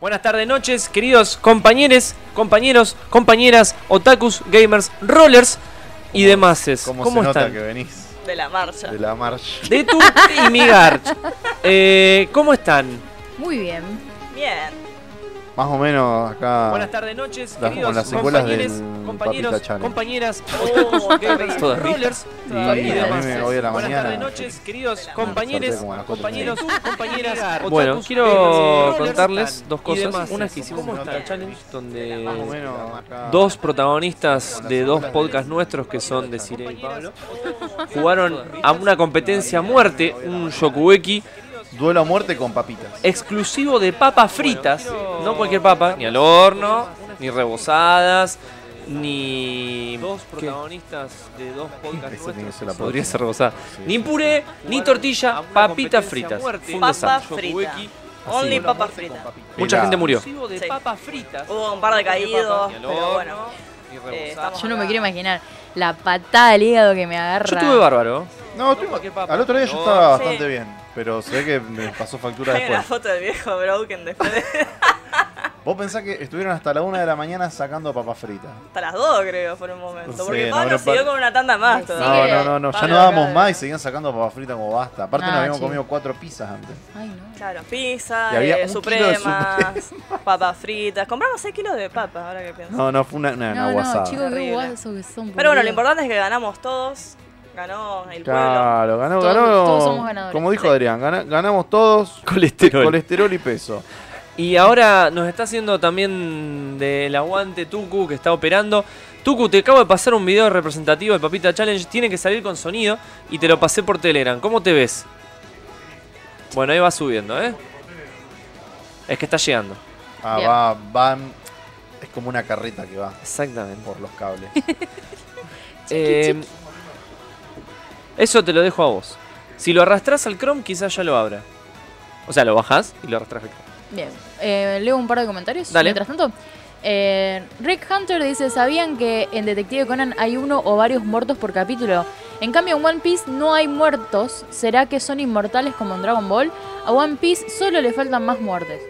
Buenas tardes, noches, queridos compañeros, compañeros, compañeras, otakus, gamers, rollers y demás. ¿Cómo, ¿Cómo, se están? nota que venís de la marcha. de la marcha? De tu y mi Garch. Eh, ¿Cómo están? Muy bien. Bien. Más o menos acá. Buenas tardes, noches, Las- queridos con las secuelas compañeros, del compañeros, Papita Channel. compañeras, Oh, otakus, gamers, todas rollers Y Todavía a mí demás. me voy a la Buenas mañana. tardes, noches, queridos Sorteo compañeros, como a las cuatro y media. compañeros, compañeras. otakus, Bueno, quiero gamers, contarles dos y cosas. demás. Una es que hicimos ¿Cómo una están? challenge Más o donde menos acá. dos protagonistas de dos podcasts nuestros que son de Cire y Pablo jugaron a una competencia a muerte, un Shokugeki Duelo a muerte con papitas. exclusivo de papas fritas, no cualquier papa, ni al horno, ni rebozadas, ni Dos ¿qué? protagonistas de dos podcasts Esa tiene que ser la podría próxima. ser rebozada, Sí. ni puré, ni A tortilla, una papitas competencia fritas. muerte. Fue un Papa desastre. frita. Shokugeki, Only así. papa frita. Mucha Mirá. gente murió. de Sí. papas fritas. Hubo un par de caídos, Ni al pero horno, bueno. ni Eh, rebozadas. estamos Yo no acá. me quiero imaginar la patada al hígado que me agarra. Yo estuve bárbaro. No, estoy- al otro día yo estaba Sí. bastante bien. Pero se ve que me pasó factura Hay una después. foto del viejo Broken después de Vos pensás que estuvieron hasta la una de la mañana sacando papas fritas. hasta las dos, creo, por un momento. Sí, Porque no, Pablo no, siguió Pablo- con una tanda más todavía. No, no, no, no. Ya Pablo, no dábamos acá- más y seguían sacando papas fritas como basta. Aparte nos Ah, habíamos chico. comido cuatro pizzas antes. Ay, no. Claro, pizza, Y había eh, un kilo de supremas, papas fritas. Compramos 6 kilos de papas, ahora que pienso. No, no, fue una, una, una No, no, guasada. chicos, qué Terrible. guasos que son. Pero bueno, boludo. lo importante es que ganamos todos. Ganó el pueblo. Claro, ganó, Todos- ganó. todos somos ganadores. Como dijo Adrián, gana- ganamos todos Colesterol. colesterol y peso. Y ahora nos está haciendo también del aguante Tuku que está operando. Tuku, te acabo de pasar un video representativo del Papita Challenge. Tiene que salir con sonido y te lo pasé por Telegram. ¿Cómo te ves? Bueno, ahí va subiendo, ¿eh? Es que está llegando. Ah, Bien. va, van. Es como una carreta que va Exactamente. por los cables. Eh, eso te lo dejo a vos. Si lo arrastrás al Chrome, quizás ya lo abra. O sea, lo bajás y lo arrastrás al Chrome. Bien, eh, leo un par de comentarios. Dale. Mientras tanto, eh, Rick Hunter dice: ¿Sabían que en Detective Conan hay uno o varios muertos por capítulo? En cambio, en One Piece no hay muertos. ¿Será que son inmortales como en Dragon Ball? A One Piece solo le faltan más muertes.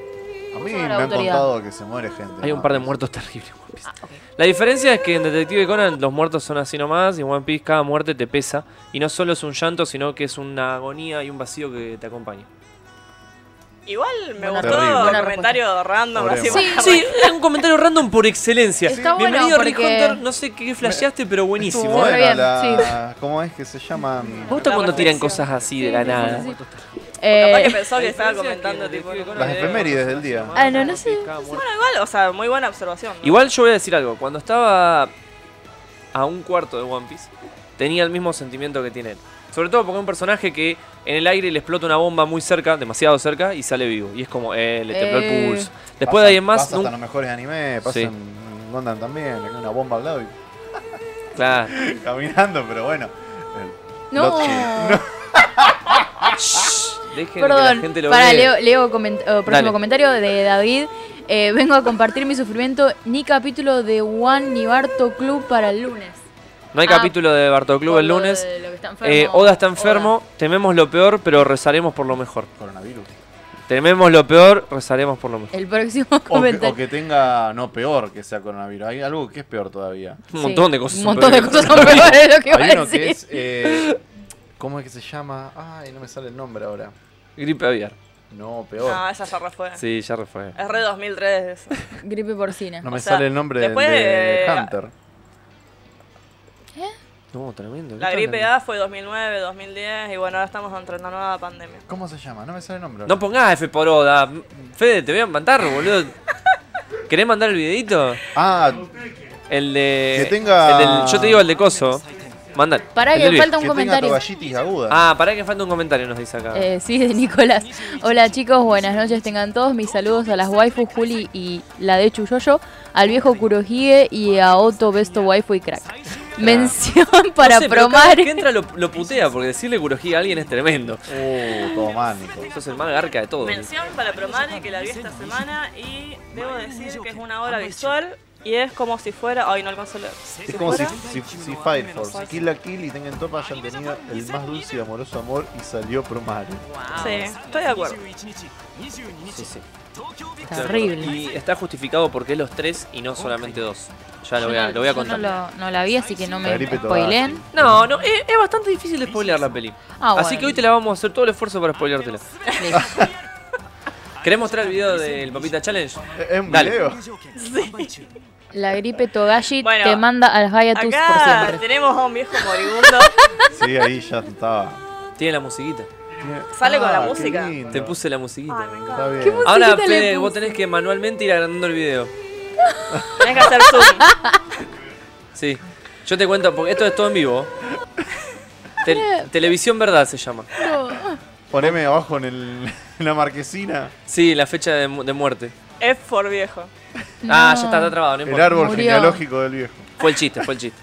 A mí Somos la me han autoridad. contado que se muere gente. Hay ¿no? un par de muertos terribles. en One Piece. Ah, ok. La diferencia es que en Detective Conan los muertos son así nomás y en One Piece cada muerte te pesa. Y no solo es un llanto, sino que es una agonía y un vacío que te acompaña. Igual me Buena gustó Terrible. el Buena comentario random. Así Oremos. para- Sí, es un comentario random por excelencia. Está bueno Bienvenido Rick porque- Hunter, no sé qué flasheaste, pero Estuvo buenísimo. Muy buena bien, la- ¿Cómo es que se llama? Me gusta La cuando tiran reflexión. cosas así Sí, de la sí, sí, nada. sí. Capaz que Eh, pensó que estaba diferencia es que comentando en tipo. Detective Conan Las hay efemérides del cosas día. llamadas, Ah, no, no One sé. Piece, cada muerte. Igual, o sea, muy buena observación. ¿no? Igual yo voy a decir algo. Cuando estaba a un cuarto de One Piece, tenía el mismo sentimiento que tiene él. Sobre todo porque es un personaje que en el aire le explota una bomba muy cerca, demasiado cerca, y sale vivo. Y es como, eh, le tembló Eh. el pulso. Después de ahí en más, Pasa nun- hasta los mejores animes, pasa Sí. en Gondam también, le cae una bomba al lado y Claro. caminando, pero bueno. no. Shh, Dejen que la Perdón, gente lo para vea. leo, leo coment- eh, próximo Dale. comentario de David. Eh, vengo a compartir mi sufrimiento. Ni capítulo de One ni Barto Club para el lunes. No hay Ah, capítulo de Barto Club Por el lo lunes. de lo que está enfermo. Eh, Oda está enfermo, tememos lo peor, pero rezaremos por lo mejor. Coronavirus. Tememos lo peor, rezaremos por lo mejor. El próximo O que, comentario. o que tenga, no peor que sea coronavirus. Hay algo que es peor todavía. Un Sí, montón de cosas. Un son montón de peores. cosas son peores de lo que iba a Hay uno decir. que es. eh, ¿Cómo es que se llama? Ay, no me sale el nombre ahora. Gripe aviar. No, peor. Ah, No, esa ya refue. Sí, ya refue. Es re 2003 eso. Gripe porcina. no me o sea, sale el nombre del después de de- Hunter. No, tremendo. ¿qué La tal? gripe A fue 2009, 2010 y bueno, ahora estamos entre una nueva pandemia. ¿Cómo se llama? No me sale el nombre. No ahora. pongas F por Oda. Fede, te voy a mandar, boludo. ¿Querés mandar el videito? ah, El de. Que tenga- el del- yo te digo el de Coso. Mandar. Pará, que falta un que tenga comentario. toballitis aguda. Ah, pará que falta un comentario, nos dice acá. Eh, sí, de Nicolás. Hola chicos, buenas noches tengan todos. Mis saludos a las waifu Juli y la de Chuyoyo, al viejo Kurohige y a Otto Besto Waifu y Crack. Mención para No sé, pero cada promar. vez que entra lo, lo putea, porque decirle Kurohige a alguien es tremendo. Uh, todo mánico. Sos el más garca de todo. Mención para Promare que la vi esta semana y debo decir que es una obra visual Y es como si fuera. Ay, no alcanzó a leer. Es como si, fuera- si, si Fire Force, Kill la Kill y Tengen Topa hayan tenido el más dulce y amoroso amor y salió por Mario. Sí, estoy de acuerdo. Sí, sí. Terrible. Y está justificado porque es los tres y no solamente dos. Ya lo voy a, Yo no- lo voy a yo contar. No lo, no la vi, así que no La me gripe spoilen. toda, sí. No, no, es, es bastante difícil de spoilear la peli. Ah, Así bueno. que hoy te la vamos a hacer todo el esfuerzo para spoileártela. ¿Querés mostrar el video del Papita Challenge? Es es un Dale. video. La gripe Togashi Bueno, te manda al Hayatus por Acá siempre. tenemos a un viejo moribundo. Sí, ahí ya estaba. Ah, Tiene la musiquita. Sale con la qué música. lindo. Te puse la musiquita. Ay, me encanta. Está bien. Ahora, musiquita le Fede, puse? vos tenés que manualmente ir agrandando el video. Tenés que hacer zoom. Sí. Yo te cuento, porque esto es todo en vivo. Te- Televisión Verdad se llama. Poneme abajo en, el, en la marquesina Sí, la fecha de, mu- de muerte. Es por viejo. Ah, No. ya está, está trabado, no el importa. árbol Murió. genealógico del viejo. Fue el chiste, fue el chiste.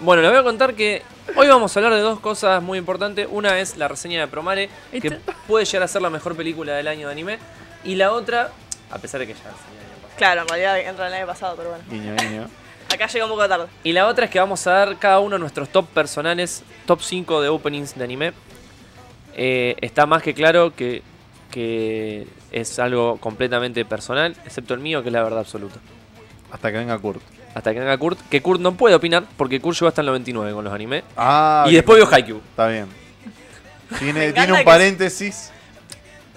Bueno, les voy a contar que hoy vamos a hablar de dos cosas muy importantes. Una es la reseña de Promare, que puede llegar a ser la mejor película del año de anime. Y la otra, a pesar de que ya es el año pasado. Claro, en realidad entra el año pasado, pero bueno. Guiño, guiño. Acá llega un poco tarde. Y la otra es que vamos a dar cada uno nuestros top personales, top 5 de openings de anime. Eh, está más que claro que, que es algo completamente personal, excepto el mío, que es la verdad absoluta. Hasta que venga Kurt. Hasta que venga Kurt, que Kurt no puede opinar, porque Kurt llegó hasta el 99 con los animes. Ah, y después vio Haikyuu. Está bien. Tiene, encanta tiene un que- paréntesis.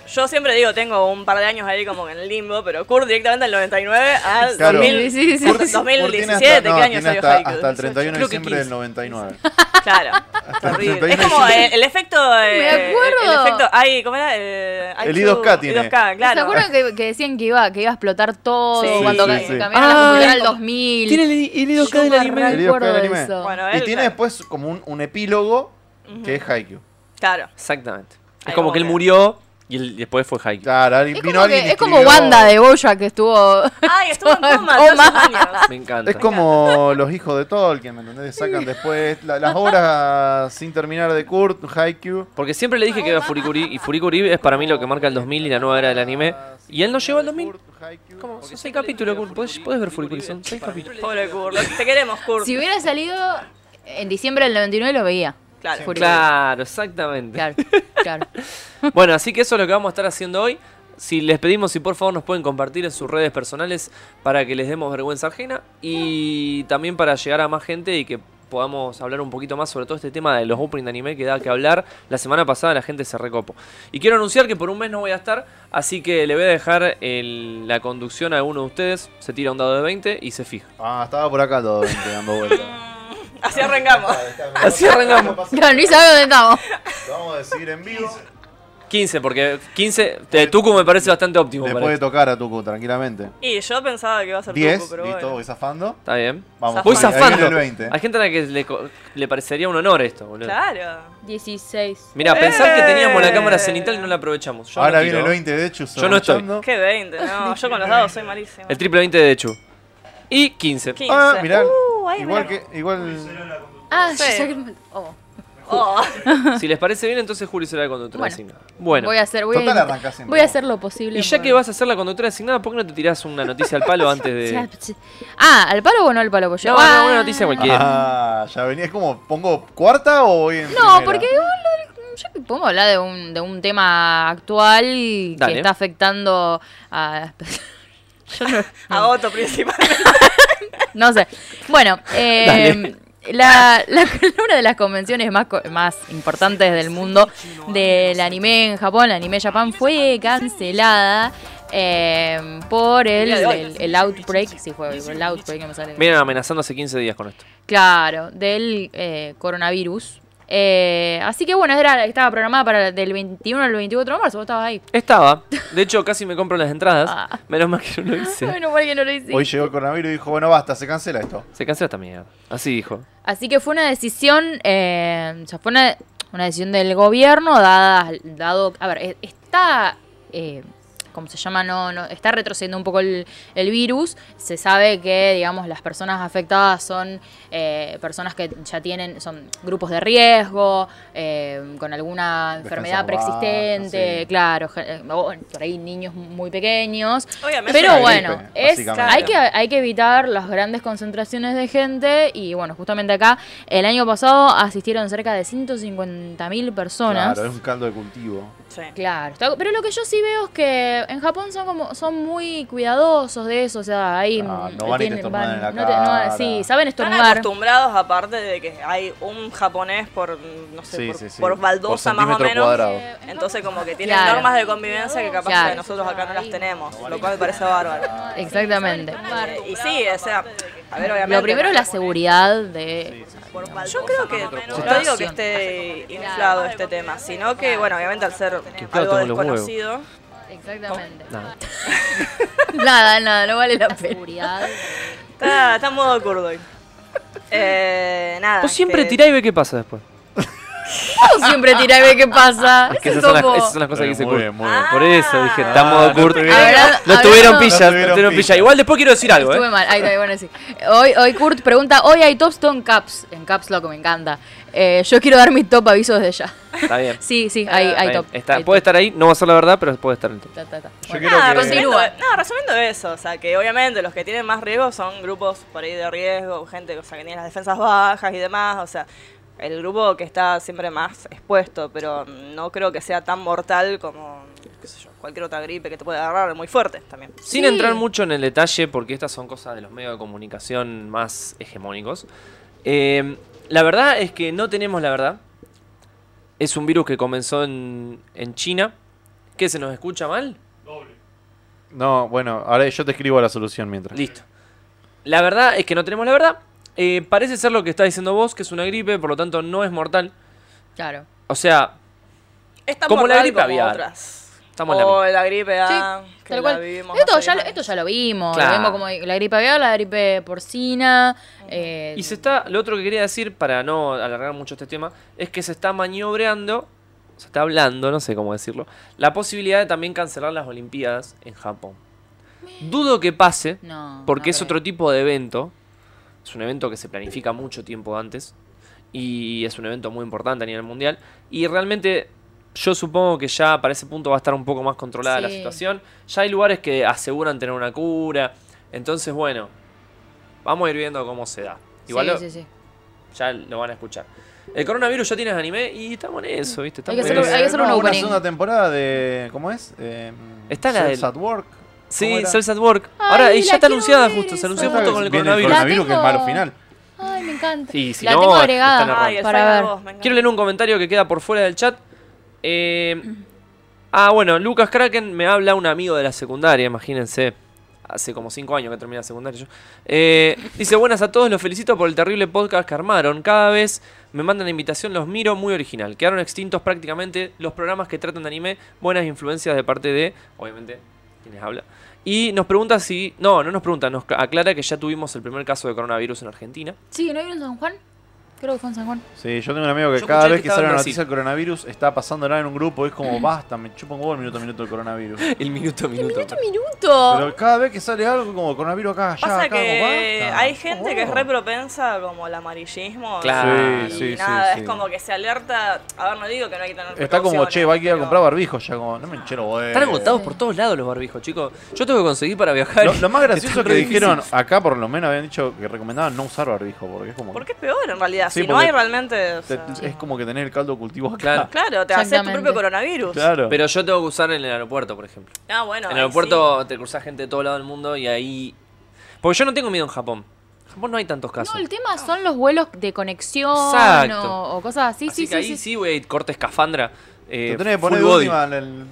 Yo siempre digo, tengo un par de años ahí como en el limbo, pero Kurt directamente del 99 al Claro. 2000. Sí, sí, sí. Kurt- Kurt tiene 2017, hasta- ¿qué año tiene salió hasta, Haikyuu? hasta el 31 de Creo que diciembre 15. del 99. Claro. Hasta el Horrible. 31 Es como de el, el efecto. eh, Me acuerdo. El, efecto. Ay, ¿cómo era? Eh, ay, El su- I2K tiene. I2K, ¿Se claro. acuerdan que, que decían que iba, que iba a explotar todo Sí, cuando sí, ca- sí. cambiaron la computadora Ay, al 2000? Ah, Tiene el, el Yo del me anime. El recuerdo IDOK del anime. eso. Bueno, Y él, tiene claro. después como un, un epílogo Ujú. que es Haikyuu. Claro. Exactamente. Es Ahí como como que él que- murió y el- después fue Haikyuu. Claro, alguien- es vino como, que- alguien y es como escribió- Wanda de Boya que estuvo. Ay, estuvo en coma Oh, todos esos ma. años. Me encanta. Es como los hijos de Tolkien, ¿me entendés? Sacan después la- las obras sin terminar de Kurt, Haikyuu. Porque siempre le dije que era Furikuri y Furikuri es para mí lo que marca el 2000 y la nueva era del anime. Y él no llegó al 2000. ¿Cómo? Son 6 capítulos, Kurt. ¿Podés, podés ver Furikuri, son 6 capítulos. Pobre Kurt. Te queremos, Kurt. Si hubiera salido en diciembre del 99 lo veía. Claro. Furioso. Claro, exactamente. Claro, claro. Bueno, así que eso es lo que vamos a estar haciendo hoy. Si les pedimos si por favor nos pueden compartir en sus redes personales para que les demos vergüenza ajena y también para llegar a más gente y que podamos hablar un poquito más sobre todo este tema de los openings de anime que da que hablar. La semana pasada la gente se recopó. Y quiero anunciar que por un mes no voy a estar, así que le voy a dejar el- la conducción a alguno de ustedes. Se tira un dado de 20 y se fija. Ah, estaba por acá todo, veinte, dando vueltas. Así arrancamos. Así arrancamos. Claro, Luis, ¿sabes dónde estamos? Lo Vamos a decir en vivo. 15, porque 15 de Tucu me parece bastante óptimo. Le para puede esto. tocar a Tucu tranquilamente. Y yo pensaba que iba a ser 10, Tucu, pero listo, bueno. voy zafando. Está bien. Vamos, Voy ahí- ahí viene zafando. el 20. Hay gente a la que le, co- le parecería un honor esto, boludo. Claro. 16. Mira, pensar que teníamos la cámara ¡Eh! cenital y no la aprovechamos. Yo Ahora no viene tiro. el 20 de hecho. Yo no estoy. Qué 20, no, yo con los dados soy malísimo. El triple 20 de hecho. Y 15. 15. Ah, mirá. Uh, ahí, igual mirá. que. Igual. Ah, Sí. yo sé que- oh. Oh. Si les parece bien, entonces Juli será la conductora Bueno. asignada. Bueno. Voy a hacer, voy a, Total, intent- arrancás siempre voy a vos. hacer lo posible. Y ya por- que vas a ser la conductora asignada, ¿por qué no te tirás una noticia al palo antes de.? Ah, ¿al palo o no al palo? Pues yo- eh, No, no, una Ah. noticia cualquiera. Ah, ya venía. Es como, ¿pongo cuarta o voy en.? No, primera? porque igual lo- yo podemos hablar de un, de un tema actual Dale. que está afectando a... yo no, A Otto principalmente. No sé. Bueno, eh, la, la una de las convenciones más, co- más importantes del mundo del anime en Japón, el anime Japan, fue cancelada eh, por el, Día de hoy. el, el outbreak. Sí, fue el outbreak, no me sale. Vienen amenazando hace 15 días con esto. Claro, del eh, coronavirus. Eh, así que bueno, era, estaba programada para del 21 al 24 de marzo, vos estabas ahí. Estaba. De hecho, casi me compro las entradas. Menos mal que no lo hice. Ah. Bueno, igual que no lo hiciste. Hoy llegó el coronavirus y dijo, bueno, basta, se cancela esto. Se cancela esta mierda. Así dijo. Así que fue una decisión, eh, o sea, fue una, una decisión del gobierno, dada, dado, a ver, e- está eh, como se llama, no, no está retrocediendo un poco el, el virus. Se sabe que, digamos, las personas afectadas son eh, personas que ya tienen, son grupos de riesgo, eh, con alguna Defensa enfermedad urbana, preexistente, sí. claro, ge- o por ahí niños muy pequeños. Obviamente. Pero Una bueno, gripe, es, básicamente. hay, que, hay que evitar las grandes concentraciones de gente y bueno, justamente acá el año pasado asistieron cerca de 150.000 personas. Claro, es un caldo de cultivo. Sí. Claro, está- pero lo que yo sí veo es que en Japón son como son muy cuidadosos de eso, o sea, ahí Ah, mm, no van y te estornudan en la no te- no van- cara. sí, saben Están estornudar. acostumbrados, aparte de que hay un japonés por, no sé, Sí, por, sí, sí. por baldosa Por más o centímetro menos. cuadrado. Entonces como que tienen Claro. normas de convivencia que capaz Claro. que nosotros acá no las tenemos, lo cual me parece bárbaro. Exactamente. Eh, Y sí, o sea, a ver, obviamente. Lo primero es la seguridad de Yo creo que, no digo que esté inflado este tema, sino que, bueno, obviamente al ser algo claro, tengo los huevos. desconocido, exactamente. Nada. nada, nada, no vale la pena. Seguridad. está, está en modo kurdo. hoy. Eh, nada. Ah, Vos siempre que- tirá y ve qué pasa después. siempre tirá y ve qué pasa. Es que Ese esas son, las, topo. esas son las cosas que dice muy Kurt. bien, muy Ah. bien. Por eso dije, está Ah, modo no Kurt. tuvieron- Habrá- No tuvieron habrá- pilla, No no tuvieron tuvieron pilla. pilla. Igual después quiero decir algo, Estuve ¿eh? mal, ahí está, bueno, sí. Hoy, hoy Kurt pregunta, hoy hay tops con caps, en caps lo que me encanta. Eh, yo quiero dar mi top aviso desde ya. Está bien. Sí, sí, hay, Está hay bien. top. Ah, Está- hay puede top. estar ahí, no va a ser la verdad, pero puede estar en el top. Ta, ta, ta. Yo Bueno. quiero Nada, que- resumiendo, e-, Continúa. no, resumiendo eso, o sea, que obviamente los que tienen más riesgo son grupos por ahí de riesgo, gente o sea, que tiene las defensas bajas y demás, o sea, el grupo que está siempre más expuesto, pero no creo que sea tan mortal como qué sé yo, cualquier otra gripe que te puede agarrar, muy fuerte también. Sin Sí. entrar mucho en el detalle, porque estas son cosas de los medios de comunicación más hegemónicos, eh, la verdad es que no tenemos la verdad. Es un virus que comenzó en, en China. ¿Qué se nos escucha mal? No, bueno, ahora yo te escribo la solución mientras. Listo. La verdad es que no tenemos la verdad. Eh, parece ser lo que está diciendo vos, que es una gripe, por lo tanto no es mortal. Claro. O sea, Es tan Como la mortal gripe como aviar. otras. estamos en la o misma. la, gripe A, Sí, que tal la cual. vivimos Esto hace ya, lo- 10 esto años. ya lo vimos, Claro. lo vimos como la gripe aviar, la gripe porcina. eh, Y se está, lo otro que quería decir, para no alargar mucho este tema, es que se está maniobreando, se está hablando, no sé cómo decirlo, la posibilidad de también cancelar las Olimpiadas en Japón. Dudo que pase, No, porque no es creo. otro tipo de evento, es un evento que se planifica mucho tiempo antes, y es un evento muy importante a nivel mundial, y realmente yo supongo que ya para ese punto va a estar un poco más controlada la Sí. situación, ya hay lugares que aseguran tener una cura, entonces bueno, vamos a ir viendo cómo se da. Igual sí, lo- sí, sí. ya lo van a escuchar. El coronavirus ya tienes anime y estamos en eso, ¿viste? Hay Estamos que en hacerlo- eso. hay que hacer no, un una opening. segunda temporada de. ¿Cómo es? Eh, Está la Cells del- at Work. ¿Cómo Sí, era? Cells at Work. Ahora, Ay, y la ya está quiero anunciada ver justo, se esa. anunció Está justo con el Viene el coronavirus. coronavirus, que es La malo tengo- final. Ay, me encanta. Y si la no, tengo está agregada en error. Ay, el para Final ver. Boss, me encanta. Quiero leer un comentario que queda por fuera del chat. Eh, ah, bueno, Lucas Kraken me habla un amigo de la secundaria, imagínense. Hace como 5 años que terminé la secundaria yo. Eh, dice, buenas a todos, los felicito por el terrible podcast que armaron. Cada vez me mandan la invitación, los miro, muy original. Quedaron extintos prácticamente los programas que tratan de anime. Buenas influencias de parte de, obviamente, quienes habla. Y nos pregunta si... No, no nos pregunta, nos aclara que ya tuvimos el primer caso de coronavirus en Argentina. Sí, ¿no hay uno en San Juan? Creo que fue en San Juan. Sí, yo tengo un amigo que Yo cada escuché vez que que estaba sale en una Brasil. noticia del coronavirus está pasándola en un grupo. Es como basta, me chupa un huevo el minuto a minuto del coronavirus. El minuto a minuto. ¡Minuto! Pero cada vez que sale algo como coronavirus acá, allá, Pasa acá, como que basta. Oh. hay gente que es re Como propensa como al amarillismo. Claro. y Sí, sí, nada, sí, es sí. como que se alerta. A ver, no digo que no hay que tener Está como, precauciones, che, va a ir a pero- comprar barbijos ya, como, no me enchero, güey. Están agotados por todos lados los barbijos, chicos. Yo tengo que conseguir para viajar. Lo, lo más gracioso Está es que re difícil. dijeron, acá por lo menos habían dicho que recomendaban no usar barbijo, porque es como... Porque es peor en realidad. Sí, si no porque hay realmente. o te- sea, es como que tener el caldo cultivo acá. Claro. Claro, te haces tu Exactamente. propio coronavirus. Claro. Pero yo tengo que usar en el aeropuerto, por ejemplo. Ah, bueno. en ahí el aeropuerto te cruzas gente de todo lado del mundo y ahí. Porque yo no tengo miedo en Japón. En Japón no hay tantos casos. No, el tema son los vuelos de conexión Exacto. o, o cosas así. Así Sí, que sí, sí. ahí sí, güey, corte escafandra. Eh, Te tenés que poner full de body. última en el...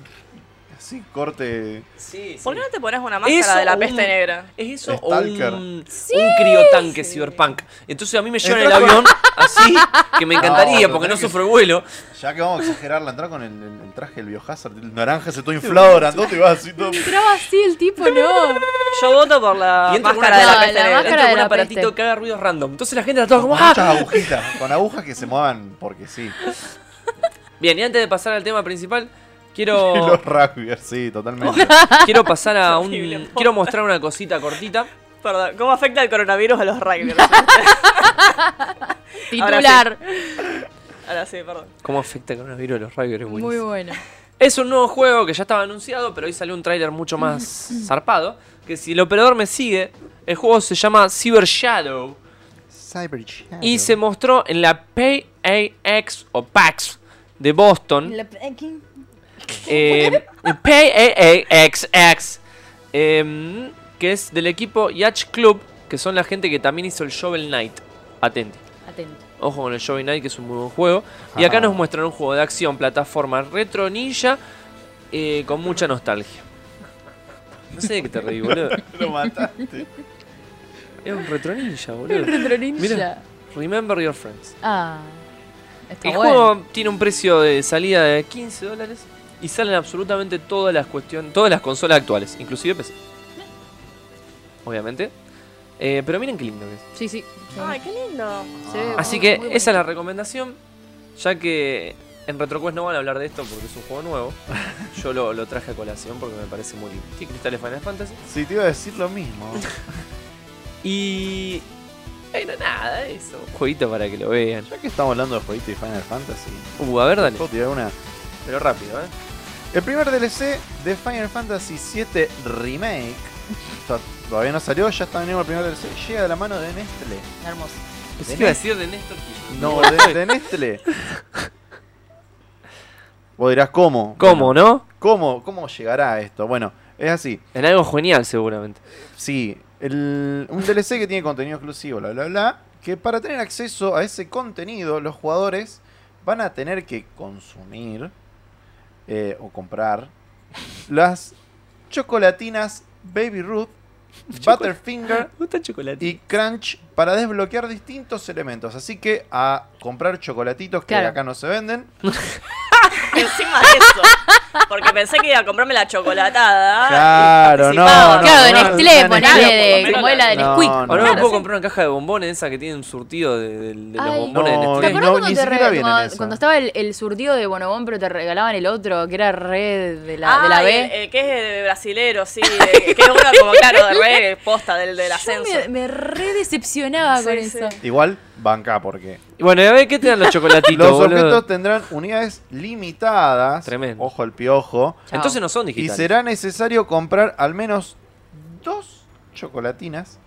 Así, corte... Sí, sí. ¿Por qué no te pones una máscara de la o peste un- negra? Es eso Stalker. o un, un criotanque cyberpunk. Entonces a mí me llevan en el Entrás avión así, que me encantaría No, porque no tenés que- sufro vuelo. Ya que vamos a exagerar la entrada con el, el- el traje del biohazard, el naranja se todo inflado, grandote y vas así todo... Entraba así el tipo, no. Yo voto por la Y entra con máscara de una- la No, peste la negra. máscara- Entra de un la aparatito peste. que haga ruidos random. Entonces la gente está toda Con como muchas ¡Ah! agujitas, con agujas que se muevan porque sí. Bien, y antes de pasar al tema principal, Quiero. Los rugbyers, sí, totalmente. Quiero pasar a un. Horrible, pobre. Quiero mostrar una cosita cortita. Perdón, ¿cómo afecta el coronavirus a los rugbyers? Ahora sí. Titular. Ahora sí, perdón. ¿Cómo afecta el coronavirus a los Riders? Muy bueno. Es un nuevo juego que ya estaba anunciado, pero hoy salió un tráiler mucho más zarpado. Que si el operador me sigue, el juego se llama Cyber Shadow. Cyber Y se mostró en la PAX o PAX de Boston. Eh, PAAXX. eh, que es del equipo Yacht Club, que son la gente que también hizo el Shovel Knight. Atenti. Atento. Ojo con el Shovel Knight, que es un muy buen juego. Y acá Ah. nos muestran un juego de acción, plataforma retro ninja, eh, con mucha nostalgia. No sé de qué te reí, boludo. Lo mataste. Es un retro ninja, boludo. Retro Mira. ninja. Remember your friends. Ah. Está el bueno. juego tiene un precio de salida de 15 dólares y salen absolutamente todas las cuestiones, todas las consolas actuales, inclusive PC. Obviamente. Eh, pero miren qué lindo que es. Sí, sí. sí. Ay, qué lindo. Se Ah. ve Así muy- que muy esa es bonito. la recomendación, ya que en RetroQuest no van a hablar de esto porque es un juego nuevo. Yo lo, lo traje a colación porque me parece muy lindo. Sí, Cristales Final Fantasy. Sí, te iba a decir lo mismo. Y... Bueno, nada, eso. Un jueguito para que lo vean. Ya que estamos hablando de jueguitos de Final Fantasy, Uh, a ver, dale. puedo tirar una. Pero rápido, ¿eh? El primer DLC de Final Fantasy VII Remake, o sea, todavía no salió, ya está venido el primer DLC, llega de la mano de Nestlé. Hermoso. Pensé que iba a decir de Néstor Kirchner. No, de, de Nestlé. Vos dirás, ¿cómo? ¿Cómo, Bueno, no? ¿Cómo, ¿Cómo llegará esto? Bueno, es así. En algo genial, seguramente. Sí, el- un DLC que tiene contenido exclusivo, bla, bla, bla. Que para tener acceso a ese contenido, los jugadores van a tener que consumir eh, o comprar las chocolatinas Baby Ruth, Butterfinger Me gusta el chocolate. y Crunch para desbloquear distintos elementos. Así que a comprar chocolatitos que Claro. acá no se venden. Encima de eso. Porque pensé que iba a comprarme la chocolatada. y Claro, no, participaba. no, Claro, de no, Nestlé, no, ponele, de, no, como es la del no, Squeak. no, Ahora me no, puedo comprar una caja de bombones esa que tiene un surtido de, de- de los Ay. bombones este No, ¿Te de Nestlé. acuerdas no, ni cuando, te re- siquiera vienen cuando- esas. cuando estaba el, el surtido de Bonobón, pero te regalaban el otro, que era re de la, de la Ah, B? el- el que es de brasilero, sí. de- que es uno como, claro, de re posta del, del Yo ascenso. me, me re decepcionaba Sí, con sí. eso. Igual, banca porque Y Bueno, y a ver qué te dan los chocolatitos, Los boludo? objetos tendrán unidades limitadas. Tremendo. Ojo al piojo. Chao. Entonces no son Y digitales. será necesario comprar al menos dos chocolatinas.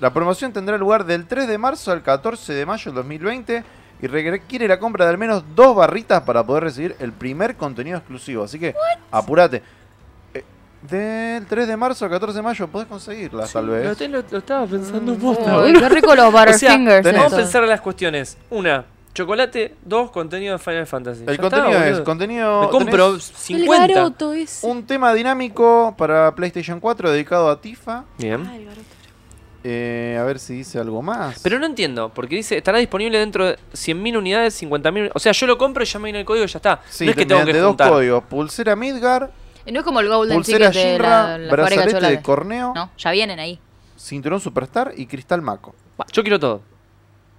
La promoción tendrá lugar del 3 de marzo al 14 de mayo del 2020 y requiere la compra de al menos dos barritas para poder recibir el primer contenido exclusivo. Así que apúrate. Eh, Del 3 de marzo al 14 de mayo podés conseguirlas, tal vez. Lo, te- lo- lo estaba pensando posta, Uy, qué rico los O sea, Butterfingers. tenés- vamos a esos. pensar en las cuestiones. Una, chocolate. Dos, contenido de Final Fantasy. Ya El está, contenido es boludo. contenido. Me compro tenés 50. El garoto ese. un tema dinámico para PlayStation 4 dedicado a Tifa. Bien. Eh, a ver si dice algo más. Pero no entiendo, porque dice, estará disponible dentro de 100.000 unidades, 50.000. O sea, yo lo compro y ya me viene el código y ya está. sí, no es que te- tengo que mediante dos juntar. códigos. Pulsera Midgar, Eh, No es como el Golden pulsera Ticket de Shinra, la, la fábrica de brazalete de chocolate. corneo, No, ya vienen ahí. cinturón Superstar y Cristal Maco. Yo quiero todo.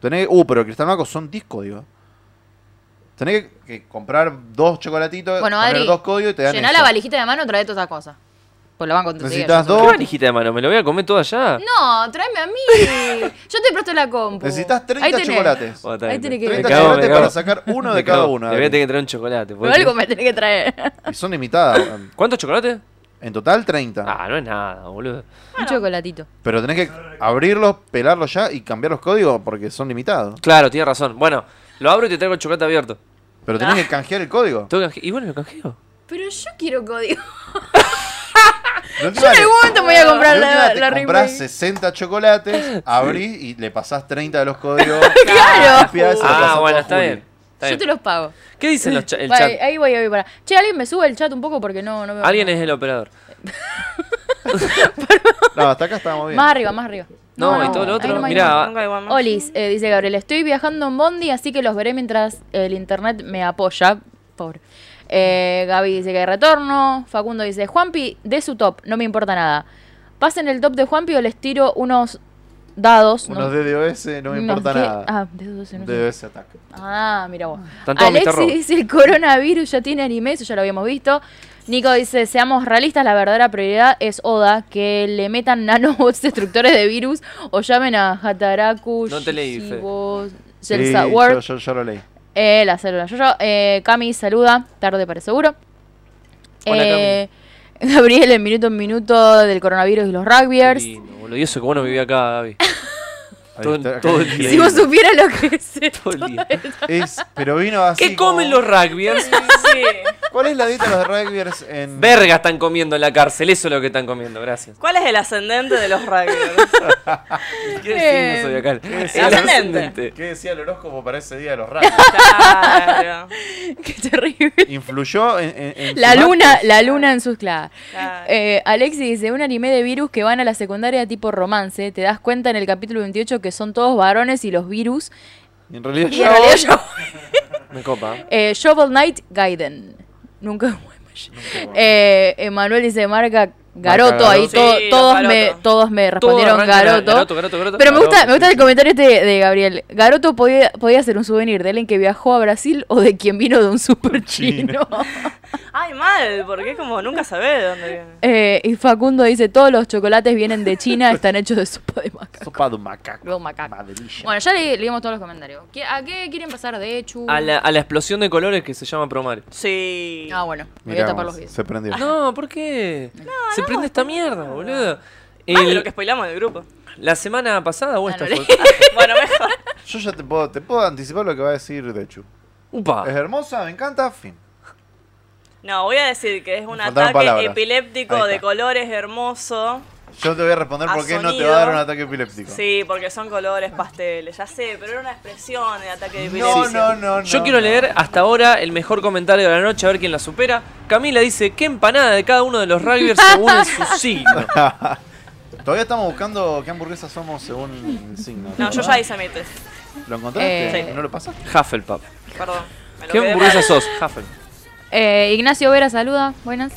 Tenés, uh, pero Cristal Maco son 10 códigos. Tenés que, que comprar dos chocolatitos, Bueno, poner Adri, dos códigos y te dan Llená eso. la valijita de mano, trae todas esas cosas. Pues lo van a conseguir. Necesitas yo ¿Qué dos. seguro. valijita de mano? ¿Me lo voy a comer todo allá? No, tráeme a mí. Yo te presto la compu. Necesitas Ahí 30 tenés. chocolates. Oh, está Ahí bien. tiene que- Me 30 cago, me chocolates cago. para sacar uno de Me cada cago. uno. Le voy a Adri. tener que traer un chocolate. Pero ¿puedo algo creer? me tenés que traer. Y son limitadas. ¿Cuántos chocolates? En total 30. Ah, no es nada, boludo. Un chocolatito. Pero tenés que abrirlos, pelarlos ya y cambiar los códigos porque son limitados. Claro, tienes razón. Bueno, lo abro y te traigo el chocolate abierto. Pero tenés Ah. que canjear el código. Tengo que- Y bueno, lo canjeo. Pero yo quiero código. De última Yo en le- algún momento me voy a de comprar última la, te la comprás este. remake. 60 chocolates, abrís y le pasás 30 de los códigos. Claro. Limpiás y se lo pasás Ah, todo bueno, a está Juli. bien. Está Yo bien. te los pago. ¿Qué dicen los cha- el Vale, chat? Ahí voy, ahí voy para. Che, alguien me sube el chat un poco porque no, no veo. Alguien nada. es el operador. No, hasta acá estábamos bien. Más arriba, más arriba. No, y todo lo ahí otro. nomás, ahí Mirá, nomás. ah, Nunca hay guamán. Olis, eh, dice Gabriel, estoy viajando en Bondi, así que los veré mientras el internet me apoya. Pobre. Eh, Gaby dice que hay retorno. Facundo dice, Juanpi, de su top, no me importa nada. Pasen el top de Juanpi o les tiro unos dados. Unos DDoS no me importa ¿qué? nada. Ah, DDoS, no sé. DDoS attack. Ah, mira vos. Están todos Mr. Alexis Robot. dice el coronavirus ya tiene anime, eso ya lo habíamos visto. Nico dice, seamos realistas, la verdadera prioridad es Oda, que le metan nanobots destructores de virus o llamen a Hataraku, No te leí, Fede. Shishibo, Sí, Celsa Ward, yo, yo- yo lo leí. eh, la célula yo, eh, Cami saluda, tarde para el seguro. Hola, Eh, Gabriel en minuto en minuto del coronavirus y los rugbyers. Qué lindo, boludo. Y eso que bueno vivía acá, Gaby. Ahí Todo- está, todo acá el leí. día. Si vos supieras lo que es esto. Todo el día. Es- pero vino así. ¿Qué comen como- los rugbyers? Sí. ¿Cuál es la dieta de los rugbyers en. Verga están comiendo en la cárcel, eso es lo que están comiendo, gracias. ¿Cuál es el ascendente de los rugbyers? ¿Qué signo eh, zodiacal? es El ascendente? ¿Qué decía el horóscopo para ese día de los rugbyers? Claro, Qué terrible. ¿Influyó en, en- en La su luna, la luna en sus claves. claro. Eh, Alexi dice, un anime de virus que van a la secundaria tipo romance. Te das cuenta en el capítulo 28 que son todos varones y los virus. marca? En realidad Y en yo- realidad yo... Me copa. Eh, Shovel Knight Gaiden. Nunca... Eh, Emanuel dice, marca Garoto. Garoto. ahí Sí, to- los todos, Garoto. me, todos me respondieron Todo arranca en Garoto. Garoto, Garoto, Garoto. Pero me gusta, Garoto, me gusta sí, el comentario este de Gabriel. Garoto podía, podía ser un souvenir de alguien que viajó a Brasil o de quien vino de un super chino. Ay, mal, porque es como nunca sabés de dónde viene. Eh, y Facundo dice, todos los chocolates vienen de China, están hechos de sopa de maca. Sopa de un macaco. De un macaco. Maderilla. Bueno, ya le, leímos todos los comentarios. ¿Qui- ¿A qué quieren pasar de Chu? A la, a la explosión de colores que se llama Promare. Sí. Ah, bueno, me voy Mirá a tapar cómo los videos. Se prendió. No, ¿por qué? se prende esta mierda, boludo. Más de El- lo que spoilamos del grupo. La semana pasada o Ah, esta no fue. Bueno, mejor. Yo ya te puedo, te puedo anticipar lo que va a decir Dechu. Upa. Es hermosa, me encanta, fin. No, voy a decir que es un Faltaron ataque palabras. Ahí epiléptico está. de colores hermoso. Yo te voy a responder A por qué no te sonido. va a dar un ataque epiléptico. Sí, porque son colores pasteles, ya sé, pero era una expresión el ataque de No, epilepsia. no, no, no. Yo quiero no. leer hasta ahora el mejor comentario de la noche, a ver quién la supera. Camila dice, ¿qué empanada de cada uno de los rugbyers según el su signo? Todavía estamos buscando qué hamburguesas somos según el signo. No, yo ya hice mi test. ¿Lo encontraste? Eh, ¿No lo pasaste? Hufflepuff. Perdón. me lo ¿Qué quedé hamburguesa mal. sos? Hufflepuff. Eh, Ignacio Vera saluda, buenas.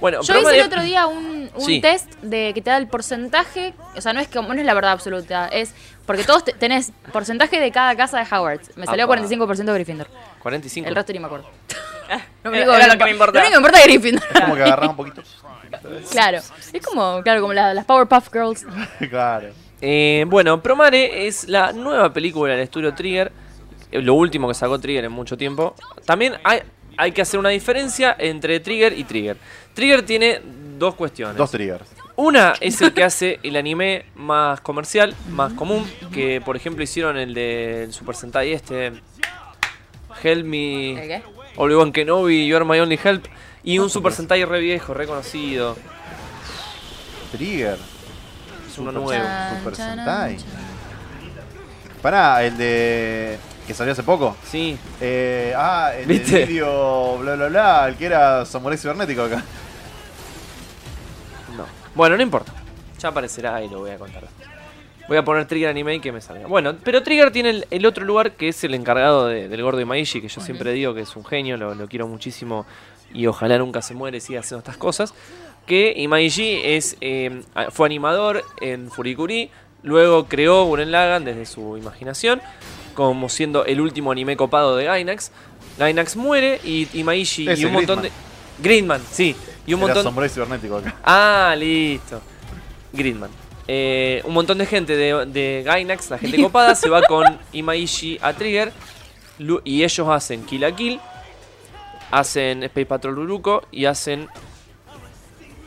Bueno, Yo hice Promare- el otro día un, un Sí. test de que te da el porcentaje, o sea, no es que no es la verdad absoluta, es porque todos te- tenés porcentaje de cada casa de Howard. Me salió Apa. 45% Gryffindor. 45. El resto ni me acuerdo. Lo Eh, Era- Eh, era lo que me importaba. Lo único que me importa es Gryffindor. Como que agarraba un poquito. claro. Es como, claro, como la- las Powerpuff Girls. claro. Eh, bueno, Promare es la nueva película del estudio Trigger. eh, Lo último que sacó Trigger en mucho tiempo. También hay, hay que hacer una diferencia entre Trigger y Trigger. Trigger tiene dos cuestiones. Dos triggers. Una es el que hace el anime más comercial, más común, que por ejemplo hicieron el del Super Sentai este. Help ¿El me. qué? Obi-Wan Kenobi, You Are My Only Help. Y un Super Sentai re viejo, reconocido. Trigger. Es uno nuevo. Chan, Super chan, Sentai. chan. Pará, el de. que salió hace poco. Sí. Eh, ah, el ¿Viste? del vídeo bla bla bla, el que era Samurai Cibernético acá. No. Bueno, no importa. Ya aparecerá y lo voy a contar. Voy a poner Trigger Anime y que me salga. Bueno, pero Trigger tiene el, el otro lugar que es el encargado de- del gordo Imaishi, que yo siempre digo que es un genio, lo, lo quiero muchísimo y ojalá nunca se muere y siga haciendo estas cosas. Que Imaishi es, eh, a- fue animador en Furikuri, luego creó Guren Lagan desde su imaginación, como siendo el último anime copado de Gainax. Gainax muere y Imaishi y Ese, un montón Gridman. de. Greenman, sí. Y un Era montón. Samurai Cibernético acá. Ah, listo. Gridman. Eh, un montón de gente de, de Gainax, la gente copada, se va con Imaishi a Trigger. lu- Y ellos hacen Kill a Kill. Hacen Space Patrol Uruko y hacen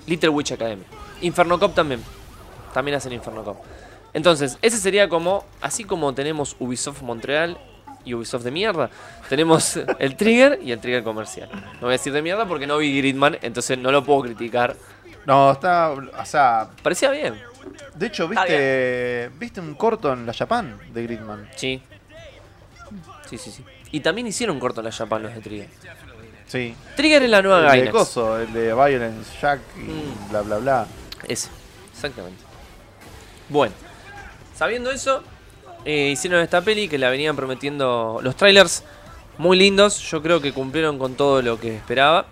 Little Witch Academy. Inferno Cop también. También hacen Inferno Cop. Entonces, ese sería como. Así como tenemos Ubisoft Montreal y Ubisoft de mierda, tenemos el Trigger y el Trigger comercial. No voy a decir de mierda porque no vi Gridman, entonces no lo puedo criticar. No, está. O sea, Parecía bien. de hecho, Está viste. ¿Viste un corto en la Japan de Gridman? Sí. Sí, sí, sí. Y también hicieron corto en la Japan los de Trigger. Sí. Trigger es la nueva El de Gainax. Coso, el de Violence, Jack y Mm. bla bla bla. Ese. Exactamente. Bueno. Sabiendo eso, eh, hicieron esta peli que la venían prometiendo los trailers. Muy lindos. Yo creo que cumplieron con todo lo que esperaba.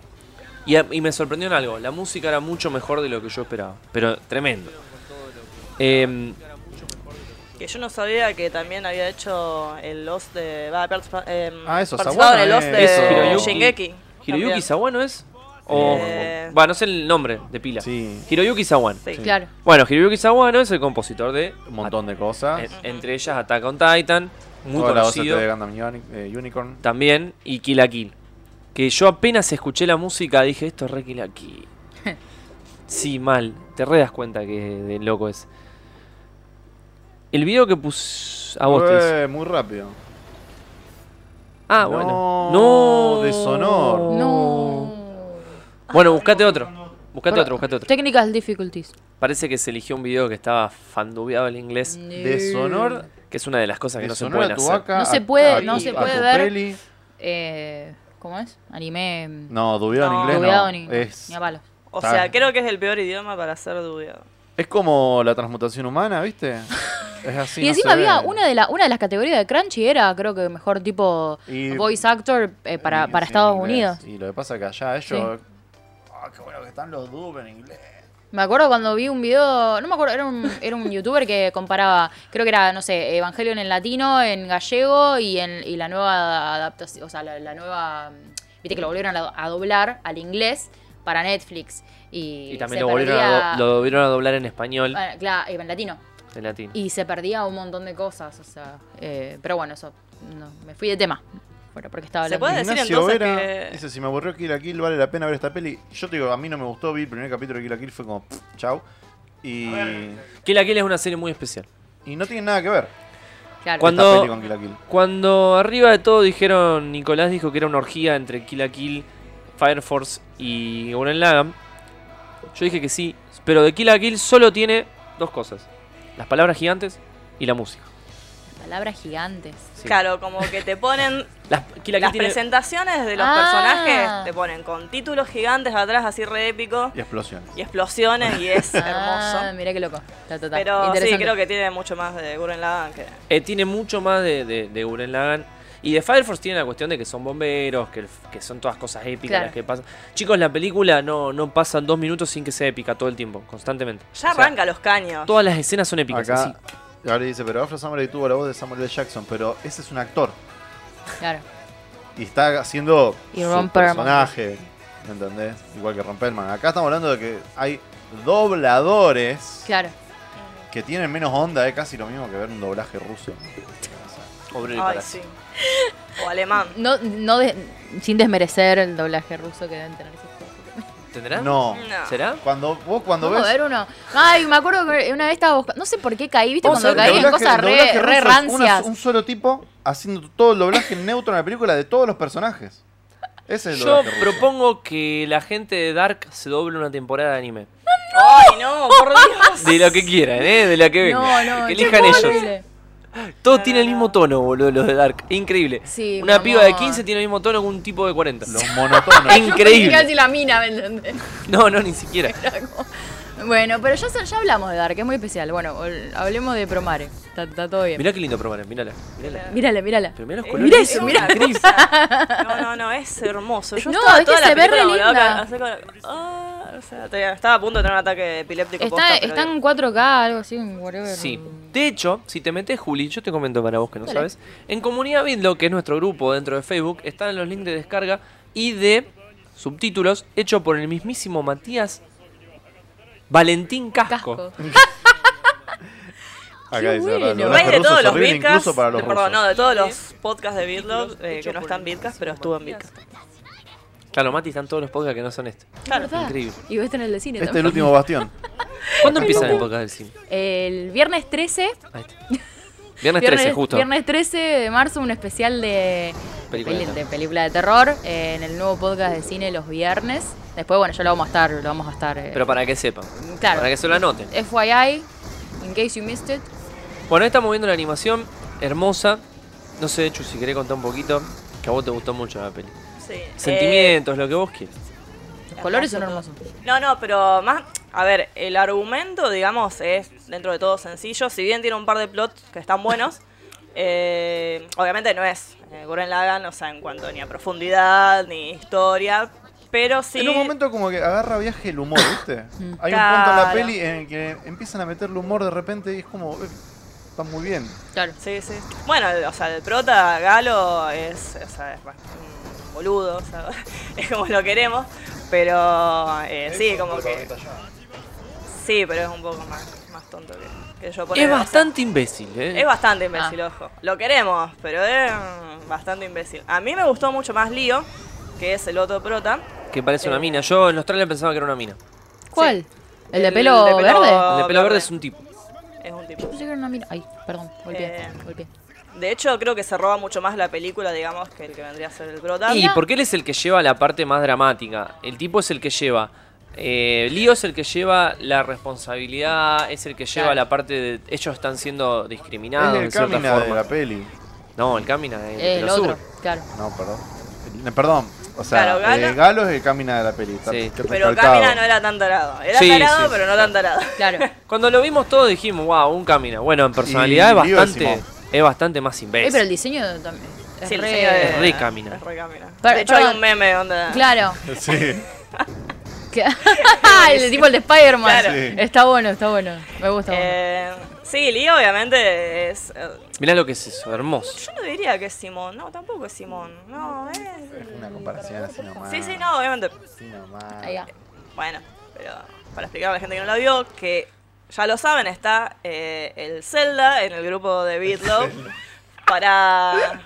Y, a- y me sorprendió en algo. La música era mucho mejor de lo que yo esperaba. Pero tremendo. Eh, Que yo no sabía que también había hecho el Lost de. Va, participa- em, Ah, eso, participado en el Sawano Lost es- Eso, de Hiroyuki. Shingeki. ¿Hiroyuki también. Sawano es? O. Eh. Va, no sé el nombre de pila. Sí. Hiroyuki Sawano. Sí. Claro. Bueno, Hiroyuki Sawano es el compositor de. Un montón de cosas. en- entre ellas Attack on Titan, muy Toda la OST conocido. de Gundam Unic- eh, Unicorn. también, y Kill la Kill. Que yo apenas escuché la música dije, esto es re Kill la Kill. sí, mal. Te re das cuenta que de loco es. El video que puse a Ah, vos te hice. Eh, muy rápido. Ah, no, bueno. No. deshonor. No. Bueno, buscate otro. Buscate otro, buscate otro. Technical difficulties. Parece que se eligió un video que estaba fandubeado el inglés, Deshonor. que es una de las cosas que no se deshonor pueden a tu hacer. vaca, No se a- puede- a no tu- se a puede tu ver. peli. Eh, ¿Cómo es? Anime. mm, No, No, dubiado No. en inglés. dubiado no. ni, Es, ni a palos. O Está sea, bien. creo que es el peor idioma para ser dubiado. es como la transmutación humana, ¿viste? Es así. y no encima se ve. había una de, la, una de las categorías de Crunchy era, creo que mejor tipo Y- voice actor eh, para, Sí, para sí, Estados en inglés. Unidos. Y lo que pasa es que allá ellos. Ah, qué bueno que están los dubs en inglés. Me acuerdo cuando vi un video, no me acuerdo, era un, era un youtuber que comparaba, creo que era, no sé, Evangelion en latino, en gallego y en y la nueva adaptación, o sea, la, la nueva, mm, viste que lo volvieron a, do- a doblar al inglés para Netflix. Y, Y se también lo volvieron, a perdía- do- lo volvieron a doblar en español, bueno, claro, en latino. en latín. Y se perdía un montón de cosas, o sea, eh, pero bueno, eso, no, me fui de tema. Bueno, porque estaba ¿Se hablando. puede? decir Ignacio entonces Vera que- dice: Si me aburrió Kill la Kill, vale la pena ver esta peli. Yo te digo, a mí no me gustó. Vi el primer capítulo de Kill la Kill, fue como, pff, chau. Y, Kill la Kill es una serie muy especial. y no tiene nada que ver Claro. Cuando- esta peli con Kill la Kill. Cuando arriba de todo dijeron, Nicolás dijo que era una orgía entre Kill la Kill, Fire Force y Gurren Lagann. Yo dije que sí, pero de Kill la Kill solo tiene dos cosas: las palabras gigantes y la música. Palabras gigantes. Sí. Claro, como que te ponen Las, Kill la Kill las tiene- presentaciones de los Ah. personajes, te ponen con títulos gigantes atrás, así re épico, Y explosiones. y explosiones, y es Ah, hermoso. mirá qué loco. Ta, ta, ta. Pero sí, Interesante. creo que tiene mucho más de Gurren Lagann que... Eh, tiene mucho más de, de, de Gurren Lagann. Y de Fire Force tiene la cuestión de que son bomberos, que, el- que son todas cosas épicas Claro. las que pasan. Chicos, la película no, no pasan dos minutos sin que sea épica todo el tiempo, constantemente. Ya O sea, arranca los caños. Todas las escenas son épicas. así. Acá, ahora dice: Pero Afro Samurai tuvo la voz de Samuel L. Jackson, pero ese es un actor. Claro. y está haciendo Y su Ron Perlman. personaje. ¿Me entendés? Igual que Ron Perlman. Acá estamos hablando de que hay dobladores Claro. que tienen menos onda, es casi lo mismo que ver un doblaje ruso. O Obrero y Ay, parásito. sí. O alemán. No, no de- sin desmerecer el doblaje ruso que deben tener esos cosas. ¿Tendrá? sea, no. No. ¿Será? Cuando vos cuando Vamos a ves ver uno. Ay, me acuerdo que una vez estaba buscando. No sé por qué caí, viste, Vamos a cuando ver, caí en doblaje- cosas doblaje re, ruso re es una- rancias. un solo tipo haciendo todo el doblaje neutro en la película de todos los personajes. Ese es el Yo doblaje ruso. propongo que la gente de Dark se doble una temporada de anime. Ay, no, por Dios. De lo que quieran, ¿eh? De la que venga. No, no, que che, elijan qué ellos. horrible. Todos tienen el mismo tono, boludo, los de Dark. Increíble. Sí, una mi piba de amor. 15 tiene el mismo tono que un tipo de 40. Los monotonos. Increíble. Yo pensé que iba a decir la mina, ¿me entendés? No, no, ni siquiera. Bueno, pero ya, ya hablamos de Dark, es muy especial. Bueno, ol- hablemos de Promare. Está, está todo bien. Mirá qué lindo Promare, mírala. Mírala. Mírala, mírala. Pero mirá los Eh, colores. Mira eso, es mira. una cosa. No, no, no, es hermoso. Yo No, estaba es que toda la se ve película re con la boca linda. así con- ah, o sea, te- estaba a punto de tener un ataque epiléptico. posta, Está, pero está en 4K, algo así, en whatever. Sí. De hecho, si te metes, Juli, yo te comento para vos que no Dale. sabes. En Comunidad Vidlo, que es nuestro grupo dentro de Facebook, están los links de descarga y de subtítulos hecho por el mismísimo Matías Valentín Casco. Casco. Acá dice, bueno. el Igual doblaje de ruso todos es los horrible Bitcast, incluso para los perdón, rusos. no, de todos los podcasts de Bitlock, eh, que no están Bitcast, pero estuvo en Bitcast. Claro, Mati, están todos los podcasts que no son este. Claro. ¿Verdad? Increíble. Y ves en el de cine Este es el también. último bastión. ¿Cuándo empiezan el podcast del cine? El viernes 13 Ahí está. Viernes 13, justo. viernes 13 de marzo, un especial de Película peli- de de, película de terror eh, en el nuevo podcast de cine los viernes. Después, bueno, ya lo vamos a estar, lo vamos a estar. eh, Pero para que sepan. claro. Para que se lo anoten. FYI, in case you missed it. Bueno, ahí estamos viendo la animación hermosa. No sé, Chu, si querés contar un poquito. Que a vos te gustó mucho la peli. Sí. Eh, Sentimientos, lo que vos quieras. Los colores son hermosos. No, no, pero más. A ver, el argumento, digamos, es dentro de todo sencillo. Si bien tiene un par de plots que están buenos, eh, obviamente no es eh, Gurren Lagann, o sea, en cuanto ni a profundidad, ni historia, pero sí. En un momento como que agarra viaje el humor, ¿viste? Hay un punto en la Claro. peli en el que empiezan a meterle humor de repente y es como... eh, está muy bien. Claro. Sí, sí. Bueno, el- o sea, el prota Galo es, o sea, es más un boludo, o sea, es como lo queremos, pero eh, sí, como que... Sí, pero es un poco más, más tonto que, que yo. ponele, Es o sea, bastante imbécil, ¿eh? es bastante imbécil, Ah. ojo. Lo queremos, pero es bastante imbécil. A mí me gustó mucho más Lío, que es el otro prota. Que parece una Eh. mina. Yo en los trailers pensaba que era una mina. ¿Cuál? ¿El de El pelo de pelo- verde? El de pelo verde. verde es un tipo. Es un tipo. Yo pensé que era una mina. Ay, perdón, golpeé. Eh, golpeé. De hecho, creo que se roba mucho más la película, digamos, que el que vendría a ser el prota. Y porque él es el que lleva la parte más dramática. El tipo es el que lleva. Eh, Lío es el que lleva la responsabilidad, es el que lleva Claro. la parte de. Ellos están siendo discriminados es el en cierta camina de forma. la peli. No, el Camina es Eh, el Pelosudo. otro, claro. No, perdón. Eh, Perdón. O sea, Claro, Galo- eh, Galo es el camina de la peli. está Sí. Pero recalcado. Camila no era tan tarado. Era Sí, tarado, sí, pero no tan tarado. Claro. Cuando lo vimos todos dijimos, wow, un Camina. Bueno, en personalidad Y es Lío bastante. decimos. Es bastante más imbécil. Eh, pero el diseño también. Es Sí, el re- diseño de- Es re Camina. es re Camila. Per- de hecho, hay perdón. un meme donde. Claro. Sí. Que- el tipo el de Spider-Man. Claro. Sí. Está bueno, está bueno. Me gusta. bueno. Eh, sí, Lee obviamente es. eh, Mirá lo que es eso, hermoso. Yo no diría que es Simón. No, tampoco es Simón. No, es. Una comparación así nomás. Sí, sí, no, obviamente. Así nomás. Ahí va. eh, Bueno, pero para explicar a la gente que no la vio, que ya lo saben, está eh, el Zelda en el grupo de Beatloaf para,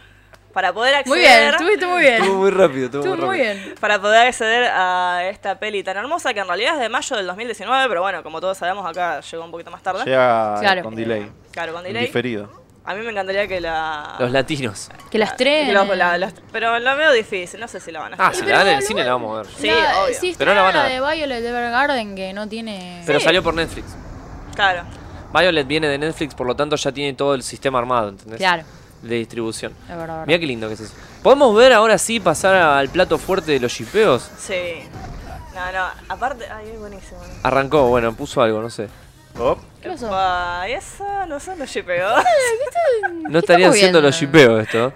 para poder acceder. Muy bien, estuviste muy bien. Estuvo muy rápido, estuvo Estuvo muy bien. para poder acceder a esta peli tan hermosa que en realidad es de mayo del 2019, pero bueno, como todos sabemos, acá llegó un poquito más tarde. Llega Claro. con delay. Claro, con en delay. Diferido. A mí me encantaría que la. Los latinos. Que las tres. que lo- la- los- pero lo veo difícil, no sé si la van a Ah, hacer. si la dan en el cine la vamos a ver. Sí, La- obvio. sí, Pero no la van a está dar. la de Violet Evergarden que no tiene. Pero salió por Netflix. Claro. Violet viene de Netflix, por lo tanto ya tiene todo el sistema armado, ¿entendés? Claro. De distribución. Es verdad, Mira verdad. qué lindo que es eso. ¿Podemos ver ahora sí pasar al plato fuerte de los shipeos? Sí. No, no, aparte. Ay, es buenísimo. Arrancó, bueno, puso algo, no sé. Op. ¿Qué pasó? Pa, esa no son los pegó. No estarían viendo? siendo los shipeos esto.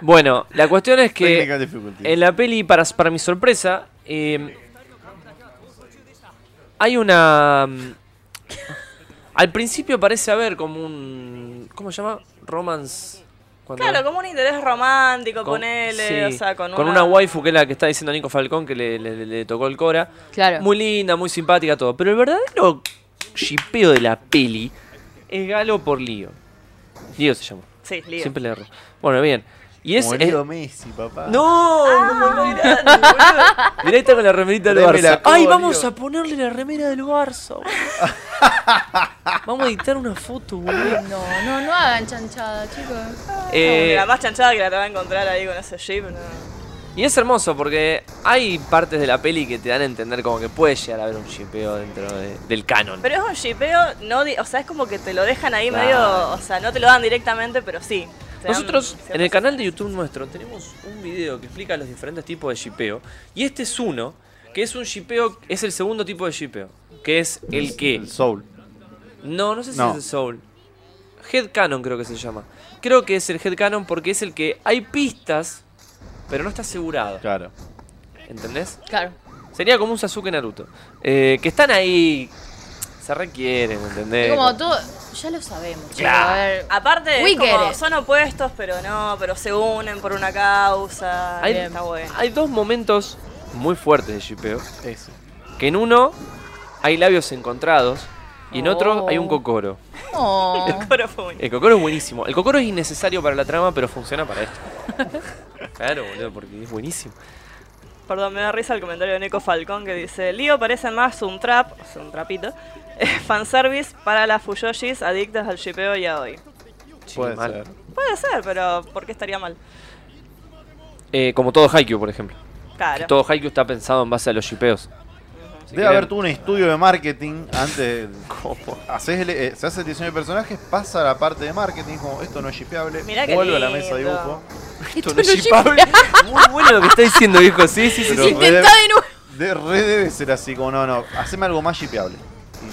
Bueno, la cuestión es Technical que difficulty. en la peli, para, para mi sorpresa, eh, hay una... mm, Al principio parece haber como un... ¿Cómo se llama? Romance... cuando- Claro, como un interés romántico, con- ponele, sí, eh, o sea, con, una waifu que es la que está diciendo Nico Falcón que le, le- le- le tocó el Cora. Claro. Muy linda, muy simpática, todo. Pero el verdadero shipeo de la peli es Galo por Lío. Lío se llama. Sí, lío. Siempre le erro. Bueno, bien. Y es. Como es- Leo Messi, papá. ¡No! Ah. Mirá, ahí está con la remerita del Tráeme la Barça. ¡Ay, cola, vamos Lío. a ponerle la remera del Barça! boludo. vamos a editar una foto, boludo. No, no, no hagan chanchada, chicos. Eh, la más chanchada que la te va a encontrar ahí con ese jeep. no. Y es hermoso porque hay partes de la peli que te dan a entender como que puede llegar a haber un shipeo dentro de- del canon. Pero es un shipeo, no, di- o sea, es como que te lo dejan ahí Claro. medio, o sea, no te lo dan directamente, pero sí. Te dan Nosotros en el ciertas- canal de YouTube nuestro tenemos un video que explica los diferentes tipos de shipeo. Y este es uno, que es un shipeo, es el segundo tipo de shipeo. Que es el que... El Soul. No, no sé si No. es el Soul. Headcanon creo que se llama. Creo que es el Headcanon porque es el que hay pistas, pero no está asegurado. Claro. ¿Entendés? Claro. Sería como un Sasuke Naruto. Eh, que están ahí... Se requieren, ¿entendés? Es como todo. Ya lo sabemos, chicos. Eh, Claro. A ver. mm, Aparte, We es como, get it. son opuestos, pero no, pero se unen por una causa. Hay, Está bueno. hay dos momentos muy fuertes de shipeo. Eso. Que en uno hay labios encontrados y en otro Oh. hay un cocoro. No. Pero fue bueno. El cocoro es buenísimo. El cocoro es innecesario para la trama, pero funciona para esto. claro, boludo, porque es buenísimo. Perdón, me da risa el comentario de Nico Falcón que dice: Lío parece más un trap, o sea, un trapito, eh, fanservice para las Fuyoshis adictas al shipeo y a hoy. Sí, Puede mal. ser. Puede ser, pero ¿por qué estaría mal? Eh, como todo Haikyuu, por ejemplo. Claro. Todo Haikyuu está pensado en base a los shipeos. Si Debe quieren- haber tú un estudio de marketing antes. de- Haces el- eh, se hace el diseño de personajes, pasa a la parte de marketing, como esto no es shipeable, Mirá qué vuelve a la mesa de lindo. dibujo. Esto no es shipeable. Muy bueno lo que está diciendo, hijo. Sí, sí, sí. Pero sí. re, Intenta de nuevo. de- re debe ser así, como no, no, haceme algo más shipeable.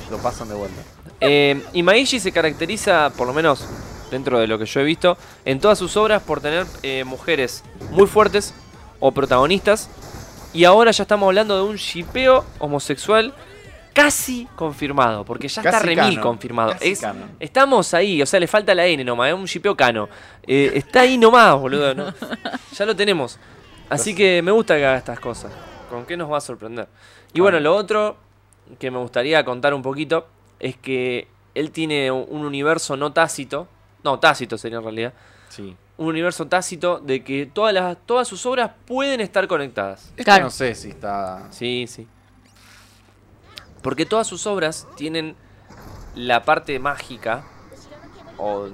Y lo pasan de vuelta. Eh, y Maishi se caracteriza, por lo menos dentro de lo que yo he visto, en todas sus obras por tener eh, mujeres muy fuertes o protagonistas. Y ahora ya estamos hablando de un shipeo homosexual casi confirmado, porque ya está Casi remil canon, confirmado. casi Es- canon. estamos ahí, o sea, le falta la N nomás, es un shipeo cano. Eh, está ahí nomás, boludo, ¿no? Ya lo tenemos. Así que me gusta que haga estas cosas. ¿Con qué nos va a sorprender? Y bueno, lo otro que me gustaría contar un poquito es que él tiene un universo no tácito, no tácito sería en realidad, Sí. un universo tácito de que todas, las, todas sus obras pueden estar conectadas. Esto Claro. Este no sé si está. Sí, sí. Porque todas sus obras tienen la parte mágica o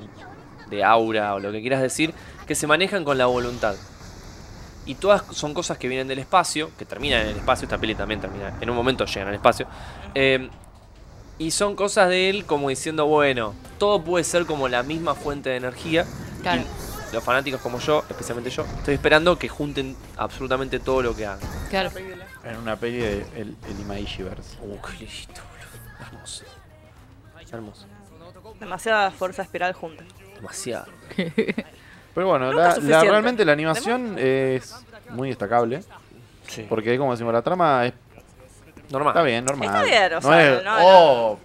de aura o lo que quieras decir que se manejan con la voluntad. Y todas son cosas que vienen del espacio, que terminan en el espacio, esta peli también termina, en un momento llegan al espacio. eh, y son cosas de él como diciendo, bueno, todo puede ser como la misma fuente de energía. Claro. Y los fanáticos como yo, especialmente yo, estoy esperando que junten absolutamente todo lo que hagan. Claro. En una peli de el, el Imagiverse. Uh, qué lindo, boludo. Hermoso. Hermoso. Demasiada fuerza espiral junta. Demasiado. Pero bueno, Nunca la- es la- suficiente. realmente la animación es muy destacable. Sí. Porque, como decimos, la trama es- Normal. está bien, normal. Está bien, o no sea, es, no, no. "Oh,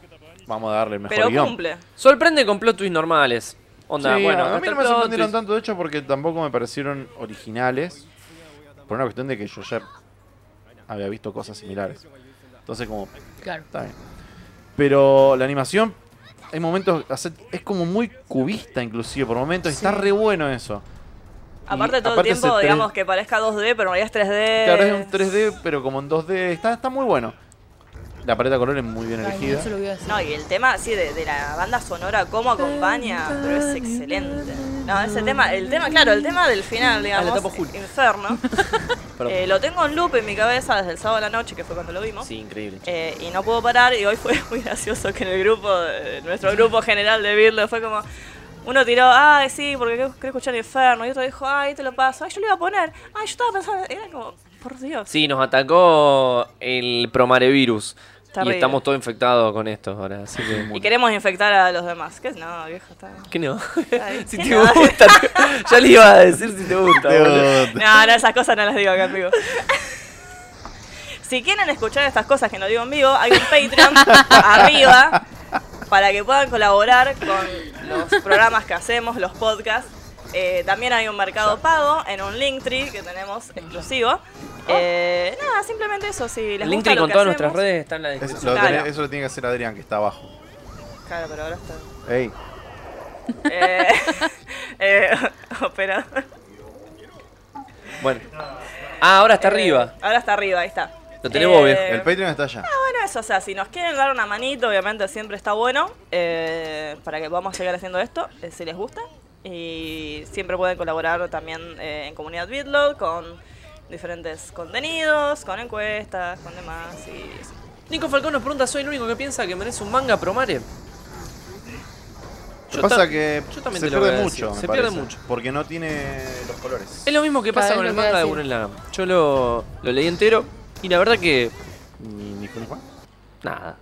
vamos a darle el mejor Pero guión". cumple. Sorprende con plot twists normales. Onda, Sí, bueno, a hasta mí no el me plot sorprendieron twist. tanto, de hecho, porque tampoco me parecieron originales. Por una cuestión de que yo ya había visto cosas similares. Entonces, como, Claro. está bien. Pero la animación, hay momentos, o sea, es como muy cubista, inclusive, por momentos. y Está re bueno eso. Y Aparte todo aparte el tiempo, ese tres- digamos, que parezca 2D, pero en realidad es 3D. Claro, es un 3D, pero como en 2D. Está, está muy bueno. La paleta de colores muy bien Ay, elegida. eso lo voy a decir. No, y el tema, sí, de, de la banda sonora, cómo acompaña, pero es excelente. No, ese tema, el tema, claro, el tema del Ah, final, digamos, etapa oscura. Inferno. Perdón. eh, lo tengo en loop en mi cabeza desde el sábado a la noche, que fue cuando lo vimos. Sí, increíble. Eh, y no puedo parar, y hoy fue muy gracioso que en el grupo, eh, nuestro grupo general de Birlo, fue como... Uno tiró, ay, sí, porque quiero quiero escuchar Inferno, y otro dijo, ay, te lo paso, ay, yo lo iba a poner, ay, yo estaba pensando, era como, por Dios. Sí, nos atacó el promarevirus. Y Terrible. estamos todos infectados con esto ahora. Así Y que. queremos infectar a los demás. ¿Qué? No, viejo, está bien. ¿Qué no? Ay, si ¿qué te no? gusta. te- Ya le iba a decir si te gusta. boludo. No, no, esas cosas no las digo acá en vivo. Si quieren escuchar estas cosas que no digo en vivo, hay un Patreon arriba para que puedan colaborar con los programas que hacemos, los podcasts. Eh, también hay un mercado pago en un Linktree que tenemos exclusivo. Eh, nada, simplemente eso. Si les gusta El Oh. Linktree lo con que hacemos- todas nuestras redes está en la Eso, descripción. lo Claro. tiene- eso lo tiene que hacer Adrián, que está abajo. Claro, pero ahora está. Ey, Eh, eh, operador. Bueno. Ah, ahora está arriba. Eh, Ahora está arriba, ahí está. Lo tenemos bien. Eh. el Patreon está allá. Bueno, eso, o sea, si nos quieren dar una manito, obviamente siempre está bueno eh, para que podamos seguir haciendo esto, eh, si les gusta. Y siempre pueden colaborar también eh, en Comunidad Bitload con diferentes contenidos, con encuestas, con demás. Y eso. Nico Falcón nos pregunta: ¿soy el único que piensa que merece un manga promare? Lo Yo que pasa ta- que yo también se te lo voy pierde a mucho. decir. me Se pierde parece, mucho. Porque no tiene los colores. Es lo mismo que pasa Claro, con es el lo que manga de iba a Gurren Lagann. Yo lo, lo leí entero y la verdad que Ni, ni Kun ni Juan. nada.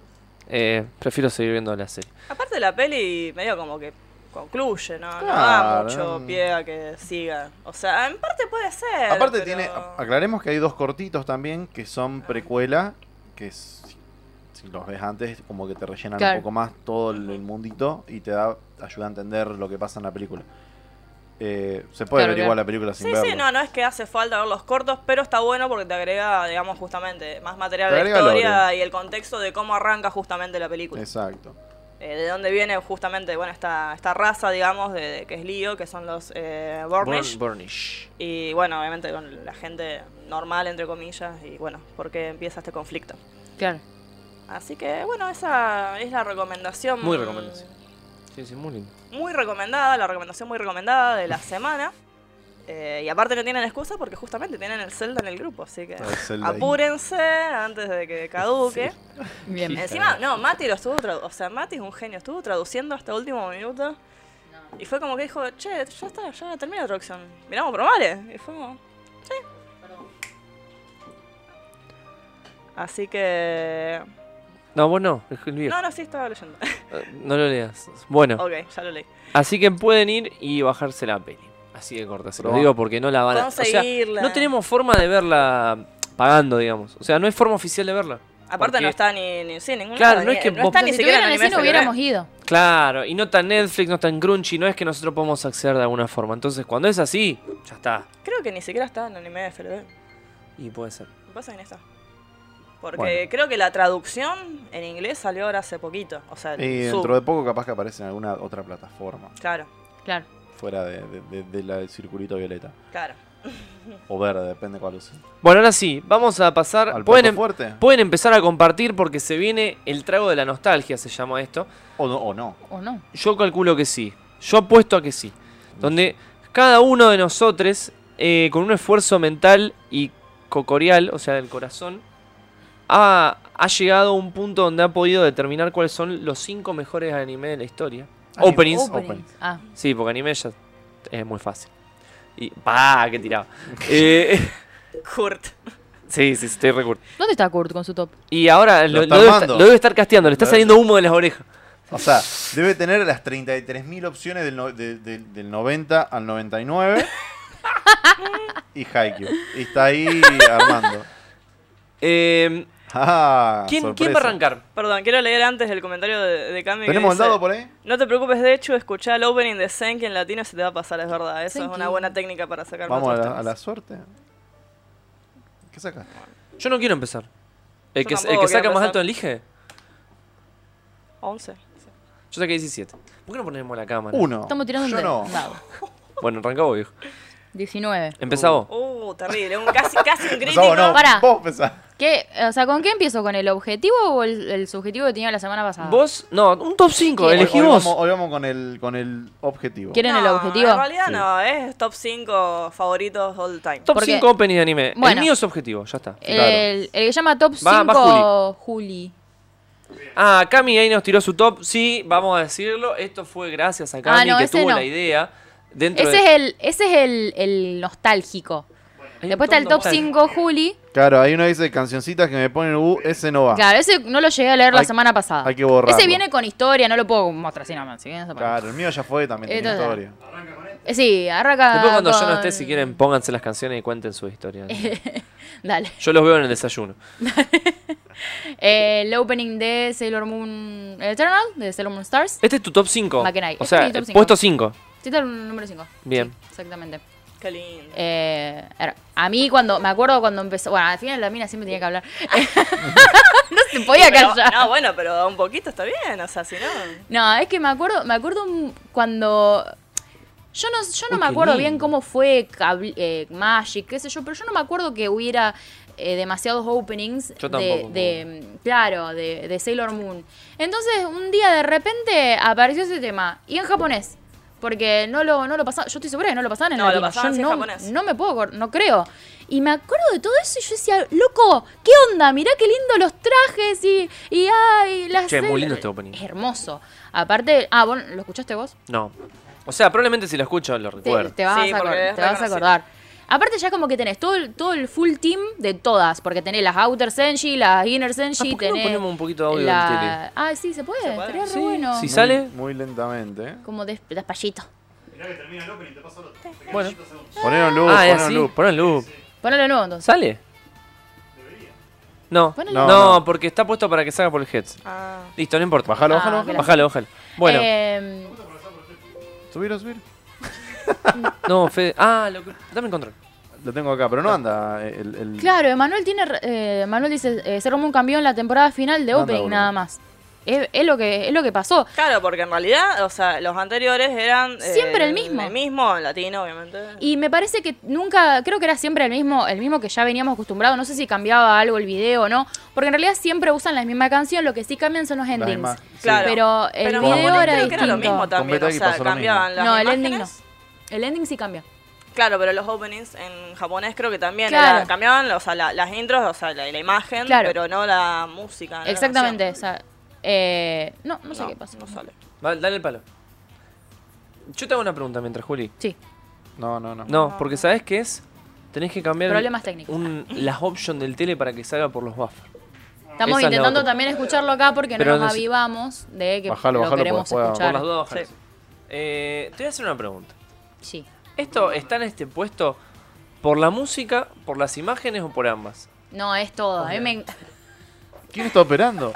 Eh, prefiero seguir viendo la serie. Aparte la peli medio como que concluye, ¿no? No da Claro. mm. mucho pie a que siga. O sea, en parte puede ser. Aparte Eh, pero- tiene, aclaremos que hay dos cortitos también que son precuela, que es- si los ves antes como que te rellenan Claro. un poco más todo el, el mundito y te da ayuda a entender lo que pasa en la película. Eh, se puede Claro, averiguar claro. la película sin Sí, verlo. sí, no, no es que hace falta ver los cortos, pero está bueno porque te agrega, digamos, justamente más material Te de agrega historia lore. y el contexto de cómo arranca justamente la película. Exacto. Eh, de dónde viene justamente, bueno, esta, esta raza, digamos, de, de- que es Lío, que son los eh, Bornish. Burn- Burnish. y bueno, obviamente con la gente normal, entre comillas, y bueno, porque empieza este conflicto. Claro. Así que, bueno, esa es la recomendación. Muy recomendación. Sí, sí, muy lindo. muy recomendada, la recomendación muy recomendada de la semana. Eh, y aparte no tienen excusa porque justamente tienen el Zelda en el grupo, así que Está Ah, el Zelda ahí. apúrense antes de que caduque. Bien. Encima, no, Mati lo estuvo traduciendo, o sea, Mati es un genio, estuvo traduciendo hasta último minuto. Y fue como que dijo, che, ya está, ya termina la traducción. Miramos por mare. Y fue como, sí. Así que... No, vos no, es el viejo. No, no, sí, estaba leyendo. Eh, No lo leas. Bueno, ok, ya lo leí. así que pueden ir y bajarse la peli. Así de corta, se lo Probá. digo porque no la van a. O sea, Conseguirla. no tenemos forma de verla pagando, digamos. O sea, no hay forma oficial de verla. Aparte Porque- no está ni, ni sí, en ningún Claro, lado, no ni- es que vos- está Pero ni si siquiera en eh. tuvieran el anime cine FLV. hubiéramos ido. Claro, y no está en Netflix, no está en Crunchy, no es que nosotros podemos acceder de alguna forma. Entonces, cuando es así, ya está. Creo que ni siquiera está en anime FLV. Y puede ser. Me pasa que no está. Porque Bueno. creo que la traducción en inglés salió ahora hace poquito. O sea, Y sub. dentro de poco capaz que aparece en alguna otra plataforma. Claro, Claro. Fuera de, de- de- de la del circulito violeta. claro. O verde, depende cuál usen. Bueno, ahora sí, vamos a pasar. Al pueden, plato em- fuerte. pueden empezar a compartir porque se viene el trago de la nostalgia, se llama esto. O no, o no. ¿O no? Yo calculo que sí. Yo apuesto a que sí. Donde cada uno de nosotros, eh, con un esfuerzo mental y cocorial, o sea, del corazón, ha, ha llegado a un punto donde ha podido determinar cuáles son los cinco mejores animes de la historia. Anime. Openings. Openings. Ah, Sí, porque anime ya es muy fácil. Y. ¡Pah! ¡Qué tirado! Eh, Kurt. sí, sí, estoy recurso. ¿dónde está Kurt con su top? Y ahora Lo lo, está lo debe, armando. estar- lo debe estar casteando, le está Lo- saliendo humo de las orejas. O sea, debe tener las 33.000 opciones del, no- de- de- del 90 al 99. y Haikyuu. Y está ahí armando. Eh, Ah, ¿quién, sorpresa. ¿Quién va a arrancar? Perdón, quiero leer antes el comentario de, de Cami. que ¿Tenemos el dice, dado por ahí? No te preocupes, de hecho, escuchá el opening de Senki en latino se te va a pasar, es verdad. Eso Senki. es una buena técnica para sacar Vamos a otros la, a temas. la suerte. ¿Qué sacas? Yo no quiero empezar. El Yo que, el tampoco que quiero saca más empezar. alto elige. 11. Yo saqué 17. ¿Por qué no ponemos la cámara? Uno. Estamos tirando Yo un dedo. no. Dado. Bueno, arranca vos, viejo. 19. Empezá vos. Uh, terrible. Un casi, casi un Empezá crítico. vos, no. Pará. Vos empezás. ¿Qué? O sea, ¿con qué empiezo? ¿Con el objetivo o el, el subjetivo que tenía la semana pasada? Vos, no, un top 5, Sí. elegí Hoy- hoy vos. Vamos, hoy vamos con el, con el objetivo. ¿Quieren el No, objetivo? En realidad no, es top 5 favoritos all time. Top Porque- 5 opening de anime. Bueno. Eh. El mío es objetivo, ya está. El, el que llama top 5 Va- va Juli. Ah, Cami ahí nos tiró su top. Sí, vamos a decirlo. Esto fue gracias a Cami Ah, no, que ese tuvo no. la idea. Dentro Ese de... es el, ese es el, el nostálgico. Hay un Después está el top 5 Juli. Claro, ahí uno dice cancioncitas que me ponen uh, ese no va. Claro, ese no lo llegué a leer la Hay- semana pasada. hay que borrarlo. Ese viene con historia, no lo puedo mostrar así nada más. si bien eso- Claro, el mío ya fue, también tiene Entonces- historia. Eh, Sí, arranca. Después cuando yo no con- esté, si quieren, pónganse las canciones y cuenten su historia. Dale. Yo los veo en el desayuno. Eh, el opening de Sailor Moon Eternal, de Sailor Moon Stars. Este es tu top 5. Makenai. O Este es sea, mi top el cinco. puesto 5. Sí, está el número 5. Bien. exactamente. Qué lindo. Eh, era- a mí cuando, me acuerdo cuando empezó, bueno, al final la mina siempre tenía que hablar. no se podía Pero- callar. no, bueno, pero un poquito está bien, o sea, si no. No, es que me acuerdo, me acuerdo un- cuando. Yo no, yo no Uy, me qué acuerdo lindo. bien cómo fue Cabl- eh, Magic, qué sé yo, pero yo no me acuerdo que hubiera eh, demasiados openings Yo de, tampoco. de- claro, de, de Sailor Moon. Entonces, un día de repente apareció ese tema, y en japonés. Porque no lo, no lo pasaban, yo estoy segura que no lo pasaban en No, lo latino, pasaban, yo sí, en no, japonés. no me puedo, acor- no creo. Y me acuerdo de todo eso y yo decía, loco, ¿qué onda? Mirá qué lindo los trajes y, y ay, las Che, muy cel- lindo este opening. Es hermoso. Aparte, ah, bueno, ¿lo escuchaste vos? No. O sea, probablemente si lo escucho lo Te, recuerdo. te vas, Sí, a, porque acor- es te vas a reconocido. acordar. Aparte ya como que tenés todo el, todo el full team de todas, porque tenés las Outer Senshi, las Inner Senshi, Ah, ¿por qué no tenés ponemos un poquito de audio la- del tele? Ah, sí, se puede, puede? estaría re Sí, bueno. sí. ¿Y sale? Muy lentamente. ¿eh? Como des- despachito. Bueno. Poneron luz, ah, es poneron así. luz. Ponen loop. Ponelo nuevo entonces. ¿Sale? No. Ponele. no. No, No, porque está puesto para que salga por el heads. Ah. Listo, no importa. Bajalo, Ah, bajalo, ok. bajalo. Bájalo, bájalo. Bueno, Eh, Subilo, subilo. no, Fede. Ah, lo que- dame el control. Lo tengo acá, pero no anda eh, el. el- claro, Emanuel tiene eh, Manuel dice, eh, Cerro Moon cambió en la temporada final de Anda, Opening boludo. nada más. Es, es lo que es lo que pasó. Claro, porque en realidad, o sea, los anteriores eran. eh, Siempre el mismo. El mismo, en latino, obviamente. Y me parece que nunca, creo que era siempre el mismo, el mismo que ya veníamos acostumbrados. No sé si cambiaba algo el video o no, porque en realidad siempre usan la misma canción, lo que sí cambian son los endings. imágenes. claro. Pero el Pero video bueno, era creo que distinto. era lo mismo Con también, Beta o Geek sea, pasó lo mismo. cambiaban las no, el ending no. imágenes. El ending sí cambia. Claro, pero los openings en japonés creo que también Claro. era- cambiaban, o sea, la- las intros, o sea, la, la imagen, Claro. pero no la música. no la Exactamente. canción. o sea, eh, no, no sé no, qué pasó. No sale. Va, dale el palo. Yo te hago una pregunta mientras, Juli. Sí. No, no, no. No, porque ¿sabés qué es? Tenés que cambiar Ah. Problemas técnicos. un- las options del tele para que salga por los buffers. Estamos Esa es la intentando otra. también escucharlo acá porque Pero no nos neces- avivamos de que Bajalo, lo bajalo, queremos porque pueda- escuchar. Por las dudas, bajar Sí. eso. Eh, te voy a hacer una pregunta. Sí. ¿Esto está en este puesto por la música, por las imágenes o por ambas? No, es todo. A mí me... ¿Quién está operando?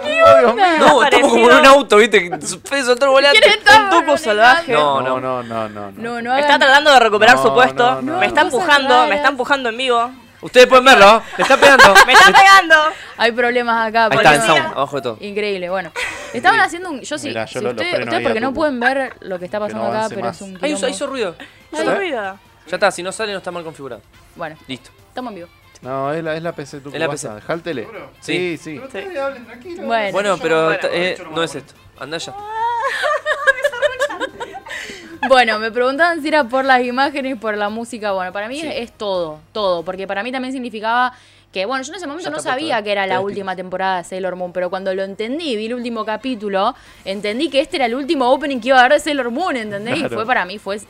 Oh, Dios mío. No, estamos como en un Parecido. auto, viste, que peso otro volante. ¿Quién está Un tuco salvaje. No, No, no, no, no. No, no. no Está hagan- tratando de recuperar No, su puesto. no, no, me está no. empujando, Cosas me raras. está empujando en vivo. Ustedes pueden verlo, ¿eh? le está pegando. Me está pegando. Hay problemas acá. Ahí está, en policía. sound, abajo de todo. Increíble, bueno. Estaban haciendo un. Yo sí. Mirá, yo si lo- lo ustedes, freno ustedes ahí a porque no Tucu. pueden ver lo que está pasando acá, avance pero más. es un. Ahí hizo, quilombo. ahí hizo ruido. Ay, ¿Eh? mira. Ya está, si no sale no está mal configurado. Bueno, Listo. estamos en vivo. No, es la, es la PC tu Es la cubasa, PC. Dejá el tele. Sí, sí. Bueno. Bueno, pero Bueno. eh, no es esto. Anda ya. Bueno, me preguntaban si era por las imágenes, por la música. Bueno, para mí Sí. es todo, todo. Porque para mí también significaba que, bueno, yo en ese momento Ya no está puesto, sabía ¿eh? que era la Tres última temporada de Sailor Moon, pero cuando lo entendí, vi el último capítulo, entendí que este era el último opening que iba a haber de Sailor Moon, ¿entendés? Y Claro. fue para mí, fue,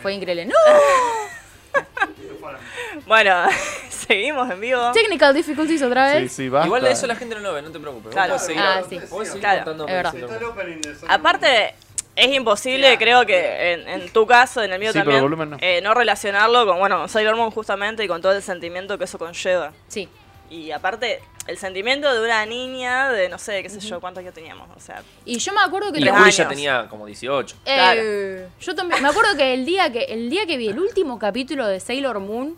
fue increíble. ¡No! Bueno, seguimos en vivo. Technical difficulties otra Sí, vez. sí, basta. Igual de eso la gente no lo ve, no te preocupes. Claro. Vos podés seguir, Ah, vos sí. podés seguir Claro, contando es que verdad. sí, no. Aparte, es imposible, creo que en, en tu caso, en el mío Sí, pero también, el volumen no. eh, no relacionarlo con, bueno, Sailor Moon justamente y con todo el sentimiento que eso conlleva. Sí. Y aparte, el sentimiento de una niña de, no sé, qué sé yo, cuántos años teníamos. O sea, Y yo me acuerdo que Y Tres Juli ya años. tenía como 18. Eh, Claro. Yo también. Me acuerdo que el día que el día que vi el último capítulo de Sailor Moon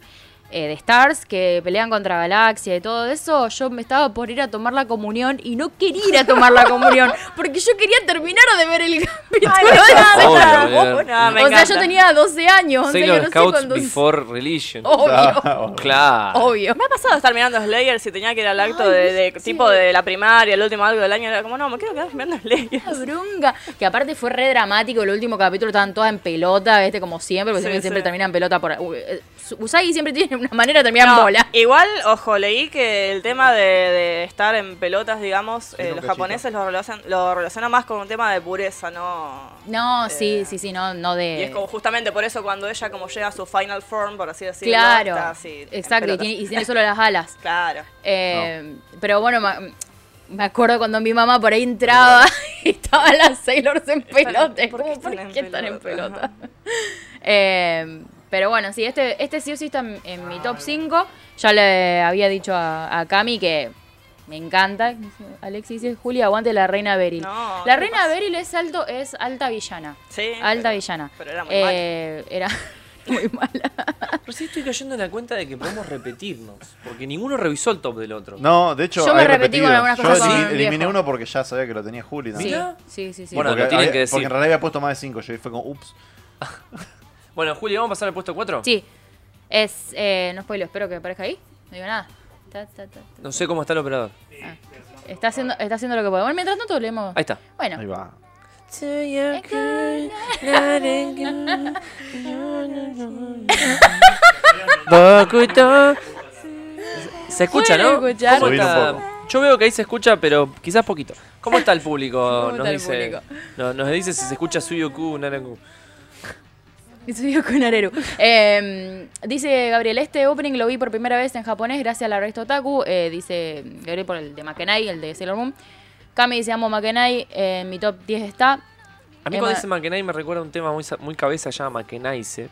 eh, de Stars que pelean contra Galaxia y todo eso, yo me estaba por ir a tomar la comunión y no quería ir a tomar la comunión porque yo quería terminar de ver el capítulo. Ay, de me encanta. Sailor Obvio, Moon. boludo. No, me o sea, encanta. yo tenía 12 años, o sea, que Sailor no sé Scouts cuándo. Oh. Before Religion. Obvio, Ah, Claro. obvio. Me ha pasado estar mirando Slayer si tenía que ir al acto Ay, de, de sí. tipo de la primaria, el último algo del año. Era como, no, me quiero quedar mirando Slayer. La bronca. Que aparte fue re dramático el último capítulo, estaban todas en pelota, este como siempre, porque Sí, siempre, sí. siempre terminan en pelota por. Uh, eh, Usagi siempre tiene una manera de terminar en No, bola. Ah, Igual, ojo, leí que el tema de, de estar en pelotas, digamos, eh, un los cachito. japoneses lo relacionan, lo relacionan más con un tema de pureza, ¿no? No, sí, Eh, sí, sí, no, no de. Y es como justamente por eso cuando ella como llega a su final form, por así decirlo, claro. está así, en exacto, y pelotas. tiene, y tiene solo las alas. Claro. Eh, Pero bueno, ma- me acuerdo cuando mi mamá por ahí entraba y estaban las Sailors en pelota. Es ¿por qué como, están en ¿Por qué están en pelota? pelota? Eh, pero bueno, sí, este, este sí o sí está en, en mi top 5. Ya le había dicho a, a Cami que me encanta. Alexis dice, Julia, aguante la reina Beryl. No, la ¿qué reina pasa? Beryl es, alto, es alta villana. Sí. alta pero- villana. pero era muy Eh, Era muy mala. Recién estoy cayendo en la cuenta de que podemos repetirnos. Porque ninguno revisó el top del otro. No, de hecho, Yo me hay repetí con repetido. algunas Yo cosas con elimi- el eliminé viejo. uno porque ya sabía que lo tenía Juli. ¿no? Sí, Mirá. sí, sí, sí. Bueno, porque, lo tienen que Porque decir. en realidad había puesto más de 5. Yo y fue como, ups. Bueno, Julio, ¿vamos a pasar al puesto 4? Sí. Es. Eh, no spoilo, espero que aparezca ahí. No digo nada. Ta, ta, ta, ta. No sé cómo está el operador. Ah. Está haciendo, está haciendo lo que puede. Bueno, mientras tanto leemos. Ahí está. Bueno. Ahí va. Se escucha, ¿Pueden ¿no? escuchar? ¿Cómo Subir un está? poco. Yo veo que ahí se escucha, pero quizás poquito. ¿Cómo está el público? ¿Cómo nos está el dice, público? no- nos dice si se escucha Suyoku, Nanaku. Y subió con Areru. Eh, dice Gabriel, este opening lo vi por primera vez en japonés gracias a la revista Otaku. Eh, dice Gabriel por el de Makenai, el de Sailor Moon. Kami dice, amo Makenai. eh, en mi top 10 está. A mí Emma- cuando dice Makenai me recuerda un tema muy, sa- muy cabeza llamado Makenaise,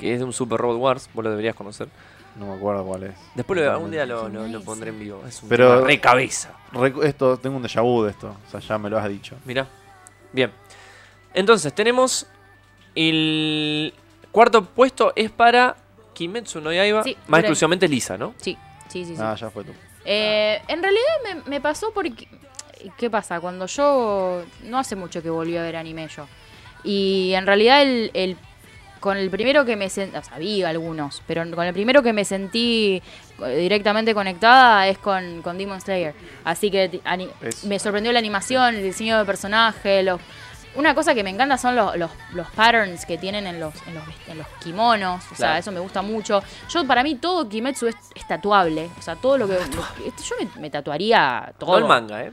que es de un Super Robot Wars, vos lo deberías conocer. No me acuerdo cuál es. Después lo- algún día lo, lo- lo pondré en vivo. Es un Pero- tema re cabeza. Recu- esto, tengo un déjà vu de esto. O sea, ya me lo has dicho. Mirá. Bien. Entonces, tenemos el cuarto puesto es para Kimetsu no Yaiba, Sí, más Uren. exclusivamente Lisa, ¿no? Sí, sí, sí. sí. Ah, ya fue tú. Eh, en realidad me, me pasó porque... ¿Qué pasa? Cuando yo... No hace mucho que volví a ver anime yo. Y en realidad el, el- con el primero que me sentí... O sea, vi algunos, pero con el primero que me sentí co- directamente conectada es con, con Demon Slayer. Así que ti- ani- Es- me sorprendió la animación, el diseño de personaje, los... Una cosa que me encanta son los, los, los patterns que tienen en los, en los, vest- en los kimonos. O sea, Claro. eso me gusta mucho. Yo, para mí, todo Kimetsu es, es tatuable. O sea, todo lo que. lo que- este, yo me, me tatuaría todo. No el manga, ¿eh?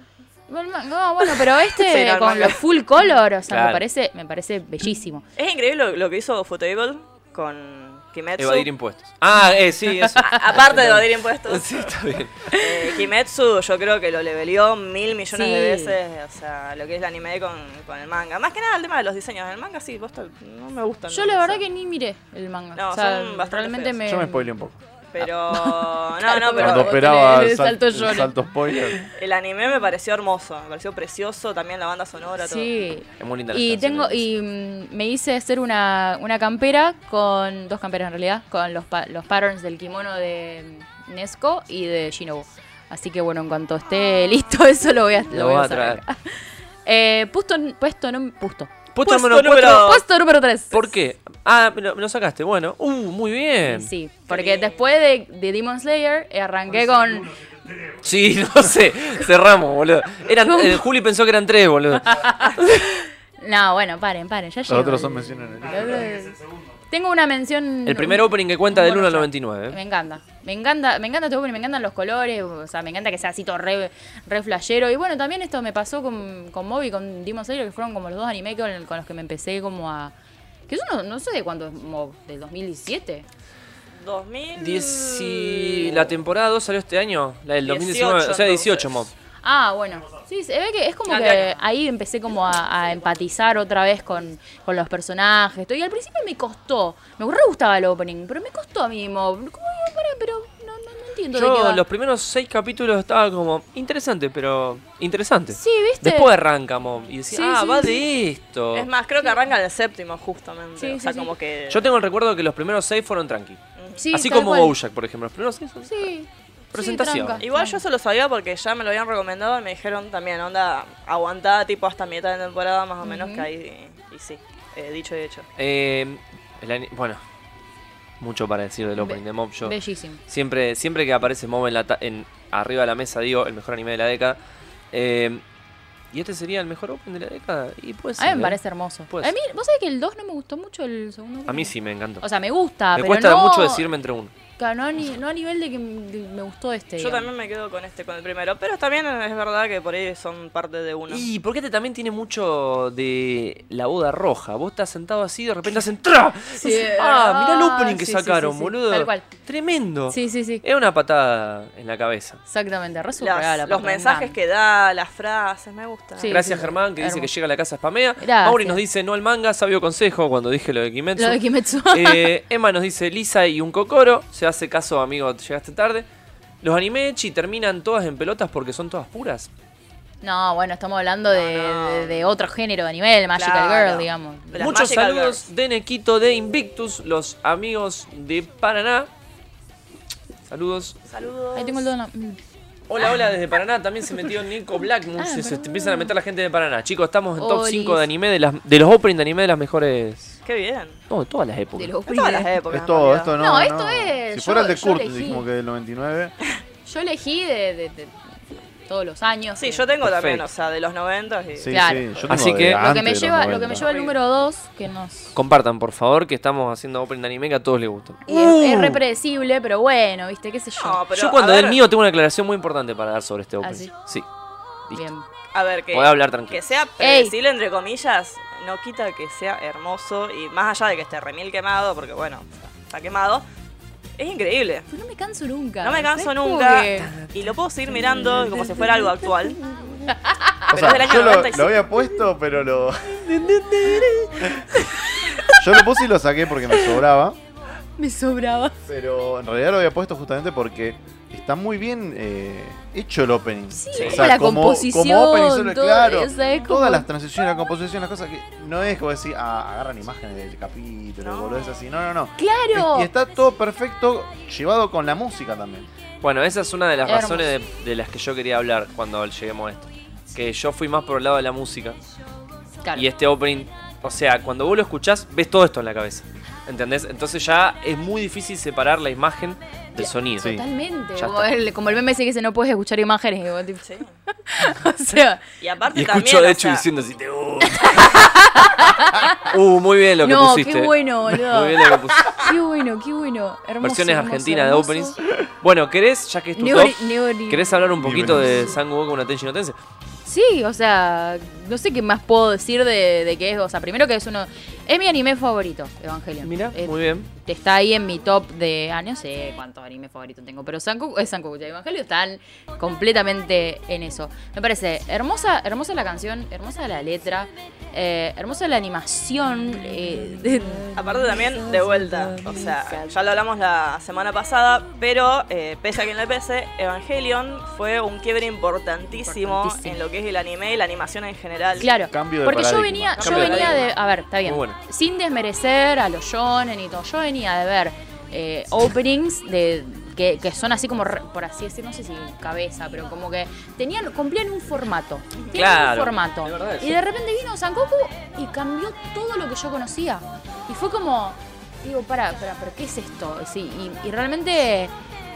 No, el man- no, bueno, pero este Sí, no, el con manga. los full color, o sea, me, Claro. parece, me parece bellísimo. Es increíble lo, lo que hizo Futable con Kimetsu. Evadir impuestos. Ah, eh, sí, eso. Aparte de evadir impuestos. Sí, está bien. Eh, Kimetsu yo creo que lo levelió mil millones de Sí. veces, o sea, lo que es el anime con, con el manga. Más que nada el tema de los diseños del manga, sí, vos tal- no me gustan. Yo la o verdad sea. que ni miré el manga. No, o sea, son bastante realmente feos. me. Yo me spoilé un poco. Pero. No, no, pero. Cuando operaba le- le el, sal- saltó el lloro. salto spoiler. El anime me pareció hermoso, me pareció precioso, también la banda sonora, Sí. Es muy linda. la Y canción, tengo ¿eh? y mm, me hice hacer una, una campera con dos camperas en realidad, con los, pa- los patterns del kimono de mm, Nesco y de Shinobu. Así que bueno, en cuanto esté listo eso lo voy a, lo Lo voy voy a a traer. sacar. Eh, puesto, n- puesto, no, puesto. Puesto Puesto número número- cuatro. Puesto número 3. ¿Por qué? Ah, me lo, me lo sacaste. Bueno. Uh, muy bien. Sí, porque después de, de Demon Slayer eh, arranqué con... Sí, no sé. Cerramos, boludo. Eran, eh, Juli pensó que eran tres, boludo. No, bueno, paren, paren, ya llego. Los otros son al- menciones en el al- Tengo una mención... El primer opening que cuenta del Bueno, 1 al ya. 99. Me ¿eh? encanta. Me encanta, me encanta este opening, me encantan los colores, o sea, me encanta que sea así todo re, re flashero. Y bueno, también esto me pasó con, con Moby, con Demon Slayer, que fueron como los dos anime con, con los que me empecé como a... Que yo no, no sé de cuánto es Mob, del 2017. todo. 2000. Dieci- La temporada 2 salió este año. La del 2019. o sea, 18 mob. entonces. Ah, bueno. Sí, se ve que es como Ah, que claro. ahí empecé como a, a empatizar otra vez con, con los personajes. todo. Y al principio me costó. Me re gustaba el opening, pero me costó a mí Mob. Como, "Ay, pará, pero no, no, no entiendo de qué Yo va". los primeros seis capítulos estaba como interesante, pero interesante. Sí, ¿viste? Después arranca Mob y decía, Sí, ah, sí, va sí. de esto. Es más, creo que arranca en el séptimo, justamente. Sí, o sea, sí, sí. como que. Yo tengo el recuerdo de que los primeros seis fueron tranqui. Sí, Así tal como cual. Bojack, por ejemplo. Los primeros seis son- Sí. Presentación. tranca. Igual yo eso lo sabía porque ya me lo habían recomendado y me dijeron también, onda, aguantada tipo hasta mitad de temporada más o menos que ahí. Y sí, eh, dicho y hecho. Eh, el ani- bueno, mucho para decir del opening de Mob. Yo Bellísimo. siempre, siempre que aparece Mob en la ta- en, arriba de la mesa, digo, el mejor anime de la década. Eh, ¿Y este sería el mejor opening de la década? Y pues A mí me parece hermoso. Puede a ser. mí, vos sabés que el 2 no me gustó mucho el segundo. A mí sí me encantó. O sea, me gusta, me pero cuesta no, mucho decirme entre uno. claro, No a, ni- no a nivel de que m- de- me gustó este. Yo digamos. también me quedo con este, con el primero. Pero también es verdad que por ahí son parte de uno. Y porque este también tiene mucho de la boda roja. Vos estás sentado así y de repente hacen ¡Tra! Sí, ah, mirá el ah, opening que sí, sí, sacaron, sí, sí. boludo. Tal cual. Tremendo. Sí, sí, sí. Era una patada en la cabeza. Exactamente. re Las- surreal, los aparte, me mensajes encanta. que da, las frases, me gusta. Sí. Gracias Germán, que dice hermoso. que llega a la casa spamea. Gracias. Mauri nos dice no al manga, sabio consejo cuando dije lo de Kimetsu. Lo de Kimetsu. Eh, Emma nos dice Lisa y un Kokoro. Se hace caso, amigo, llegaste tarde. Los animechi terminan todas en pelotas porque son todas puras. No, bueno, estamos hablando de, de- de otro género de anime, el Magical Claro. Girl, digamos. Las Muchos Magical saludos de Nequito de Invictus, los amigos de Paraná. Saludos. Saludos. Ahí tengo el dono. Mm. Hola, hola, desde Paraná también se metió Nico Blackmus. Ah, Oh, se- se perdón. empiezan a meter la gente de Paraná. Chicos, estamos en top Olis. 5 de anime, de, las, de los openings de anime de las mejores. Qué bien. No, de todas las épocas. De los En todas las épocas. Es en todo, realidad. esto no. No, esto es- Si yo- fuera el de yo Kurt, elegí. dijimos que del 99. Yo elegí de, de- de todos los años. Sí, que- yo tengo también, Perfecto. o sea, de los 90 y... Sí, Claro. sí. yo tengo Así de que- Lo que Lo que, antes me de los lleva, lo que 90. me lleva el número 2, que nos... Compartan, por favor, que estamos haciendo opening de anime que a todos les gustan. Y Uh. es, es re predecible, pero bueno, ¿viste? ¿Qué sé yo? No, pero Yo cuando a dé ver, el mío tengo una aclaración muy importante para dar sobre este opening. Ah, sí? Sí. Listo. Bien. A ver, que, Podés hablar tranquilo. que sea predecible, entre comillas, no quita que sea hermoso y más allá de que esté remil quemado, porque bueno, está quemado, es increíble. Pero no me canso nunca. No me canso ¿sabes? Como nunca que- y lo puedo seguir mirando como si fuera algo O actual. Pero es del sea, año yo lo, 95. lo había puesto, pero lo. yo lo puse y lo saqué porque me sobraba. Me sobraba. Pero en realidad lo había puesto justamente porque está muy bien eh, hecho el opening. Sí, como la composición, solo- todo, claro. o sea, es como- Todas las transiciones, la composición, las cosas que. No es como decir, ah, agarran imágenes del capítulo, No. boludo, es así. No, no, no. ¡Claro! Y, y está todo perfecto llevado con la música también. Bueno, esa es una de las Hermoso. razones de, de las que yo quería hablar cuando lleguemos a esto. Que yo fui más por el lado de la música. Claro. Y este opening, o sea, cuando vos lo escuchás, ves todo esto en la cabeza. ¿Entendés? Entonces ya es muy difícil separar la imagen del sonido. Sí. Totalmente. Ya Como está. el, como el meme ese que dice no puedes escuchar imágenes. y vos tipo, Sí. o sea, Y aparte Y también, escucho o de hecho sea, diciendo si te gusta. uh, muy bien lo que No, pusiste. qué bueno, boludo. Muy bien lo que pusiste. qué bueno, qué bueno. Hermoso. Versiones hermoso, argentinas de hermoso. openings. Bueno, ¿querés, ya que es tu Neo- top, neo- ¿querés hablar un Ni poquito de buenísimo. Sangu con una Tenshi no Tensei? Sí, o sea, no sé qué más puedo decir de, de que es. O sea, primero que es uno. Es mi anime favorito, Evangelion. Mira, Eh, muy bien. Está ahí en mi top de. Ah, no sé cuántos animes favoritos tengo, pero Sankoku, es Sankoku y Evangelio están completamente en eso. Me parece hermosa, hermosa la canción, hermosa la letra. Eh, hermosa la animación. eh, de- Aparte también, de vuelta, o sea, ya lo hablamos la semana pasada, pero eh, pese a quien le pese, Evangelion fue un quiebre importantísimo, Importantísimo. en lo que es el anime y la animación en general. claro. Cambio de Porque yo paradigma. venía, yo Cambio de venía de. paradigma. A ver, está bien. Muy bueno. Sin desmerecer a los shonen y todo. Yo venía de ver eh, openings de. Que, que son así como, re- por así decir, no sé si cabeza, pero como que tenían cumplían un formato. Tenían Claro. un formato. Es verdad eso. y de repente vino Sankoku y cambió todo lo que yo conocía. Y fue como, digo, para, para, pero ¿qué es esto? Sí, y, y realmente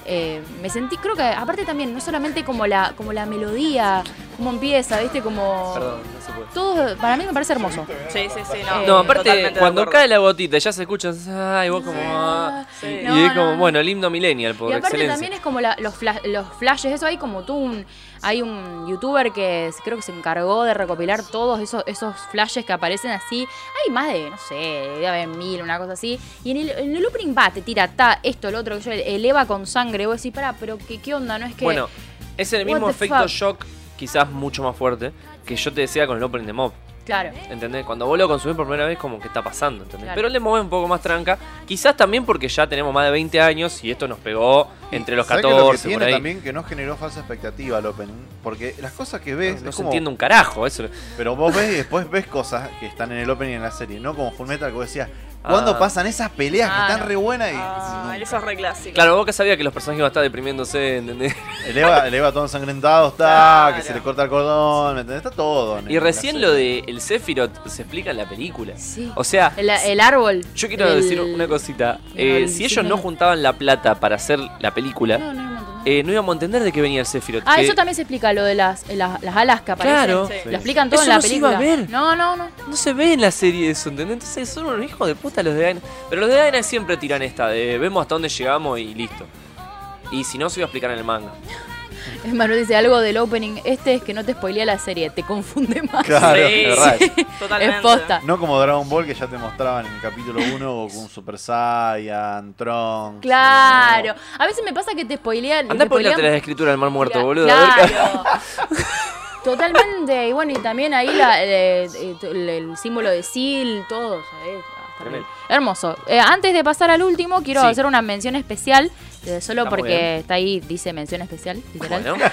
eh, me sentí, creo que aparte también, no solamente como la, como la melodía, como empieza, ¿viste? Como Perdón, no se puede. todo para mí me parece hermoso. Sí, sí, sí, Eh, no. No, aparte, totalmente de cuando acuerdo. cae la gotita, ya se escucha. Ay, vos como. ah. Sí. Y No, es no, como, no. bueno, el himno millennial, por Y aparte excelencia. también es como la- los, fla- los flashes, eso hay como tú un hay un youtuber que es- creo que se encargó de recopilar todos esos esos flashes que aparecen así. Hay más de, no sé, debe haber mil, una cosa así. Y en el, en el opening va, te tira ta, esto, lo otro, que yo eleva con sangre, vos decís, pará, pero qué, qué onda, no es que Bueno, es el What mismo the efecto fuck? shock, quizás mucho más fuerte, que yo te decía con el opening de Mob. claro. ¿Entendés? Cuando vos lo consumís por primera vez, como que está pasando, ¿entendés? Claro. Pero le mueve un poco más tranca. Quizás también porque ya tenemos más de 20 años y esto nos pegó entre los ¿Sabés qué es lo que 14, tiene por ahí. también que no generó falsa expectativa al opening. Porque las cosas que ves. no es se como- entiende un carajo eso. Pero vos ves y después ves cosas que están en el opening y en la serie, ¿no? Como Fullmetal que vos decías, ¿cuándo Ah. pasan esas peleas Ah, que están no. re buenas? Y Ah, eso es re clásico. Claro, vos que sabías que los personajes iban a estar deprimiéndose, ¿entendés? eleva, eleva todo ensangrentado, está, Claro. que se le corta el cordón, ¿me entendés? Está todo. en- en Y la recién serie. lo de el Sephiroth pues, se explica en la película. Sí. O sea, El, el árbol. yo quiero el- decir una cosita. Eh, el- si sí, ellos no, no no. juntaban la plata para hacer la película, No, no, no, no, no. eh, no íbamos a entender de qué venía el Sephiroth. Ah, que- eso también se explica lo de las, las, las alas que aparecen. Claro. Sí. Lo explican todo Eso en la no se iba película. a ver. No, no, no. No se ve en la serie eso, ¿entendés? Entonces son unos hijos de puta los de Aena. Pero los de Aena siempre tiran esta, de vemos hasta dónde llegamos y listo. Y si no, se iba a explicar en el manga. Manuel dice algo del opening. Este es que no te spoilea la serie, te confunde más. Claro, Sí. es verdad. Totalmente. Es posta. No como Dragon Ball que ya te mostraban en el capítulo 1 con Super Saiyan, Trunks. Claro. A veces me pasa que te spoilean. te Andá a ponerte spoilean- las escrituras del mar muerto, Claro. boludo. a ver qué- Totalmente. Y bueno, y también ahí la, eh, eh, el, el símbolo de Seal, todo. ¿sabés? Hasta Tremendo. ahí. Hermoso. Eh, antes de pasar al último, quiero Sí. hacer una mención especial. eh, solo Está muy bien. porque está ahí, dice mención especial, literal. Bueno,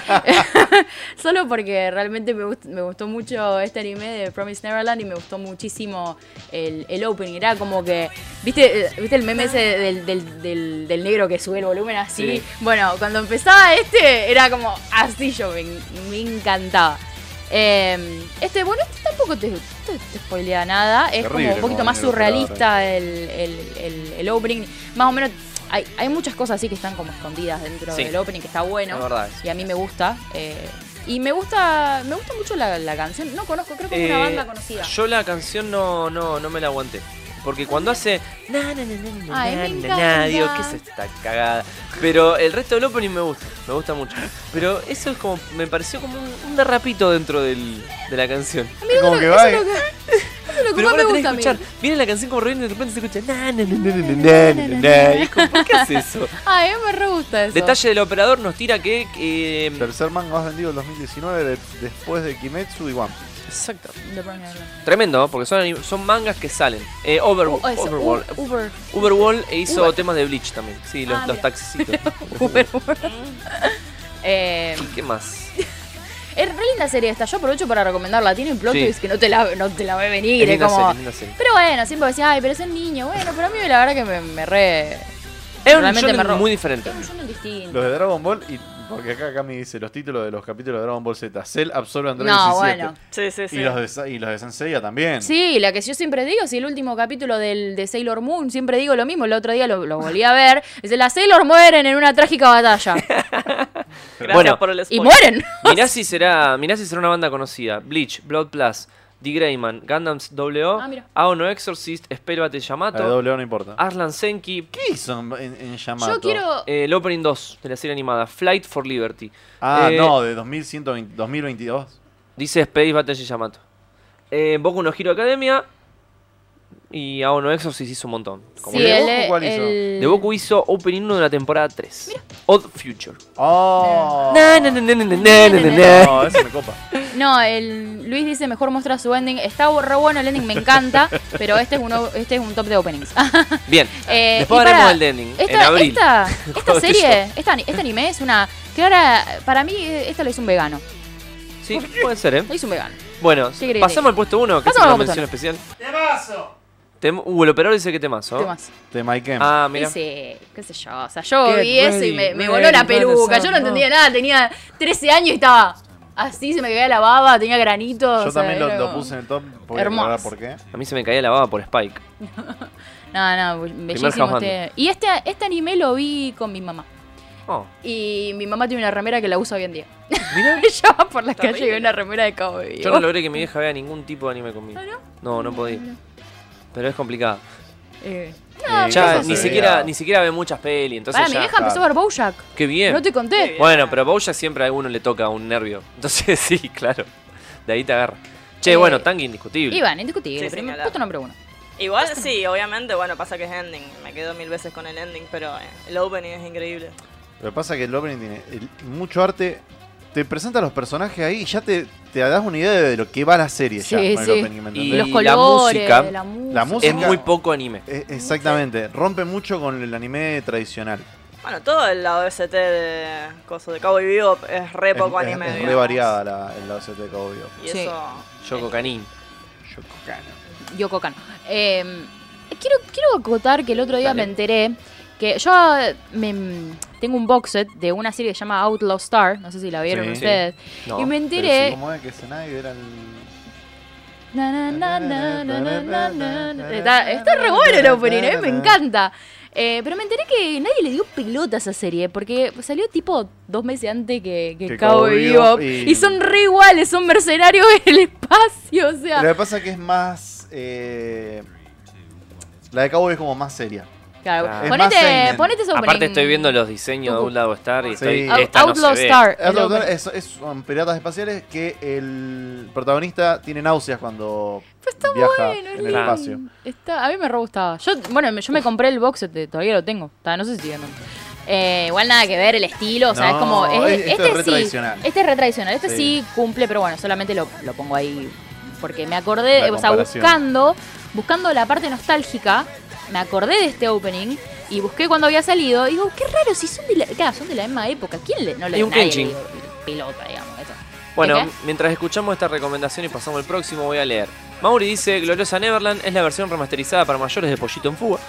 Solo porque realmente me, gust- me gustó mucho este anime de Promise Neverland y me gustó muchísimo el, el opening. Era como que, ¿viste, eh, ¿viste el meme ese del, del- del- del negro que sube el volumen así? Sí. Bueno, cuando empezaba este era como así yo, me, me encantaba. Eh, este, bueno, este tampoco te, te- te spoilea nada. Es Terrible, como un poquito como más negro, claro. surrealista el, el- el- el opening. Más o menos hay, hay muchas cosas así que están como escondidas dentro Sí. del opening que está bueno la verdad es. y a mí me gusta. eh, y me gusta me gusta mucho la, la canción. No conozco, creo que es Eh, una banda conocida. Yo la canción no, no, no me la aguanté. Porque cuando hace. Na, na, na, na, na, Ay, na, me na, encanta. na, digo, ¿qué es esta cagada? Pero el resto del opening me gusta, me gusta mucho. Pero eso es como. Me pareció como un, un derrapito dentro del- de la canción. Mira, como eso que es va, lo eh. que- eso es lo que más Pero vos me la tenés que gusta a mí. escuchar. Viene la canción como reviene y de repente se escucha. Na, na, na, na, na, na, na, na, na. Y es como, ¿Por qué hace eso? Ay, a mí me re gusta eso. Detalle del operador nos tira que. eh, Tercer manga más vendido en 2019 de- después de Kimetsu y One Piece. exacto. De Promise Neverland. Tremendo, ¿no? porque son, anim- son mangas que salen. Eh, Over- Oh, eso, Overworld. U- Uber. Uberwall e hizo Uber. temas de Bleach también. Sí, los, Ah, los mira. taxicitos. Uber, Uber. Mm. Eh, ¿Y qué más? es re linda serie esta. Yo aprovecho para recomendarla. Tiene un plot Sí. twist que no te la, no te la ve venir. Es Es linda como. serie, linda serie. Pero bueno, siempre decía, ay, pero es el niño. Bueno, pero a mí la verdad que me, me re. Es un Realmente shonen me robó. muy diferente. Es un shonen distinto. Los de Dragon Ball y. Porque acá Cami dice los títulos de los capítulos de Dragon Ball Z. Cell absorbe Android No, 17. bueno. Sí, sí, sí. Y los de, Sa- y los de Saint Seiya también. Sí, la que yo siempre digo, si el último capítulo del, de Sailor Moon, siempre digo lo mismo, el otro día lo, lo volví a ver, dice, las Sailor mueren en una trágica batalla. Gracias Bueno, por el y spoiler. mueren. Mirá si será, mirá si será una banda conocida. Bleach, Blood Plus, D. Greyman, Gundams WO, Ah, mira. Aono Exorcist, Espérate La de Yamato, doble O no importa. Arlan Senki, ¿Qué hizo en, en- en Yamato? Ah. Yo quiero... eh, el Opening 2 de la serie animada, Flight for Liberty. Ah, Eh, no, de 2120 2022. Dice Space Battle Yamato. Eh, Boku no Hero Academia. y a Ono Exorcist hizo un montón. Como Sí, de, el- Boku. Boku cuál hizo? el- de Boku hizo opening 1 de la temporada 3. Odd Future. Oh. Na, na, na, na, na, na, na, na. No, ese me copa. No, el Luis dice mejor muestra su ending. Está re bueno el ending, me encanta, pero este es uno, este es un top de openings. Bien. Eh, Después y para- haremos el ending. en Esta, abril. esta, Joder, esta serie, esta, este anime es una clara. Para mí, eh, esta lo hizo un vegano. Sí, puede ser, ¿eh? Lo hizo un vegano. Bueno, Sí, querida. pasamos al puesto 1, que es Pasamos una al mención especial. ¡Temazo! Uh, el operador dice que temazo. ¿Qué más? De Mike M. Ah, mira. Dice, qué sé yo. O sea, yo Get vi eso y me, ready, me ready, voló la ready, peluca. son, Yo no entendía no. nada. Tenía 13 años y estaba así, se me caía la baba, tenía granitos. Yo o sea, también lo, era lo como- puse en el top. Voy a Hermoso. aclarar por qué. A mí se me caía la baba por Spike. No, no, bellísimo house este. Y este, este anime lo vi con mi mamá. Oh, Y mi mamá tiene una remera que la usa hoy en día. mira. Ella va por la calle y ve Terrible. una remera de cowboy. Yo no logré que mi vieja vea ningún tipo de anime conmigo. Ah, Oh. ¿no? No, no podía. Pero es complicado. Eh, Eh, Ya cosas ni de- siquiera, ni siquiera ve muchas pelis, entonces Pará, mi ya. vieja empezó a ver Bojack. Qué bien. No te conté. Bueno, pero a Bojack siempre a alguno le toca un nervio. Entonces sí, claro. De ahí te agarra. Che, Eh, bueno, tan indiscutible. Iván, indiscutible. Sí, primer- señalado. puesto número uno. Igual sí, obviamente, bueno, pasa que es ending. Me quedo mil veces con el ending, pero eh, el opening es increíble. Lo que pasa es que el opening tiene el- mucho arte. Te presenta los personajes ahí y ya te, te das una idea de lo que va la serie. ya, Sí, con el sí. opening, ¿me Y- entendés? Los la colores, música- la música. la Es música- muy poco anime. Eh, Exactamente, rompe mucho con el anime tradicional. Bueno, todo el OST de Coso de Cowboy Bebop es re Es, poco es- anime. es re digamos. variada la, la OST de Cowboy Bebop. Y Sí. eso. Yoko Kanin. Yoko Kanno. Yoko Kano. Eh, quiero, quiero acotar que el otro día Dale. me enteré que yo eh, me- tengo un box set de una serie que se llama Outlaw Star. No sé si la vieron Sí. ustedes. No, y me Pero sí, enteré. ¿Cómo es que Snyder era el- Na, na, na, na, na, na, na, na, na. Está, está re bueno el opening, a mí me encanta. Eh, pero me enteré que nadie le dio pelota a esa serie, porque salió tipo dos meses antes que, que Que Cowboy Cowboy Bebop. Bebop Y... y- son re iguales, son mercenarios en el espacio, o sea. Lo que pasa es que es más. eh, la de Cowboy es como más seria. Claro, Ah. Es más ponete, seinen. ponete ese opening. Aparte estoy viendo los diseños de Tucu. un lado Star y Sí. estoy. Out- esta no se Outlaw ve. Star. el Es, lo- opening. es- es- son piratas espaciales que el protagonista tiene náuseas cuando Pero está viaja bueno, es en el lindo. espacio. Está- a mí me re gustaba. Yo, bueno, me- yo me compré el box set, de- todavía lo tengo. Está, no sé si sigue andando. Eh, igual nada que ver el estilo, o sea, No, es como. es- es- esto este es re sí, tradicional. Este es re tradicional. Este sí. Sí. cumple, pero bueno, solamente lo, lo pongo ahí porque me acordé, La eh, o sea, comparación. buscando, buscando la parte nostálgica, me acordé de este opening y busqué cuando había salido. Y digo, qué raro, si son de la, claro, son de la misma época. ¿Quién le, no le Y un nadie le Kenshin. dio pelota, digamos, esto. Bueno, ¿Qué, qué? mientras escuchamos esta recomendación y pasamos al próximo, voy a leer. Mauri dice, Gloriosa Neverland es la versión remasterizada para mayores de Pollito en Fuga.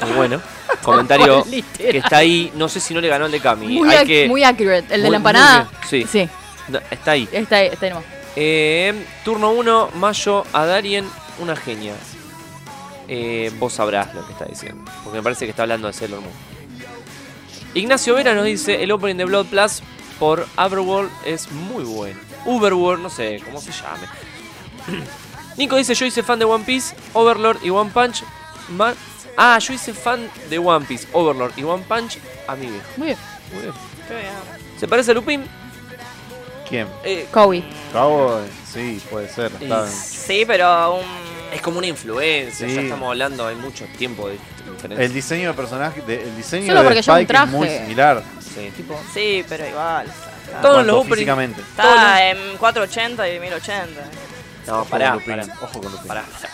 Muy bueno. Comentario que está ahí. No sé si no le ganó el de Cami. Muy, Hay ac- que- muy accurate. El de muy- la empanada. muy bien. Sí, Sí, no, está ahí. está ahí, está ahí nomás. Eh, turno 1, Mayo, a Darien, una genia. Eh, vos sabrás lo que está diciendo, porque me parece que está hablando de Sailor Moon. Ignacio Vera nos dice, el opening de Blood Plus por Overworld es muy bueno. Uberworld, no sé cómo se llame. Nico dice, yo hice fan de One Piece, Overlord y One Punch. Man ah, yo hice fan de One Piece, Overlord y One Punch a mi viejo. Muy bien. Muy bien. Qué bien. ¿Se parece a Lupin? ¿Quién? Eh, Kobe. Cowboy, sí, puede ser. está- Sí, pero un. Es como una influencia, Sí. ya estamos hablando, hay mucho tiempo de diferencia. El diseño del personaje, de- el diseño Solo porque de lleva un Spike es muy traje. similar. Sí. Tipo, Sí, pero igual. o sea, está- Todos cuanto los openings- físicamente. Todos. Está en 480 y 1080. No, Ojo pará, con Lupin, pará. Ojo con Lupin. pará, pará.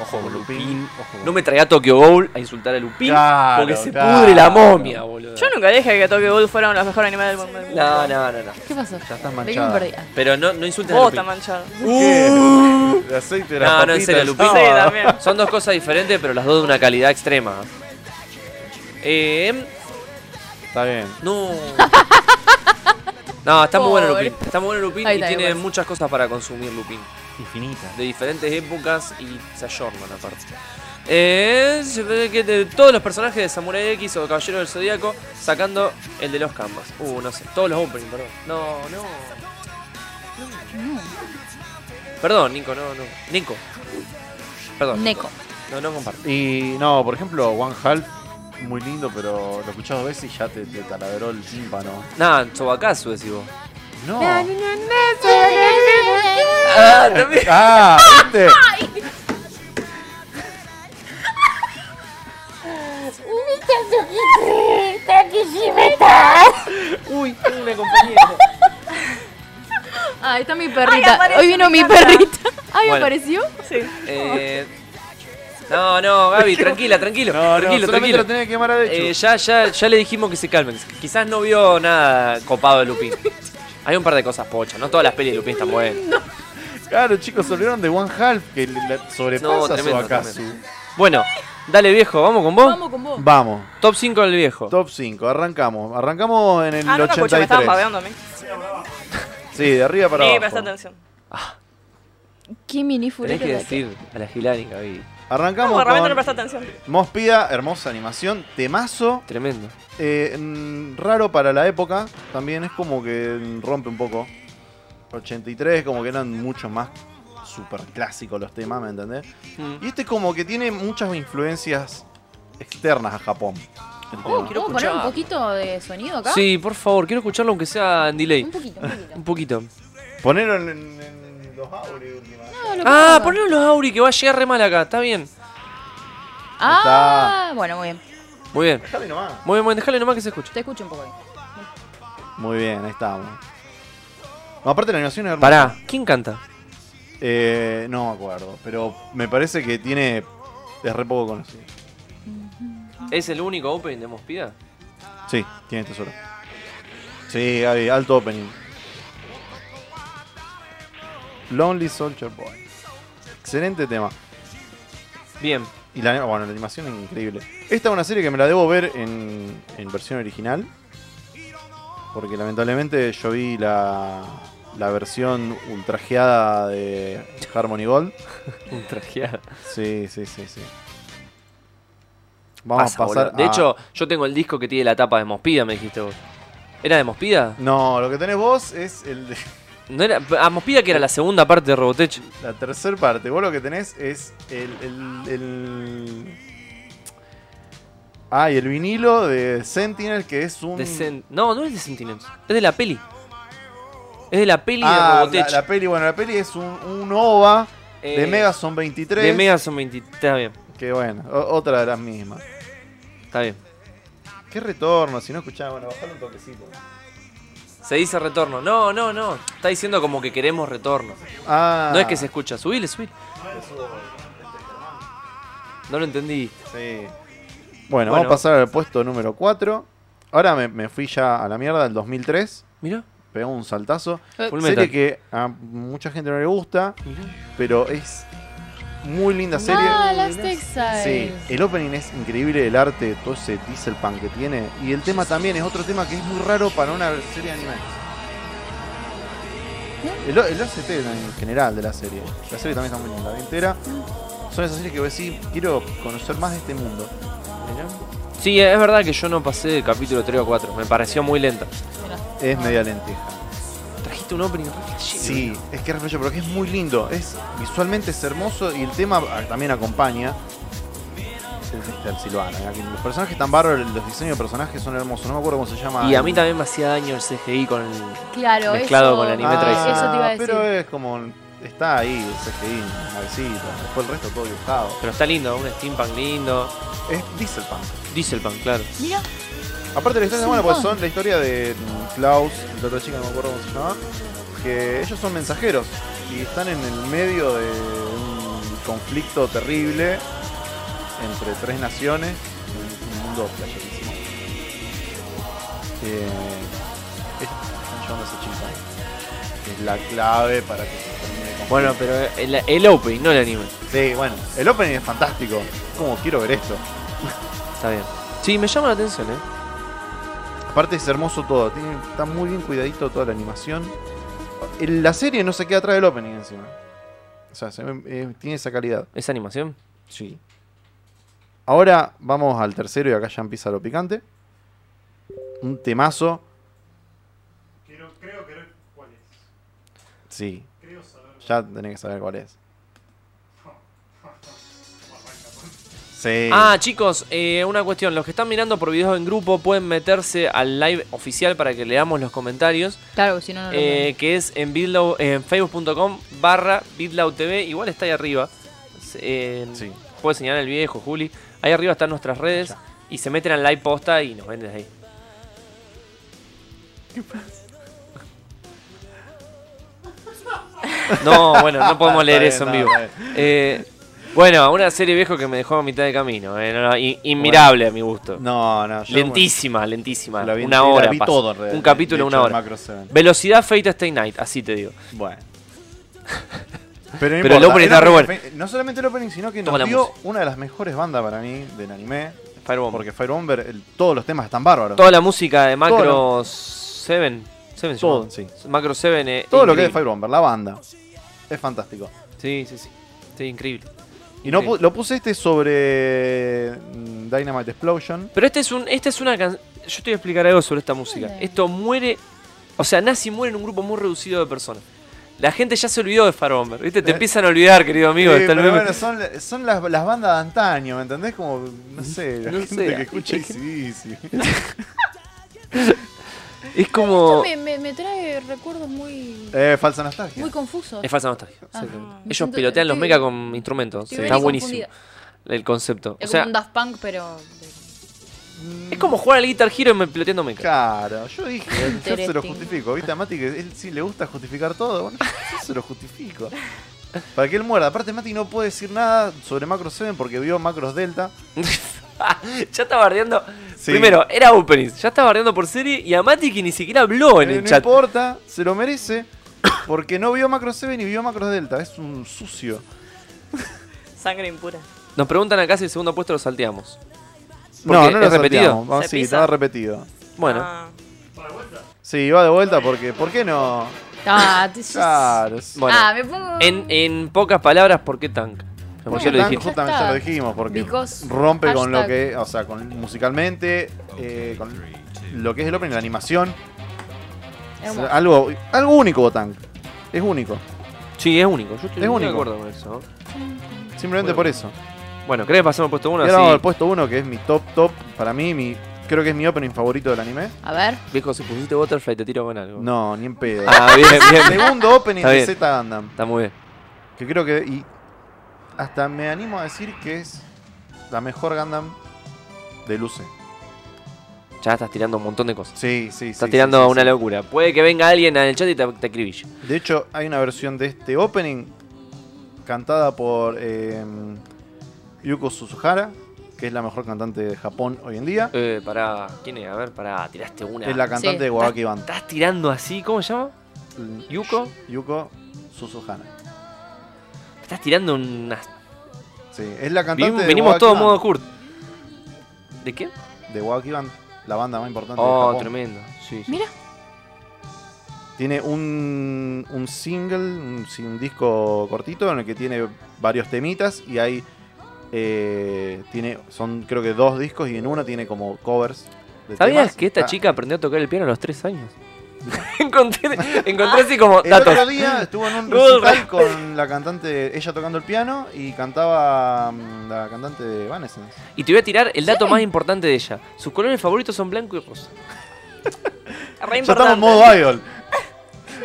Ojo con Lupin. Ojo con No me traiga Tokyo Ghoul a insultar a Lupin Claro, porque se claro. pudre la momia, boludo. Yo nunca dije que Tokyo Ghoul fueron los mejores animales del mundo. No, no, no, no. ¿qué pasó? Ya estás ¿De qué me manchada. perdí? Ah. Pero no, no insultes a Vos Lupin. estás manchado. Uh, el aceite de las No, no, en papitas. serio, Lupin. Sí, también. Son dos cosas diferentes, pero las dos de una calidad extrema. Eh, Está bien. no. No, está muy bueno Pobre. Lupin. Está muy bueno Lupin Ahí y está, tiene igual. muchas cosas para consumir Lupin. Infinita. de diferentes épocas y se ayornan aparte. Eh, se ve que de todos los personajes de Samurai X o Caballero del Zodíaco sacando el de los canvas. Uh, no sé. Todos los openings, perdón. No, no. No, Perdón, Nico, no, no. Nico. Uy. Perdón. Neko. No, no comparto. Y no, por ejemplo, One Half, muy lindo, pero lo escuchás dos veces y ya te, te taladró el tímpano. Nada, Sobakazu decís vos. No. Ah, también. Ah, ¿viste? Ah, ahí está mi perrita. apareció Hoy vino mi mi perra. perrita. Ahí Bueno. apareció. Sí. Eh, no, no, Gaby, tranquila, tranquilo. No, no, tranquilo, solamente tranquilo. lo tenía que quemar a Eh, Dechu. ya, ya, ya le dijimos que se calmen. Quizás no vio nada copado de Lupin. Hay un par de cosas pochas, no todas las pelis de Lupin están buenas. Claro, chicos, se olvidaron de One Half, que le- la No, sobrepasa su tremendo, Akazu. Bueno, dale viejo, vamos con vos. Vamos con vos. Vamos, Top 5 del viejo. top 5, arrancamos. Arrancamos en el Ah, no te escuché, me 83. estaban babeando a mí. Sí, de arriba para Sí, presta abajo. atención. Kimi ni Tenés furete. que decir a la Gilani, Gaby. No, Arrancamos realmente no con presta atención. Mospida, hermosa animación, temazo. Tremendo. Eh, mm, raro para la época, también es como que mm, rompe un poco. 83, como que eran mucho más super clásicos los temas, ¿me entendés? Y este como que tiene muchas influencias externas a Japón. el tema. Oh, ¿Puedo poner un poquito de sonido acá? Sí, por favor, quiero escucharlo aunque sea en delay. Un poquito, un poquito. Un poquito. Ponelo en, en- en los audios. última. No, lo pongo Ah, acá. ponelo en los Auri que va a llegar re mal acá, está bien. Ah, bueno, muy bien. Muy bien. Dejale nomás. Muy bien, muy bien, déjale nomás que se escuche. Te escucho un poco ahí. Muy bien, ahí estamos. No, aparte la animación es hermosa. Pará, ¿quién canta? Eh, no me acuerdo, pero me parece que tiene... Es re poco conocido. ¿Es el único opening de Mospida? Sí, tiene tesoro. Sí, Gaby, alto opening. Lonely Soldier Boy. Excelente tema. Bien. Y la, bueno, la animación es increíble. Esta es una serie que me la debo ver en, en versión original. Porque lamentablemente yo vi la, la versión ultrajeada de Harmony Gold. Un trajeado. Sí, sí, sí, sí. Vamos Pasa, a pasar. boludo. De a- hecho, yo tengo el disco que tiene la tapa de Mospida, me dijiste vos. ¿Era de Mospida? No, lo que tenés vos es el de. No era, a Mospida que era la segunda parte de Robotech. La tercera parte, vos lo que tenés es el. el, el... Ah, y el vinilo de Sentinel, que es un. De Sen- no, no es de Sentinels. Es de la peli. Es de la peli de ah, la, Robotech. la peli, bueno, la peli es un, un OVA de Eh, Mega son 23. De Mega son 20. Está bien, Que bueno, o- otra de las mismas. está bien. Qué retorno, si no escuchaba, bueno, bajalo un toquecito. Se dice retorno. No, no, no. Está diciendo como que queremos retorno. Ah, No es que se escucha. Subile, subile. No lo entendí. Ah, Sí. Bueno, vamos a Bueno. pasar al puesto número 4. Ahora me, me fui ya a la mierda, el 2003. Mirá, Pegó un saltazo. Eh, Full serie Metal. que a mucha gente no le gusta. mirá. pero es muy linda serie. Ah, Las Texas. Sí, el opening es increíble, el arte, todo ese diesel punk que tiene. Y el tema también es otro tema que es muy raro para una serie de anime. El, O- el OST en general de la serie. La serie también está muy linda, la vi entera. Son esas series que vos decís, quiero conocer más de este mundo. Sí, es verdad que yo no pasé del capítulo 3 o 4. Me pareció muy lenta. Es media lenteja. Trajiste un opening. re flashero. Sí, es que es re bello, pero que es muy lindo. Es, visualmente es hermoso y el tema ah, también acompaña. Es este, el Silvano, mirá que Los personajes están bárbaros, los diseños de personajes son hermosos. No me acuerdo cómo se llama. Y a mí también me hacía daño el CGI con el... Claro, Mezclado eso- con Ah, el anime tradicional. Eso te iba a decir. Ah, Pero es como. Está ahí el CGI, navecita. Después el resto todo dibujado. Pero está lindo, un steampunk lindo. Es Dieselpunk. Dieselpunk, claro. Mira, Aparte, la historia es buena porque Dieselpunk. son la historia de mm, Klaus y la otra chica, no me acuerdo cómo se llama. Que ellos son mensajeros y están en el medio de un conflicto terrible entre tres naciones en un mundo playerísimo. Eh, es- ¿cómo se llama esa chica? Que Es la clave para que se termine el conflicto. Bueno, pero el, el opening, no el anime. Sí, bueno, el opening es fantástico. Es Como quiero ver esto. Está bien. Sí, me llama la atención, ¿eh? Aparte es hermoso todo. Tiene- está muy bien cuidadito toda la animación. El- la serie no se queda atrás del opening encima. O sea, se ve- eh, tiene esa calidad. Esa animación. Sí. Ahora vamos al tercero y acá ya empieza lo picante. Un temazo. Quiero, creo que no- cuál es. Sí, Creo saber. ya tenés que saber cuál es. Sí. Ah, chicos, eh, una cuestión. Los que están mirando por videos en grupo pueden meterse al live oficial para que leamos los comentarios. claro, si no, no lo eh, que es en, Bitlau- en facebook.com barra bitlautv. Igual está ahí arriba. Eh, Sí. Puede señalar el viejo, Juli. Ahí arriba están nuestras redes. Y se meten al live posta y nos ven desde ahí. No, bueno, no podemos leer Está eso en bien, vivo. no, está Eh, bueno, una serie viejo que me dejó a mitad de camino. eh, no, no, in- inmirable a mi gusto. No, no. yo- lentísima, lentísima. la vi una entera, hora. vi pasa. todo en realidad, un capítulo, de una hecho, hora. de Macro Seven. Velocidad Fate Stay Night, así te digo. Bueno. Pero, no Pero el importa, opening el está re opening bueno. fe- No solamente el opening, sino que Toda la nos dio música. una de las mejores bandas para mí del anime. Firebomb. Porque Firebomber, el- todos los temas están bárbaros. Toda la música de Todo Macro 7. Seven se Todo, llama. sí. Macro 7. eh, Todo lo que es increíble. Firebomber, la banda. Es fantástico. Sí, sí, sí. Sí, increíble. Y no Increíble. pu- lo puse este sobre mm, Dynamite Explosion. Pero este es un, esta es una canción. Yo te voy a explicar algo sobre esta música. Dale. Esto muere. O sea, Nazi muere en un grupo muy reducido de personas. La gente ya se olvidó de Faromber, ¿viste? Te Eh. empiezan a olvidar, querido amigo. Sí, está el pero meme. bueno, son, son las, las bandas de antaño, ¿me entendés? Como, no sé, la No gente sé. que escucha sí, sí. Es Esto como. me, me- me trae recuerdos muy, Eh, falsa nostalgia. muy confusos. Es falsa nostalgia. Ajá. Exactamente. Me Ellos siento- pelotean los estoy- mega con instrumentos. estoy Está bien buenísimo confundida. el concepto. O Es sea, como un Daft Punk, pero... es como jugar al Guitar Hero y me- peloteando mecha. Claro, yo dije, yo se lo Interesting. justifico. ¿Viste a Mati que él sí le gusta justificar todo? Bueno, yo se lo justifico. Para que él muerda. Aparte, Mati no puede decir nada sobre Macros 7 porque vio Macros Delta. ya está bardeando. Sí. Primero, era openings. Ya está bardeando por serie y a Mati que ni siquiera habló en Eh, el no chat. importa, se lo merece. Porque no vio Macros 7 ni vio Macros Delta. Es un sucio. Sangre impura. Nos preguntan acá si el segundo puesto lo salteamos. No, Porque no lo es repetido. repetido. Vamos, Se sí, pisa. estaba repetido. Bueno, Ah, Sí, va de vuelta porque. ¿Por qué no? Ah, t- Claro. es- bueno. ah, me pongo... En, en pocas palabras, ¿por qué Tank? Como Porque ya lo Tank dijiste. justamente ya lo Hashtag. dijimos, porque Because rompe con lo hashtag. que, o sea, con musicalmente, eh, con lo que es el opening, la animación. O sea, Hermoso. algo, algo único Tank. Es único. Sí, es único. Yo estoy Es muy único. de acuerdo con eso. Simplemente Bueno. por eso. Bueno, ¿crees que pasamos al puesto Y 1? ahora vamos al Así, puesto uno, que es mi top top. Para mí, mi, creo que es mi opening favorito del anime. A ver. viejo, si pusiste Butterfly, te tiro con algo. No, ni en pedo. Ah, bien, bien. bien. Segundo opening Está de bien. Z Gundam. Está muy bien. Que creo que. Y hasta me animo a decir que es la mejor Gundam de Luce. Ya estás tirando un montón de cosas. Sí, sí, sí. Estás sí, tirando sí, sí. una locura. Puede que venga alguien en el chat y te, te acribille. De hecho, hay una versión de este opening cantada por em, Yuko Suzuhara, que es la mejor cantante de Japón hoy en día. Eh, pará. ¿Quién es? A ver, pará. Tiraste una. Es la cantante Sí. de Wagaki Band. ¿Estás tirando así? ¿Cómo se llama? ¿Yuko? Yuko Suzuhara. Estás tirando unas... Sí, es la cantante Venimos, de venimos Wagaki todos Band, modo Kurt. ¿De qué? de Wagaki Band, la banda más importante de Oh, Japón. tremendo. Sí, sí. Mira, Tiene un, un single, un, sí, un disco cortito en el que tiene varios temitas y hay eh, tiene son creo que dos discos y en uno tiene como covers. de ¿Sabías temas. Ah, que esta Está- chica aprendió a tocar el piano a los 3 años? encontré, encontré así como El datos. otro día estuvo en un Google recital con la cantante, ella tocando el piano y cantaba mm, la cantante de Evanescence. Y te voy a tirar el dato más importante de ella. Sus colores favoritos son blanco y rosa. re Ya estamos importante. en modo idol.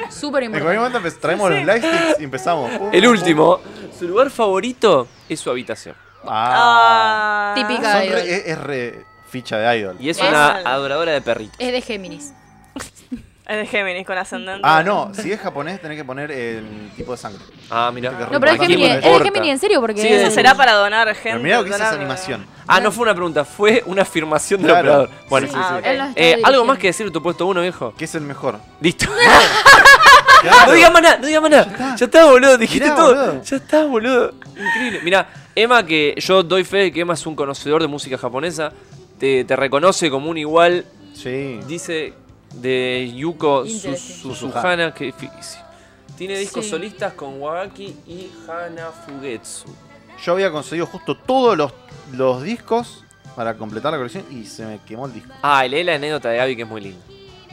súper En cualquier importante. momento empe- traemos los lightsticks y empezamos. Pum, El pum, último, su lugar favorito es su habitación. pum. Ah. Ah. Típica. Son Idol. re- es, es re ficha de idol. Y es Es- una adoradora de perritos. Es de Géminis. Es de Géminis con ascendente. Ah, no, si es japonés tenés que poner el tipo de sangre. Ah, mira. No, pero es ¿A quién Géminis, le es de importa? Géminis en serio, porque... Sí, Eso es- será para donar gente. Pero mirá lo que es esa donar- animación. Ah, no fue una pregunta, fue una afirmación del Claro. operador. Bueno, Sí, sí, Ah, sí. ok. Él no está eh, algo dirigiendo. más que decir de tu puesto uno, viejo. Que es el mejor. Listo. No digas más nada, no digas más nada. Ya está, boludo, dijiste Mirá, todo. boludo. Ya está, boludo. Increíble. Mira, Emma, que yo doy fe de que Emma es un conocedor de música japonesa, te, te reconoce como un igual, Sí. dice de Yuko Su- Interesante. Su- Suzuhana, que fi- sí. tiene discos Sí. solistas con Wagaki y Hana Fugetsu. Yo había conseguido justo todos los, los discos para completar la colección y se me quemó el disco. Ah, y leí la anécdota de Gaby que es muy linda.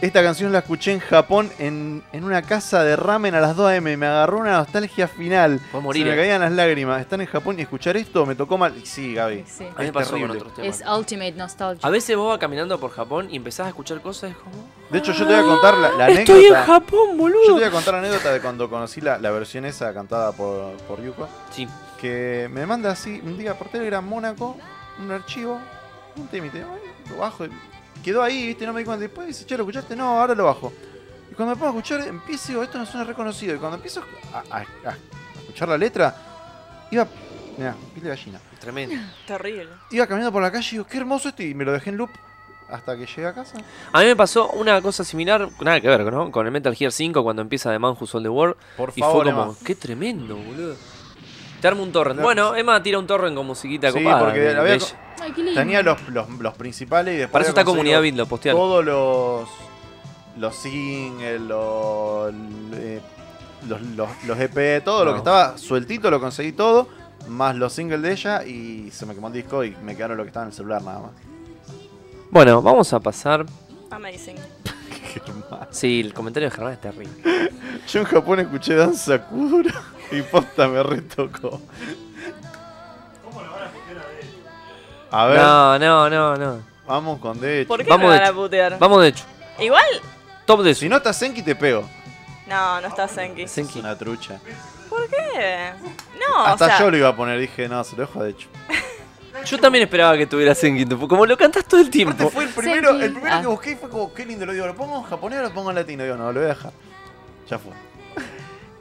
Esta canción la escuché en Japón en, en una casa de ramen a las 2 am. Me agarró una nostalgia final. Puedes morir, Se me eh. caían las lágrimas. Están en Japón y escuchar esto me tocó mal. Y Sí, Gaby. Sí. A mí me Es pasó con terrible. otros temas. Es Ultimate Nostalgia. A veces vos vas caminando por Japón y empezás a escuchar cosas y es como... De hecho, yo te voy a contar la, la Estoy en anécdota. Japón, yo te boludo. voy a contar la anécdota de cuando conocí la, la versión esa cantada por, por Yuko. Sí. Que me manda así un día por Telegram Mónaco un archivo, eh, un temite. Ay, Lo bajo. y Quedó ahí, viste, no me di cuenta. Después dice, che, ¿lo escuchaste? No, ahora lo bajo. Y cuando me pongo a escuchar, empiezo y digo, esto no suena reconocido. Y cuando empiezo a, a- a escuchar la letra, iba. Mira, piel de gallina. Tremendo. Terrible. Iba caminando por la calle y digo, qué hermoso esto. Y me lo dejé en loop hasta que llegué a casa. A mí me pasó una cosa similar, nada que ver, ¿no? Con el Metal Gear 5 cuando empieza The Man Who Sold the World. Por y favor, fue como, Emma. qué tremendo, boludo. Te arma un torrent. No. Bueno, Emma tira un torrent con musiquita Sí, copada. porque de- había de- co- Ay, qué lindo. Tenía los, los, los principales y después. Para eso está había comunidad conseguido Beat, lo postean. Todos los. Los singles, los. eh, los, los, los EP, todo lo No. que estaba sueltito lo conseguí todo. Más los singles de ella y se me quemó el disco y me quedaron lo que estaba en el celular nada más. Bueno, vamos a pasar. Amazing. Qué hermano. Sí, el comentario de Germán es terrible. Yo en Japón escuché danza Kuduro y posta me retocó. ¿Cómo lo van a putear a él? A ver, No, no, no, no. vamos con Dechi. ¿Por qué Vamos me de van a ch- putear? Vamos de hecho. Igual. Top de Si su. no estás Senki te pego. No, no está Senki. Es una trucha. ¿Por qué? No, Ah, Hasta o sea, yo lo iba a poner, dije, no, se lo dejo a Dechi. Yo también esperaba que tuviera Senki, tipo, como lo cantas todo el Aparte tiempo. fue el primero, Senki. el primero que Ah. busqué y fue como, qué lindo, lo digo, ¿lo pongo en japonés o lo pongo en latino? Digo, no, lo voy a dejar. Ya fue.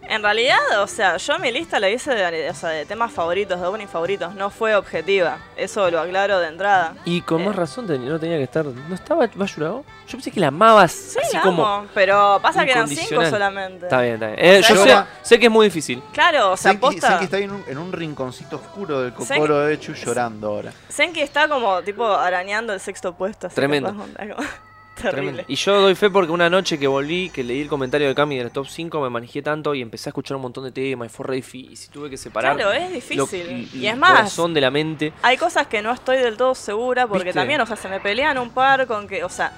en realidad, o sea, yo mi lista la hice de, o sea, de temas favoritos, de opening favoritos, no fue objetiva. Eso lo aclaro de entrada. Y con más razón ten- no tenía que estar. ¿No estaba Bayurao? Yo pensé que la amabas. Sí, así la como. amo, pero pasa que eran cinco incondicional. solamente. Está bien, está bien. Eh, yo ¿Sabes sé, cómo? sé que es muy difícil. Claro, o sea, Senki, posta. Senki está ahí en un, en un rinconcito oscuro del cocoro de Chu llorando ahora. Senki está como tipo arañando el sexto puesto. así Tremendo. capaz, onda, como- Terrible. Tremendo. Y yo doy fe porque una noche que volví, que leí el comentario de Cami del top 5, me manejé tanto y empecé a escuchar un montón de temas y fue re difícil. Tuve que separar. Claro, es lo- difícil. el- y es el más, corazón de la mente. hay cosas que no estoy del todo segura porque ¿Viste? también, o sea, se me pelean un par con que, o sea,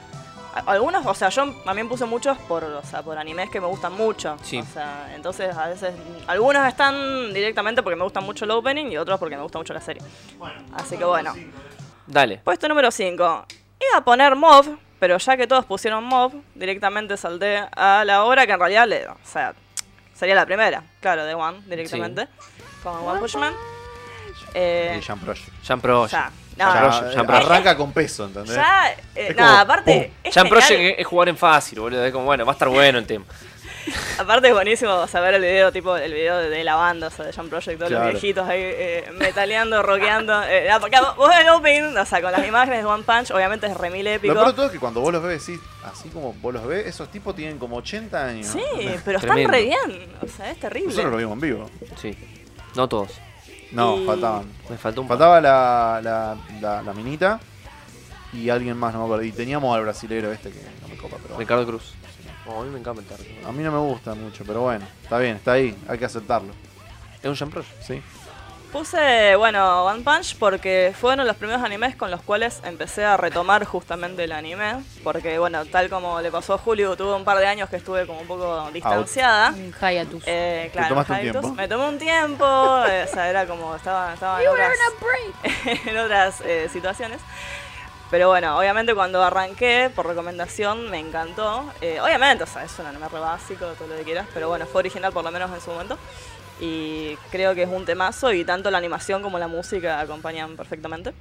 a- algunos, o sea, yo también puse muchos por, o sea, por animes que me gustan mucho. Sí. O sea, entonces a veces mm, algunos están directamente porque me gusta mucho el opening y otros porque me gusta mucho la serie. Así que bueno. Dale. Puesto número 5. Iba a poner Mob, pero ya que todos pusieron Mob, directamente salté a la obra que en realidad, le- o sea, sería la primera, claro, de One directamente, con One Punch Man. Eh, Y Jean Project. Jean Pro. ya, O no, sea, Jean Project, Jean Project. Arranca con peso, ¿entendés? ya, eh, Es nada, como, aparte, es Jean genial. Project es- es jugar en fácil, boludo. Es como, bueno, va a estar bueno el tema. aparte es buenísimo saber el video, tipo el video de, de la banda, o sea, de Jump Project, todos Claro. los viejitos ahí eh, metaleando, rockeando. eh, nada, porque vos el opening, o sea, con las imágenes de One Punch, obviamente es remil épico. Lo peor de todo es que cuando vos los ves, decís, así como vos los ves, esos tipos tienen como 80 años. Sí, pero están Tremendo. re bien, o sea, es terrible. Nosotros lo vimos en vivo. Sí. No todos. No, Y- faltaban. Me faltó un Faltaba la, la, la, la minita y alguien más, no me acuerdo. Y teníamos al brasilero este que no me copa, pero bueno. Ricardo Cruz. Oh, a mí me encanta el Ricardo Cruz. A mí no me gusta mucho, pero bueno, está bien, está ahí, hay que aceptarlo. Es un Jean Project. Sí. Puse, bueno, One Punch porque fueron los primeros animes con los cuales empecé a retomar justamente el anime. Porque, bueno, tal como le pasó a Julio, tuve un par de años que estuve como un poco distanciada. Un hiatus. Eh, claro, tomaste un hiatus. tiempo. Me tomé un tiempo, eh, o sea, era como, estaba, estaba en otras, en otras, eh, situaciones. Pero bueno, obviamente cuando arranqué, por recomendación, me encantó. Eh, obviamente, o sea, es un anime re básico, todo lo que quieras, pero bueno, fue original por lo menos en su momento. Y creo que es un temazo y tanto la animación como la música acompañan perfectamente.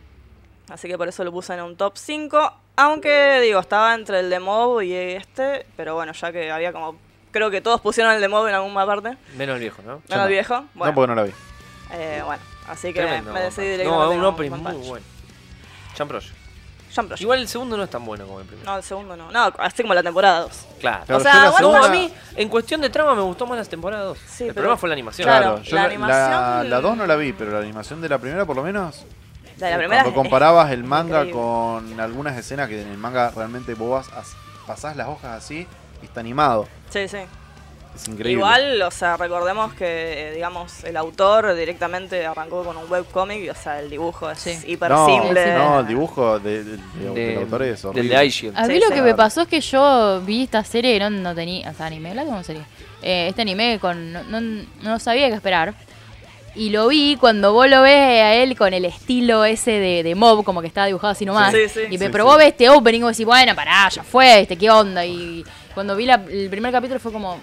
Así que por eso lo puse en un top 5. Aunque, digo, estaba entre el de Mob y este. Pero bueno, ya que había como. Creo que todos pusieron el de Mob en alguna parte. Menos el viejo, ¿no? No, no. el viejo. Bueno, No, porque no la vi. eh, bueno, así que Tremendo. me One decidí Punch. directamente. No, un con One opening muy Punch. bueno. Jean Project. Jump Rush. Igual el segundo no es tan bueno como el primero. No, el segundo no. No, así como la temporada 2. Claro. Claro, O sea, yo la bueno, No, segunda- a mí, en cuestión de trama, me gustó más las temporadas 2. Sí, el pero- problema fue la animación. Claro, Claro, yo la la, animación- la 2 no la vi, pero la animación de la primera por lo menos. La, de la eh, primera. cuando es- comparabas el manga increíble. con algunas escenas que en el manga realmente vos vas as- pasás las hojas así y está animado. Sí, sí. Es increíble. Igual, o sea, recordemos que, eh, digamos, el autor directamente arrancó con un webcomic. y, O sea, el dibujo es Sí. hiper no, simple. no, el dibujo de, de, de- del autor es del horrible. de iShield. A mí Sí, lo sí. que me pasó es que yo vi esta serie, no, no tenía, o sea, anime, la tengo serie. Eh, este anime con, no, no- no sabía qué esperar. Y lo vi cuando vos lo ves a él con el estilo ese de, de mob, como que está dibujado así nomás. Sí, sí. Sí, y me probó sí. ves este opening y vos decís, bueno, pará, ya fue, este, qué onda. Y cuando vi la- el primer capítulo fue como,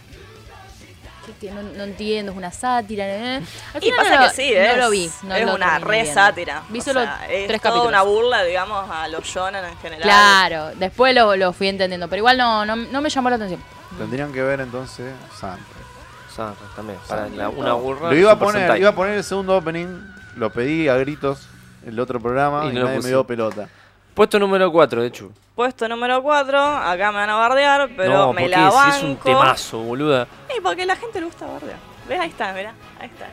¿qué- qué? no, no entiendo, es una sátira. eh. Al Y final pasa no que lo- sí, no es, lo vi. no es lo una terminé re viendo. sátira. Vi o solo sea, es tres toda capítulos. una burla, digamos, a los shonen en general. Claro, después lo, lo fui entendiendo, pero igual no, no, no me llamó la atención. Tendrían que ver entonces Santo. Santo también. Para Santo. la- una burra. Lo iba a Super poner, Sentai. iba a poner el segundo opening, lo pedí a gritos el otro programa Y y, no lo nadie me puse. dio pelota. Puesto número 4, de hecho. Puesto número 4, acá me van a bardear, pero no, me porque la banco. es un temazo, boluda. Y porque la gente le gusta bardear. ¿Ves? Ahí está, mirá. Ahí está.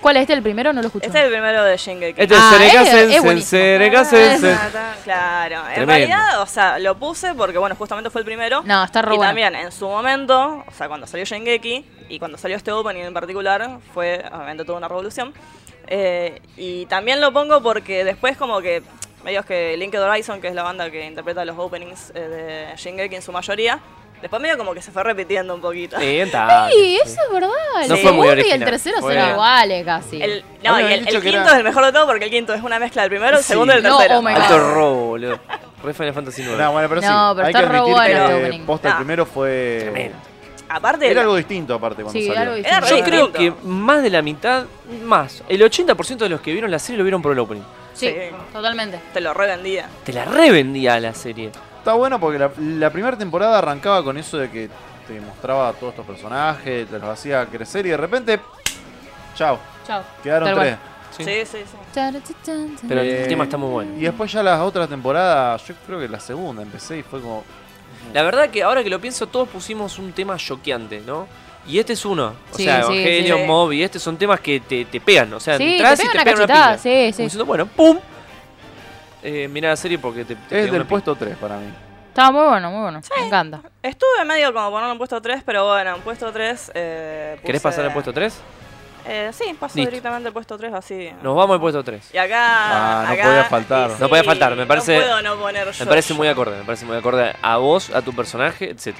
¿Cuál es este? ¿El primero? No lo escuché. Este es el primero de Shingeki. Este Ah, es es- es Sereka buenísimo. Ah. Sereka Claro, en Tremendo. realidad, o sea, lo puse porque, bueno, justamente fue el primero. No, está re Y bueno. también en su momento, o sea, cuando salió Shingeki y cuando salió este opening en particular, fue obviamente toda una revolución. Eh, y también lo pongo porque después, como que, medios que Linked Horizon, que es la banda que interpreta los openings eh, de Shingeki en su mayoría, después medio como que se fue repitiendo un poquito. Eh, Sí, eso es verdad. No el fue segundo muy y original. el tercero Fue- serán iguales casi. El, no, Habían y el, dicho el que quinto era- es el mejor de todo porque el quinto es una mezcla del primero, el Sí. segundo y el No, tercero. oh my Alto God. robo, boludo. Re Final Fantasy 9. No, bueno, pero sí, No, pero hay que está re admitir bueno este que opening. posta el Ah. primero fue... Aparte, Era algo distinto aparte cuando Sí, salió. algo Era distinto. Yo re creo distinto. que más de la mitad, más, el 80% de los que vieron la serie lo vieron por el opening. Sí, Sí. totalmente. te lo revendía. Te la revendía la serie. Está bueno porque la, la primera temporada arrancaba con eso de que te mostraba a todos estos personajes, te los hacía crecer y de repente... Chao, Chao. quedaron Tal tres. cual. Sí. Sí, sí, sí. Pero el Eh, tema está muy bueno. Y después ya las otras temporadas, yo creo que la segunda empecé y fue como... La verdad que ahora que lo pienso, todos pusimos un tema choqueante, ¿no? Y este es uno. O Sí, sea, sí, Evangelion, sí. Mob y este son temas que te, te pegan. O sea, Sí, entras te y te pegan pegan una una cachetada, piña. sí, Como sí. diciendo, bueno, ¡pum! Eh, mirá la serie porque te, te pega Es una del piña. puesto 3 para mí. Estaba muy bueno, muy bueno. Me encanta. Estuve medio como ponerlo en puesto 3, pero bueno, en puesto 3. Eh, puse- ¿Querés pasar al puesto 3? Eh, sí, paso Listo. directamente al puesto 3, así. Nos vamos al puesto 3. Y acá. Ah, no acá- podía faltar. y No podía faltar, me parece- No puedo no poner Me yo, parece yo. muy acorde, me parece muy acorde a vos, a tu personaje, etc.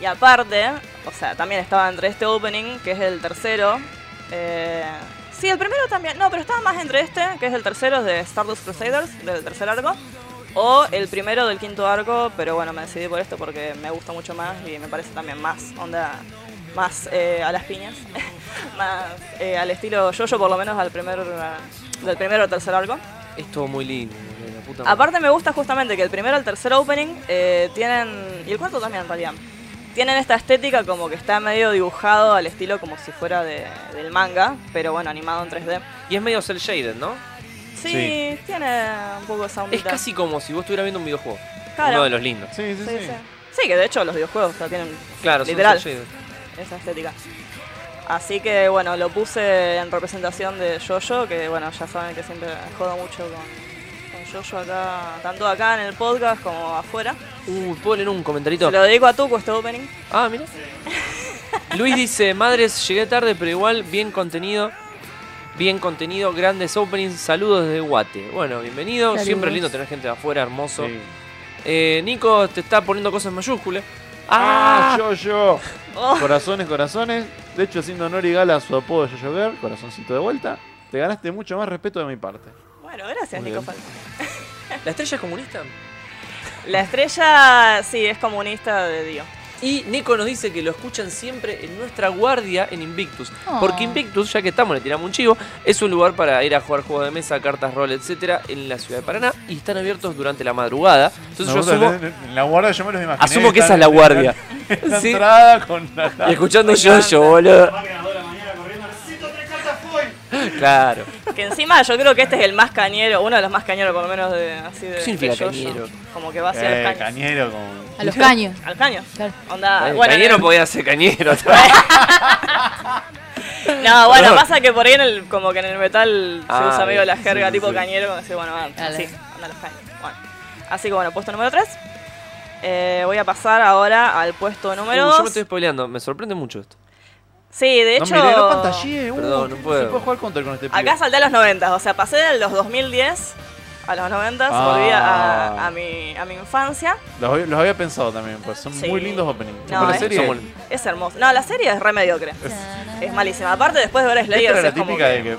Y aparte, o sea, también estaba entre este opening, que es el tercero. eh, sí, el primero también. No, pero estaba más entre este, que es el tercero de Stardust Crusaders, del tercer arco. O el primero del quinto arco, pero bueno, me decidí por esto porque me gusta mucho más y me parece también más onda, más eh, a las piñas, más eh, al estilo yo-yo, por lo menos al primer, eh, del primero al tercer arco. Es todo muy lindo, boludo, la puta madre. Aparte me gusta justamente que el primero al tercer opening eh, tienen, y el cuarto también en realidad, tienen esta estética como que está medio dibujado al estilo como si fuera de- del manga, pero bueno, animado en 3D. Y es medio cel shaded, ¿no? Sí, Sí. tiene un poco esa Es ondita. casi como si vos estuvieras viendo un videojuego. Claro. Uno de los lindos. Sí, sí, Sí, sí. Sí, que de hecho los videojuegos ya tienen Claro, son literal cel shaded. esa estética. Así que bueno, lo puse en representación de Jojo, que bueno, ya saben que siempre jodo mucho con, con Jojo acá, tanto acá en el podcast como afuera. Uy, ponen Uh, un comentarito. Se lo dedico a Tuco este opening. Ah, mira. Luis dice, madres, llegué tarde, pero igual bien contenido. Bien contenido, grandes openings, saludos desde Guate. Bueno, bienvenido. Saludos. Siempre lindo tener gente de afuera, hermoso. Sí. Eh, Nico te está poniendo cosas en mayúsculas. Ah, ¡Ah! yo, yo. Oh. Corazones, corazones. De hecho, haciendo honor y gala a su apodo Yo, yo Girl, corazoncito de vuelta. Te ganaste mucho más respeto de mi parte. Bueno, gracias, Muy Nico bien. Falcón. ¿La estrella es comunista? La estrella, sí, es comunista de Dios. Y Nico nos dice que lo escuchan siempre en nuestra guardia en Invictus. Oh. Porque Invictus, ya que estamos, le tiramos un chivo, es un lugar para ir a jugar juegos de mesa, cartas, rol, etcétera, en la ciudad de Paraná y están abiertos durante la madrugada. Entonces yo asumo, en la guardia yo me los imaginé. asumo que esa es la guardia. Sí. entrada con la... Y escuchando yo, yo, boludo. Va ganador la mañana corriendo. Necesito tres cartas full. Claro. Que encima yo creo que este es el más cañero, uno de los más cañeros por lo menos de así de. ¿Qué significa de yo-yo. cañero? Como que va hacia Eh, los caños. cañero con... A los caños. Al caño. Claro. Onda, Eh, Ah, bueno, cañero no, podía ser cañero. no, bueno, pasa que por ahí en el, como que en el metal Ah, se usa medio bien, la jerga sí, tipo sí. cañero, como decir, bueno, bueno, Dale. sí, anda a los caños. Bueno. Así que bueno, puesto número 3. voy a pasar ahora al puesto Uh, número yo me 2. estoy spoileando, me sorprende mucho esto. Sí, de No, hecho. miré, no pantallé. uh, Perdón, no sí puedo. jugar counter con este pibe. Acá salté a los 90, o sea, pasé de los 2010 a los 90, Ah. volví a, a mi, a mi infancia. Los, había- los había pensado también, pues son Sí. muy lindos openings. No, Como la eh. serie, Somos- Es hermoso. No, la serie es re mediocre. Es malísima. Aparte, después de ver esta Slayer, era la es como típica que- de que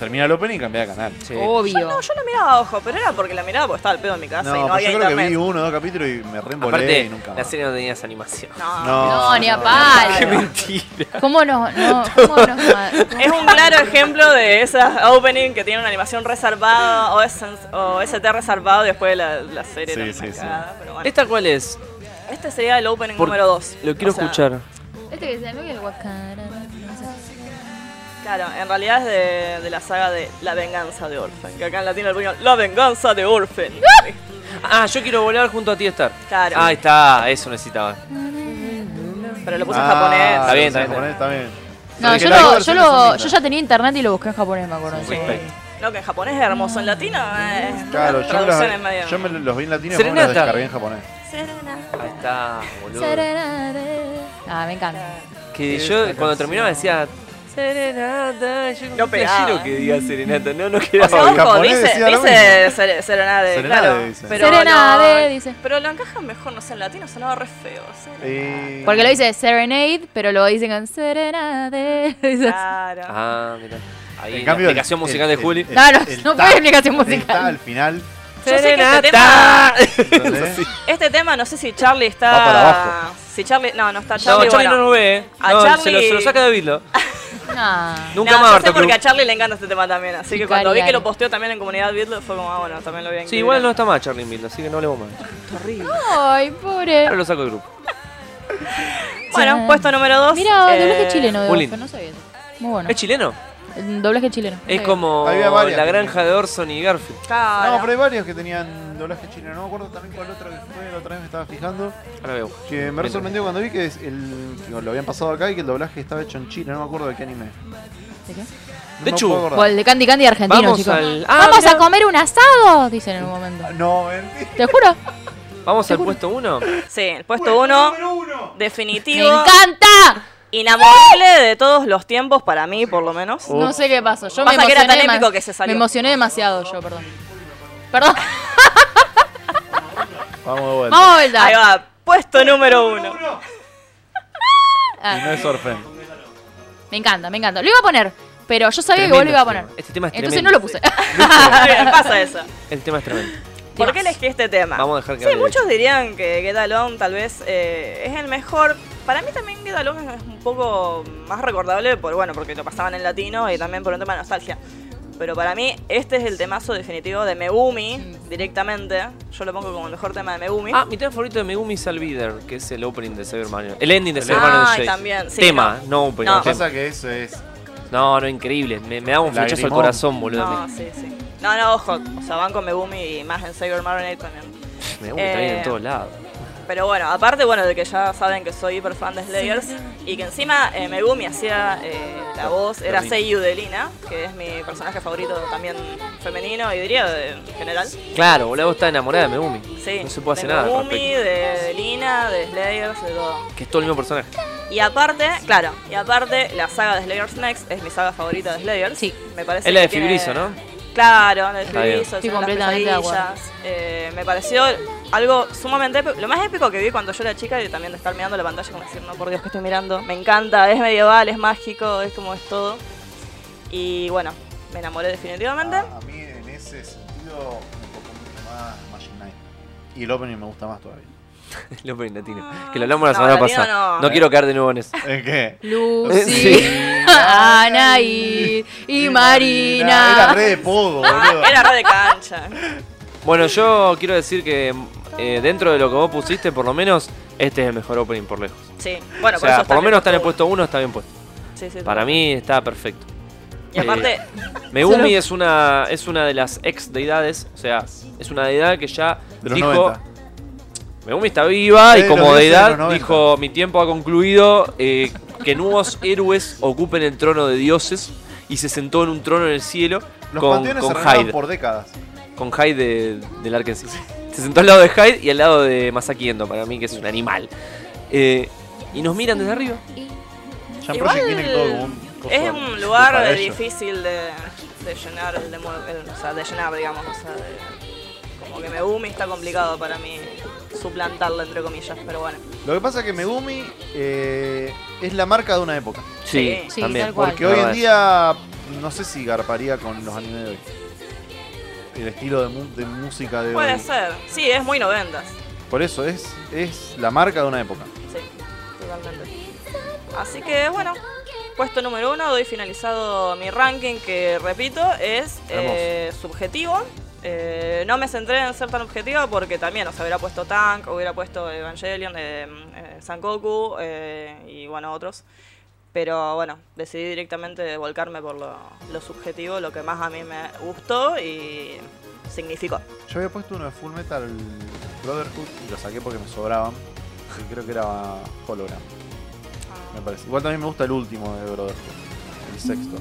termina el opening y cambia de canal. Sí. Obvio. No, yo la miraba a ojo, pero era porque la miraba porque estaba al pedo en mi casa y no pues había yo creo que vi internet. uno o dos capítulos y me reembolé y Aparte, nunca la más. serie no tenía esa animación. No. No, ni a Qué palo. mentira. ¿Cómo nos.? No, ¿Cómo nos.? Es un claro ejemplo de esas opening que tienen una animación reservada o, ST reservado y después la, la serie Sí, era sí, una sí. cagada, pero bueno. ¿Esta cuál es? Este sería el opening Por- número 2. Lo quiero escuchar. Este que se me el guacara. Claro, en realidad es de, de la saga de La Venganza de Orphan. Que acá en latino le ponían La Venganza de Orphan. Ah, yo quiero volar junto a ti, Star. Claro. Ahí está, eso necesitaba. Pero lo puse en Ah, japonés. Está bien, lo puse en está bien. japonés, está bien. No, Porque yo, las dos lo, yo, versiones lo, son yo lindas. ya tenía internet y lo busqué en japonés, me acuerdo. sí. Respect. No, que en japonés es hermoso, en latino es. Claro, yo, traducción es medio- los, yo me los vi en latino y después me los Serenata. descargué en japonés. Ahí está, boludo. Ah, me encanta. Que Esta yo cuando canción. terminaba decía Serenata, yo No pegaba. quiero que diga Serenata, no, no O sea, quedaba. Ah, en ojo, japonés dice, decía lo dice sere- serenade, Serenade, claro. dice. Pero Serenade, no- eh, dice. Pero lo encajan mejor, no sé, en latino sonaba re feo. serenade. Eh, Porque lo dice serenade, pero lo dicen con serenade. Dice así. Claro. Ah, mira. Ahí En en cambio, la el- aplicación el- musical el- de Juli. el- No, no, el no ta- puede explicación el ta musical. al final. Yo sé que este tema, ¡Serenata! ¿entendés? este tema, no sé si Charlie está. Va para abajo. Si Charlie. No, no está Charlie. No, Charlie bueno. no lo ve, eh. A No, se, lo, Charlie- se lo saca de Vidlo. Ah. Nunca No, más yo Barto sé porque Cruz. a Charlie le encanta este tema también. Así que Cari, cuando vi que cari. lo posteó también en comunidad Beatles, fue como, ah, bueno, también lo vi en Sí, igual no está más Charlie en Vidlo, así que no hablemos más. Ay, pobre. Ahora lo saco del grupo. Bueno, puesto número eh, 2. Mira, doblaje chileno de eh, muy Orfe, lindo. no sabía. eso. Muy bueno. ¿Es chileno? Mm, Doblaje chileno. Es Está como Había varias la también. granja de Orson y Garfield. Claro. No, pero hay varios que tenían doblaje chileno. No me acuerdo también cuál otra vez fue, la otra vez me estaba fijando. Ahora veo. Que me re sorprendió cuando vi que es el, que lo habían pasado acá y que el doblaje estaba hecho en Chile. No me acuerdo de qué anime. bien. ¿De qué? No me De hecho, puedo acordar. O el de Candy Candy argentino, Vamos chicos. al- Ah, Vamos mirá. a comer un asado, dicen en un momento. No, mentira. Te juro. Vamos al puesto uno. Sí, el puesto 1, Número uno. ¡Me definitivo, encanta! inamovible de todos los tiempos, para mí, por lo menos. No sé qué pasó. Yo me Pasa que emocioné, era tan dema- épico que se salió. me emocioné demasiado yo, perdón. Perdón. Vamos de vuelta. Vamos a vuelta. Ahí va, puesto número 1. Y Ah, no es Orfen. me encanta, me encanta. Lo iba a poner, pero yo sabía que vos lo Tremendo iba a este poner. tema. Este tema es Entonces tremendo. no lo puse. Pasa eso. El tema es tremendo. ¿Por qué elegí este tema? Vamos a dejar que Sí, hable muchos dirían que Get Along tal vez eh, es el mejor. Para mí también Get Along es un poco más recordable por bueno, porque lo pasaban en latino y también por un tema de nostalgia. Pero para mí este es el temazo definitivo de Megumi directamente. Yo lo pongo como el mejor tema de Megumi. Ah, mi tema favorito de Megumi es Alvider, que es el opening de Cyber Mario. El ending de Cyber Ah, Mario de y Jason. también, sí, tema, no. no, opening. No. tema. Pasa que eso es. No, no, increíble. Me, me da un flechazo al Lagrimón. corazón, boludo. no, sí, sí. No, no, ojo. O sea, van con Megumi y más en Saber Marinade también. Me gusta bien Eh, en todos lados. Pero bueno, aparte bueno de que ya saben que soy hiper fan de Slayers y que encima eh, Megumi hacía eh, la voz, era Terrible. Seiyu de Lina, que es mi personaje favorito también femenino y diría de- en general. Claro, boludo, vos estás enamorada de Megumi. Sí, no se puede hacer de nada al Megumi, respecto. de, de Lina, de Slayers, de todo. Que es todo el mismo personaje. Y aparte, claro, y aparte la saga de Slayers Next es mi saga favorita de Slayers. Sí. me parece Es la que de Fibrizo, tiene- ¿no? Claro, la de Está bien. Fibrizo, Estoy son las completamente de acuerdo. pesadillas. Eh, me pareció algo sumamente épico. Lo más épico que vi cuando yo era chica y también de estar mirando la pantalla como decir, no, por Dios que estoy mirando. Me encanta, es medieval, es mágico, es como es todo. Y bueno, me enamoré definitivamente. A mí en ese sentido un poco mucho más Magic Knight. Y el opening me gusta más todavía. El opening latino. Que lo hablamos la semana No, latino pasada. no. quiero caer de nuevo en eso. ¿En qué? eh, Lucy, Eh, Sí. Anaí y Era Marina. re de pogo, boludo. Era re de cancha. Bueno, yo quiero decir que eh, dentro de lo que vos pusiste, por lo menos, este es el mejor opening por lejos. Sí, bueno, o sea, eso Ah, por lo en menos está en el puesto uno, está bien puesto. Sí, sí, sí. Para mí está perfecto. Y aparte, Megumi es una es una de las ex deidades, o sea, es una deidad que ya De los dijo 90. Megumi está viva Sí, y como lo dice de deidad los 90. dijo mi tiempo ha concluido, eh, que nuevos héroes ocupen el trono de dioses y se sentó en un trono en el cielo Los con, panteones con se arreglaban Hyde, por décadas. con Hyde de- del Arkansas. Se sentó al lado de Hyde y al lado de Masaki Endo, para mí que es un animal. Eh, y nos miran desde arriba. Jean Igual, Project tiene todo como un coso es de- un de lugar para eh, ellos. difícil de, de llenar, el de, mue- el- o sea, de llenar, digamos. O sea, de- como que Megumi está complicado para mí suplantarlo, entre comillas, pero bueno. Lo que pasa es que Megumi eh, es la marca de una época. Sí, Sí, sí, también. tal cual. Porque La hoy en verdad es- día no sé si garparía con los animes de hoy. El estilo de, mu- de música de Puede hoy. ser. Sí, es muy noventas. Por eso es, es la marca de una época. Sí, totalmente. Así que bueno, puesto número uno, doy finalizado mi ranking, que repito, es eh, subjetivo. Eh, no me centré en ser tan objetiva porque también, o sea, hubiera puesto Tank, hubiera puesto Evangelion, eh, eh, Sankoku eh, y bueno, otros. Pero bueno, decidí directamente volcarme por lo, lo subjetivo, lo que más a mí me gustó y significó. Yo había puesto uno de Full Metal Brotherhood y lo saqué porque me sobraban. Y creo que era Hologram, Ah. me parece. Igual también me gusta el último de Brotherhood, Mm. el sexto.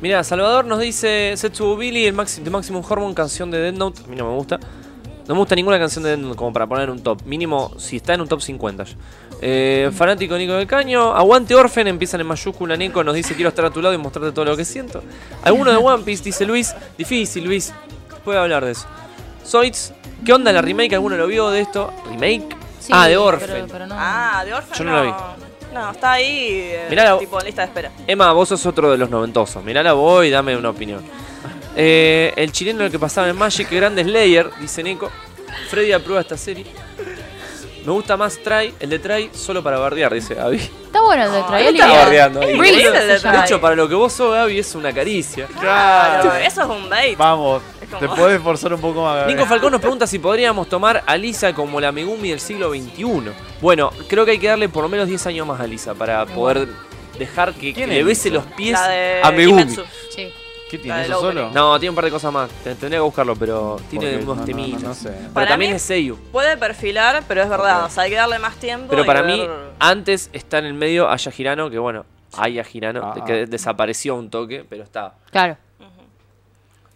Mira, Salvador nos dice Setsubo Billy el maxi- de Maximum Hormone, canción de Dead Note. A mí no me gusta. No me gusta ninguna canción de Dead Note como para poner en un top. Mínimo si está en un top 50. ya. Eh, fanático Nico del Caño. Aguante Orfen, empiezan en mayúscula Nico. Nos dice quiero estar a tu lado y mostrarte todo lo que siento. Alguno de One Piece, dice Luis. Difícil, Luis. Puede hablar de eso. Zoids, ¿qué onda la remake? ¿Alguno lo vio de esto? ¿Remake? Sí, ah, de pero- Orfen. pero no. Ah, de Orphan Yo no la vi. No, está ahí, eh, Mirá la- tipo en lista de espera. Emma, vos sos otro de los noventosos. Mirala vos y dame una opinión. Eh, el chileno el que pasaba en Magic, grande Slayer, dice Nico. Freddy aprueba esta serie. Me gusta más Try, el de Try solo para bardear, dice Gaby. Está bueno el de Trial está bardeando ¿eh? ahí. Breeze Increíble se el de llama. De hecho, para lo que vos sos, Gaby, es una caricia. Claro, eso es un bait. Vamos, Es como- te podés esforzar un poco más. Nico Falcón nos pregunta si podríamos tomar a Lisa como la Megumi del siglo XXI. Bueno, creo que hay que darle por lo menos 10 años más a Lisa para poder dejar que, que ¿Quién le es bese los pies La de a Megumi. Kimetsu. Sí. ¿Qué La tiene del eso solo? opening. No, tiene un par de cosas más. Te- Tendría que buscarlo, pero tiene Porque unos no, no, temitas. no, no sé. Pero Para también mí- es Seiyu. Puede perfilar, pero es verdad, Ok. o sea, hay que darle más tiempo. Pero y para ver- mí, antes está en el medio Ayahirano, que bueno, hay Ayahirano, Ah, que ah. de- desapareció un toque, pero está. Claro.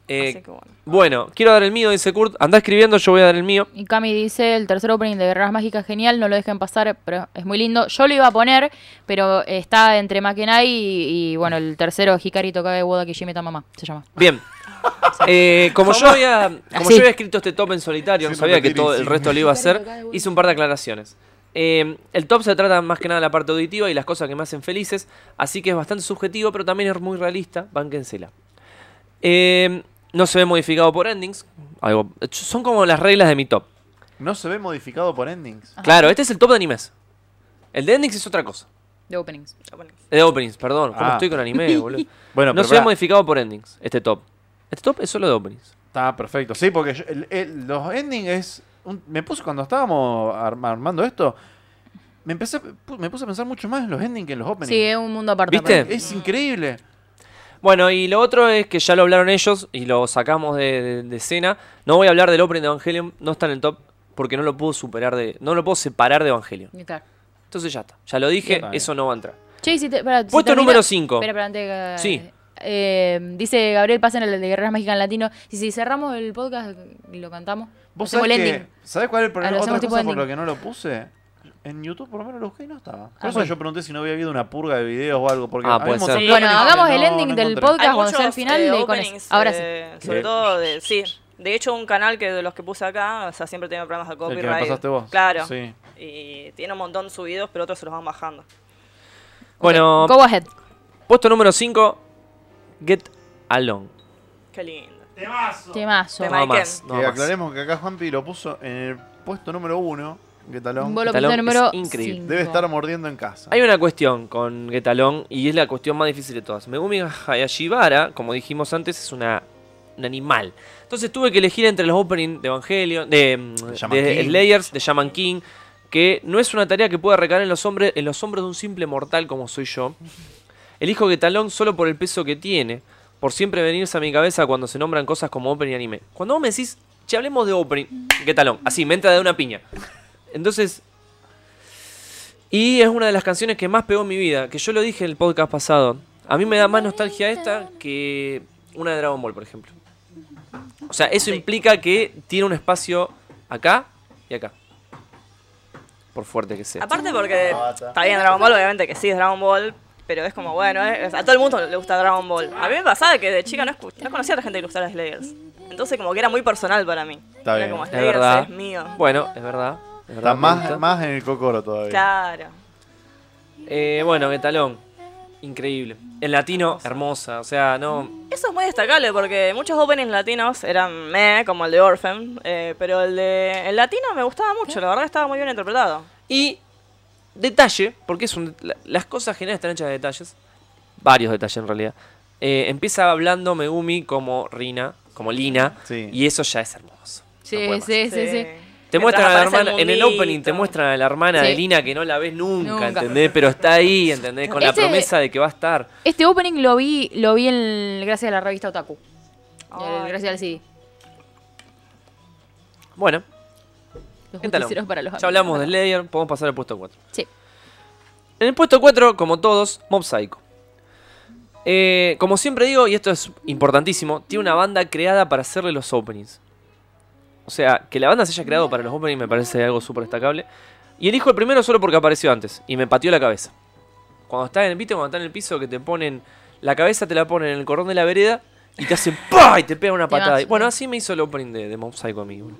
Eh, Así que bueno. bueno, quiero dar el mío, dice Kurt. Andá escribiendo, yo voy a dar el mío. Y Cami dice, el tercer opening de Guerras Mágicas genial, no lo dejen pasar, pero es muy lindo. Yo lo iba a poner, pero está entre Makenai y, y, bueno, el tercero Hikari Tokabe Woda Kishimi Tamama, se llama. Bien. Eh, como yo había, como Así. yo había escrito este top en solitario, no Sin sabía que repetir y todo el sin- resto lo iba a hacer, hice un par de aclaraciones. Eh, el top se trata más que nada de la parte auditiva y las cosas que me hacen felices, así que es bastante subjetivo, pero también es muy realista, bánquensela. Eh, no se ve modificado por endings, algo, son como las reglas de mi top. No se ve modificado por Ah. endings. Claro, este es el top de animes. El de endings es otra cosa. De openings. Lo ponemos. El de openings, perdón, ¿cómo Ah. estoy con anime, boludo? Bueno, no pero se ve pará. modificado por endings, este top. Este top es solo de openings. Está perfecto. Sí, porque yo- el- el- los endings es. un- me puse cuando estábamos arma- armando esto. Me, empecé, pu- me puse a pensar mucho más en los endings que en los openings. Sí, es un mundo aparte. ¿Viste? Es increíble. Bueno, y lo otro es que ya lo hablaron ellos y lo sacamos de, de- de escena. No voy a hablar del Open de Evangelion, no está en el top porque no lo puedo superar de. No lo puedo separar de Evangelion. Y tal. Entonces ya está. Ya lo dije, Bien. eso no va a entrar. Che, y si te- pará, si Puesto termina- número cinco. Espera, espera, antes de que- Sí. Eh, dice Gabriel Pasen el de Guerras Mágicas en latino. Y si cerramos el podcast y lo cantamos, ¿Vos hacemos sabés, el que, ending. ¿sabés cuál es el Ah, problema? lo Otra hacemos tipo cosa por ending. lo que no lo puse. En YouTube por lo menos lo busqué y no estaba. Por Ah, eso bueno. yo pregunté si no había habido una purga de videos o algo. Porque Ah, había puede un montón ser. de Bueno, openings hagamos que el no- ending no del encontré. podcast cuando sea el muchos, final. eh, eh, con eso. openings, Ahora sí. eh, sobre ¿Qué? todo de sí de hecho un canal que de los que puse acá o sea siempre tiene problemas de El copyright que me pasaste vos. claro Sí. y tiene un montón subidos pero otros se los van bajando Bueno, Go ahead. puesto número 5, Get Along. qué lindo Temazo. Temazo. No Maiken. más, no que más. aclaremos que acá Juanpi lo puso en el puesto número uno. ¿Qué talón? Vos lo Este pusiste álbum número es increíble. cinco. Debe estar mordiendo en casa. Hay una cuestión con Getalón y es la cuestión más difícil de todas. Megumi Hayashibara, como dijimos antes, es una un animal. Entonces tuve que elegir entre los opening de Evangelion, de, mm, Shaman de King. Slayers, de Shaman King, que no es una tarea que pueda recaer en los hombres, en los hombros de un simple mortal como soy yo. Elijo Getalón solo por el peso que tiene, por siempre venirse a mi cabeza cuando se nombran cosas como opening y anime. Cuando vos me decís, che, hablemos de opening, Getalón, así, me entra de una piña. Entonces, y es una de las canciones que más pegó en mi vida, que yo lo dije en el podcast pasado. A mí me da más nostalgia esta que una de Dragon Ball, por ejemplo. O sea, eso implica que tiene un espacio acá y acá. Por fuerte que sea. aparte porque está bien Dragon Ball obviamente que sí es Dragon Ball pero es como bueno eh, o sea, a todo el mundo le gusta Dragon Ball a mí me pasaba que de chica no, escu- no conocía a la gente que le gustaba Slayers entonces como que era muy personal para mí Está era bien. como Es Slayers es, verdad. mío Bueno, es verdad. es verdad, Está me más, gusta. más en el cocoro todavía. claro Eh, bueno, Metalón. Increíble. En latino, hermosa. O sea, no. Eso es muy destacable porque muchos openings latinos eran meh, como el de Orphan, eh, pero el de el latino me gustaba mucho, la verdad estaba muy bien interpretado. Y detalle, porque es un, la- las cosas generales están hechas de detalles, varios detalles en realidad. Eh, empieza hablando Megumi como Rina, como Lina. Sí. Y eso ya es hermoso. No puede Sí, más. sí, sí, sí. Te Mientras muestran a la aparece hermana, en el mundito. opening te muestran a la hermana Sí. de Lina que no la ves nunca, Nunca. ¿entendés? Pero está ahí, ¿entendés? Con la Este- Ese- promesa de que va a estar. Este opening lo vi, lo vi en, gracias a la revista Otaku. Ay. El- gracias al CD. Bueno, Los Cuéntalo. justicieros para los ya hablamos Este- de Slayer, podemos pasar al puesto 4. Sí. En el puesto 4, como todos, Mob Psycho. Eh, como siempre digo, y esto es importantísimo, tiene una banda creada para hacerle los openings. O sea, que la banda se haya creado para los openings me parece algo súper destacable. Y elijo el primero solo porque apareció antes y me pateó la cabeza. Cuando está en el viste, cuando está en el piso, que te ponen la cabeza, te la ponen en el cordón de la vereda y te hacen ¡pah! y te pegan una Temazo. patada. Y bueno, así me hizo el opening de, de Mob Psycho a mí, boludo.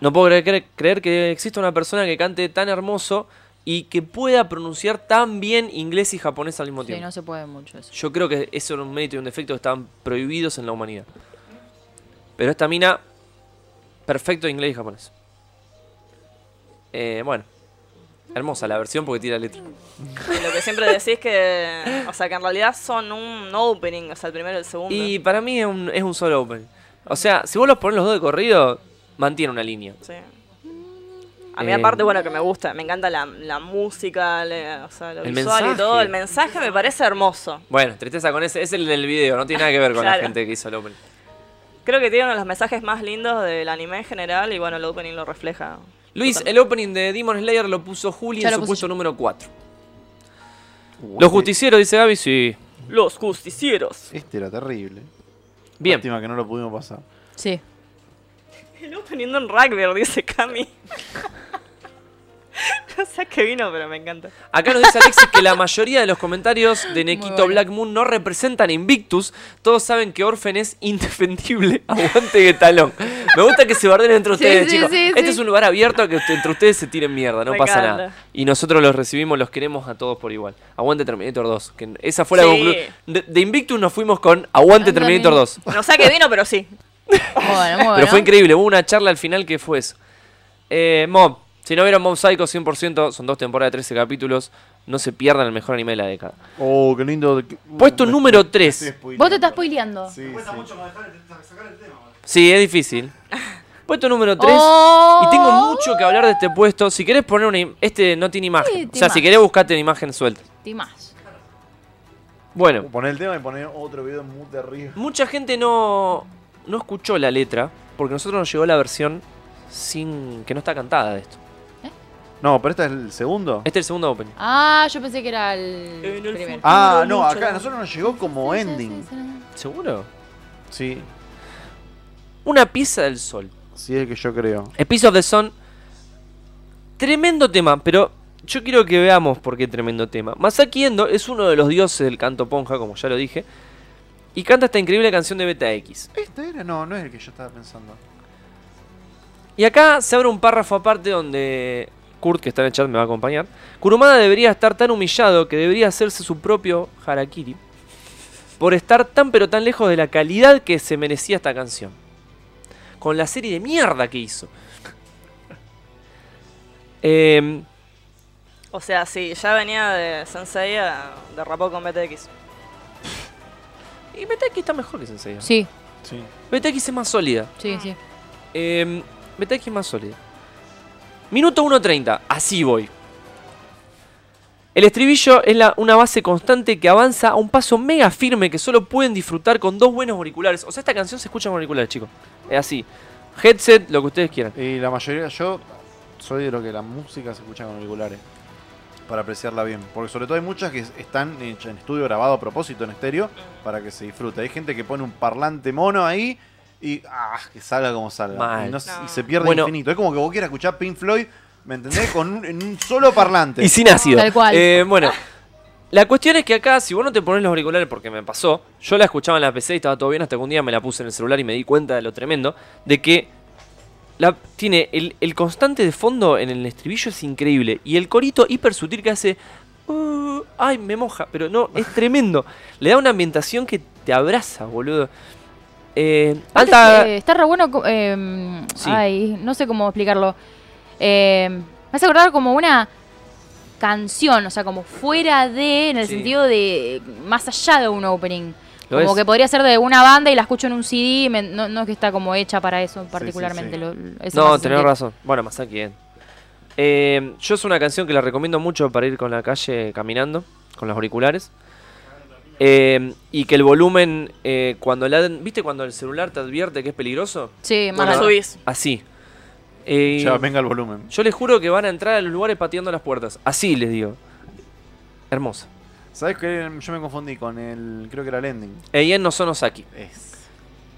No puedo creer, creer- creer que exista una persona que cante tan hermoso y que pueda pronunciar tan bien inglés y japonés al mismo Sí, tiempo. no se puede mucho eso. Yo creo que eso era un mérito y un defecto que estaban prohibidos en la humanidad. Pero esta mina, perfecto inglés y japonés. Eh, bueno, hermosa la versión porque tira letra. Lo que siempre decís que. O sea, que en realidad son un opening, o sea, el primero y el segundo. Y para mí es un, es un solo open. O sea, si vos los pones los dos de corrido, mantiene una línea. Sí. A mí, Eh, aparte, bueno, que me gusta, me encanta la, la música, le- o sea, lo El visual y todo. mensaje. El mensaje me parece hermoso. Bueno, tristeza con ese. Es el del video, no tiene nada que ver con la Claro. gente que hizo el open. Creo que tiene uno de los mensajes más lindos del anime en general y bueno, el opening lo refleja. Luis, el opening de Demon Slayer lo puso Juli Ya en lo su puse puesto yo. número 4. Los justicieros, dice Gaby, sí. Los justicieros. Este era terrible. Bien. Lástima que no lo pudimos pasar. Sí. El opening de un rugby, dice Cami. no sé a qué vino, pero me encanta. Acá nos dice Alexis que la mayoría de los comentarios de Nequito bueno. Black Moon no representan Invictus. Todos saben que Orphan es indefendible. Aguante de talón. Me gusta que se barden entre ustedes, sí, chicos. sí, este sí. es un lugar abierto a que usted- entre ustedes se tiren mierda, no Me pasa encanta. nada. Y nosotros los recibimos, los queremos a todos por igual. Aguante Terminator 2. Que esa fue la Sí. conclusión. De, de Invictus nos fuimos con Aguante Ándale. Terminator 2. No sé a qué vino, pero sí. Bueno, muy bueno. Pero fue increíble, hubo una charla al final que fue eso. Eh, Mob, si no vieron Mob Psycho 100%, son dos temporadas de 13 capítulos, no se pierdan el mejor anime de la década. Oh, qué lindo. Puesto número 3. Estoy Vos te estás spoileando. Sí, Cuesta sí. mucho manejar el- sacar el tema. ¿vale? Sí, es difícil. Puesto número 3. Oh. Y tengo mucho que hablar de este puesto. Si querés poner una... im- Este no tiene Sí, imagen. O tiene sea, si imagen. querés buscate una imagen suelta. Timás. Bueno, Poné el tema y poné otro video muy terrible. mucha gente no, no escuchó la letra, porque a nosotros nos llegó la versión sin que no está cantada de esto. No, pero este es el segundo. Este es el segundo opening. Ah, yo pensé que era el, En el primero. Ah, no, mucho, acá a no. nosotros nos llegó como ending. ¿Seguro? Sí, Una pieza del sol. sí es el que yo creo. A Piece of the Sun. Tremendo tema, pero yo quiero que veamos por qué tremendo tema. Masaki Endo es uno de los dioses del canto ponja, como ya lo dije. Y canta esta increíble canción de Beta X. ¿Este era? No, no es el que yo estaba pensando. Y acá se abre un párrafo aparte donde Kurt, que está en el chat, me va a acompañar. Kurumada debería estar tan humillado que debería hacerse su propio harakiri por estar tan pero tan lejos de la calidad que se merecía esta canción. Con la serie de mierda que hizo. Em, O sea, sí, ya venía de Sensei, a- derrapó con BTX. Y BTX está mejor que Sensei. Sí, Sí. BTX es más sólida. sí, sí. Eh, BTX es más sólida. Minuto 1.30. Así voy. El estribillo es la- una base constante que avanza a un paso mega firme que solo pueden disfrutar con dos buenos auriculares. O sea, esta canción se escucha con auriculares, chicos. Es así. Headset, lo que ustedes quieran. Y la mayoría, yo soy de lo que la música se escucha con auriculares. Para apreciarla bien. Porque sobre todo hay muchas que están en en estudio grabado a propósito en estéreo para que se disfrute. Hay gente que pone un parlante mono ahí y ah, que salga como salga. Mal. Y, no se- No. y se pierde Bueno. infinito. Es como que vos quieras escuchar Pink Floyd, ¿me entendés? Con un, en un solo parlante. Y sin ácido. Tal cual. Eh, bueno, la cuestión es que acá, si vos no te pones los auriculares, porque me pasó, yo la escuchaba en la PC y estaba todo bien hasta que un día me la puse en el celular y me di cuenta de lo tremendo, de que la, tiene el, el constante de fondo en el estribillo es increíble y el corito hiper sutil que hace... "Uh, ay, me moja, pero no, es tremendo. Le da una ambientación que te abraza, boludo. Eh, alta... Antes, eh, está re bueno. co- em, Sí. Ay, no sé cómo explicarlo. Em, me hace acordar como una canción, o sea, como fuera de, en el Sí. sentido de más allá de un opening. ¿Lo como es? que podría ser de una banda y la escucho en un CD, me- no, no es que está como hecha para eso particularmente. sí. lo- lo- ese No, más tenés sentido. razón. Bueno, Masaki En. Eh, yo es una canción que la recomiendo mucho para ir con la calle caminando, con los auriculares. Eh, y que el volumen, eh, cuando la, ¿viste cuando el celular te advierte que es peligroso? Sí, más Bueno, razón. subís. Así. Eh, Ya, venga el volumen. yo les juro que van a entrar a los lugares pateando las puertas. Así les digo. Hermosa. ¿Sabes que Yo me confundí con el. Creo que era el ending. Eien no son Osaki. Es.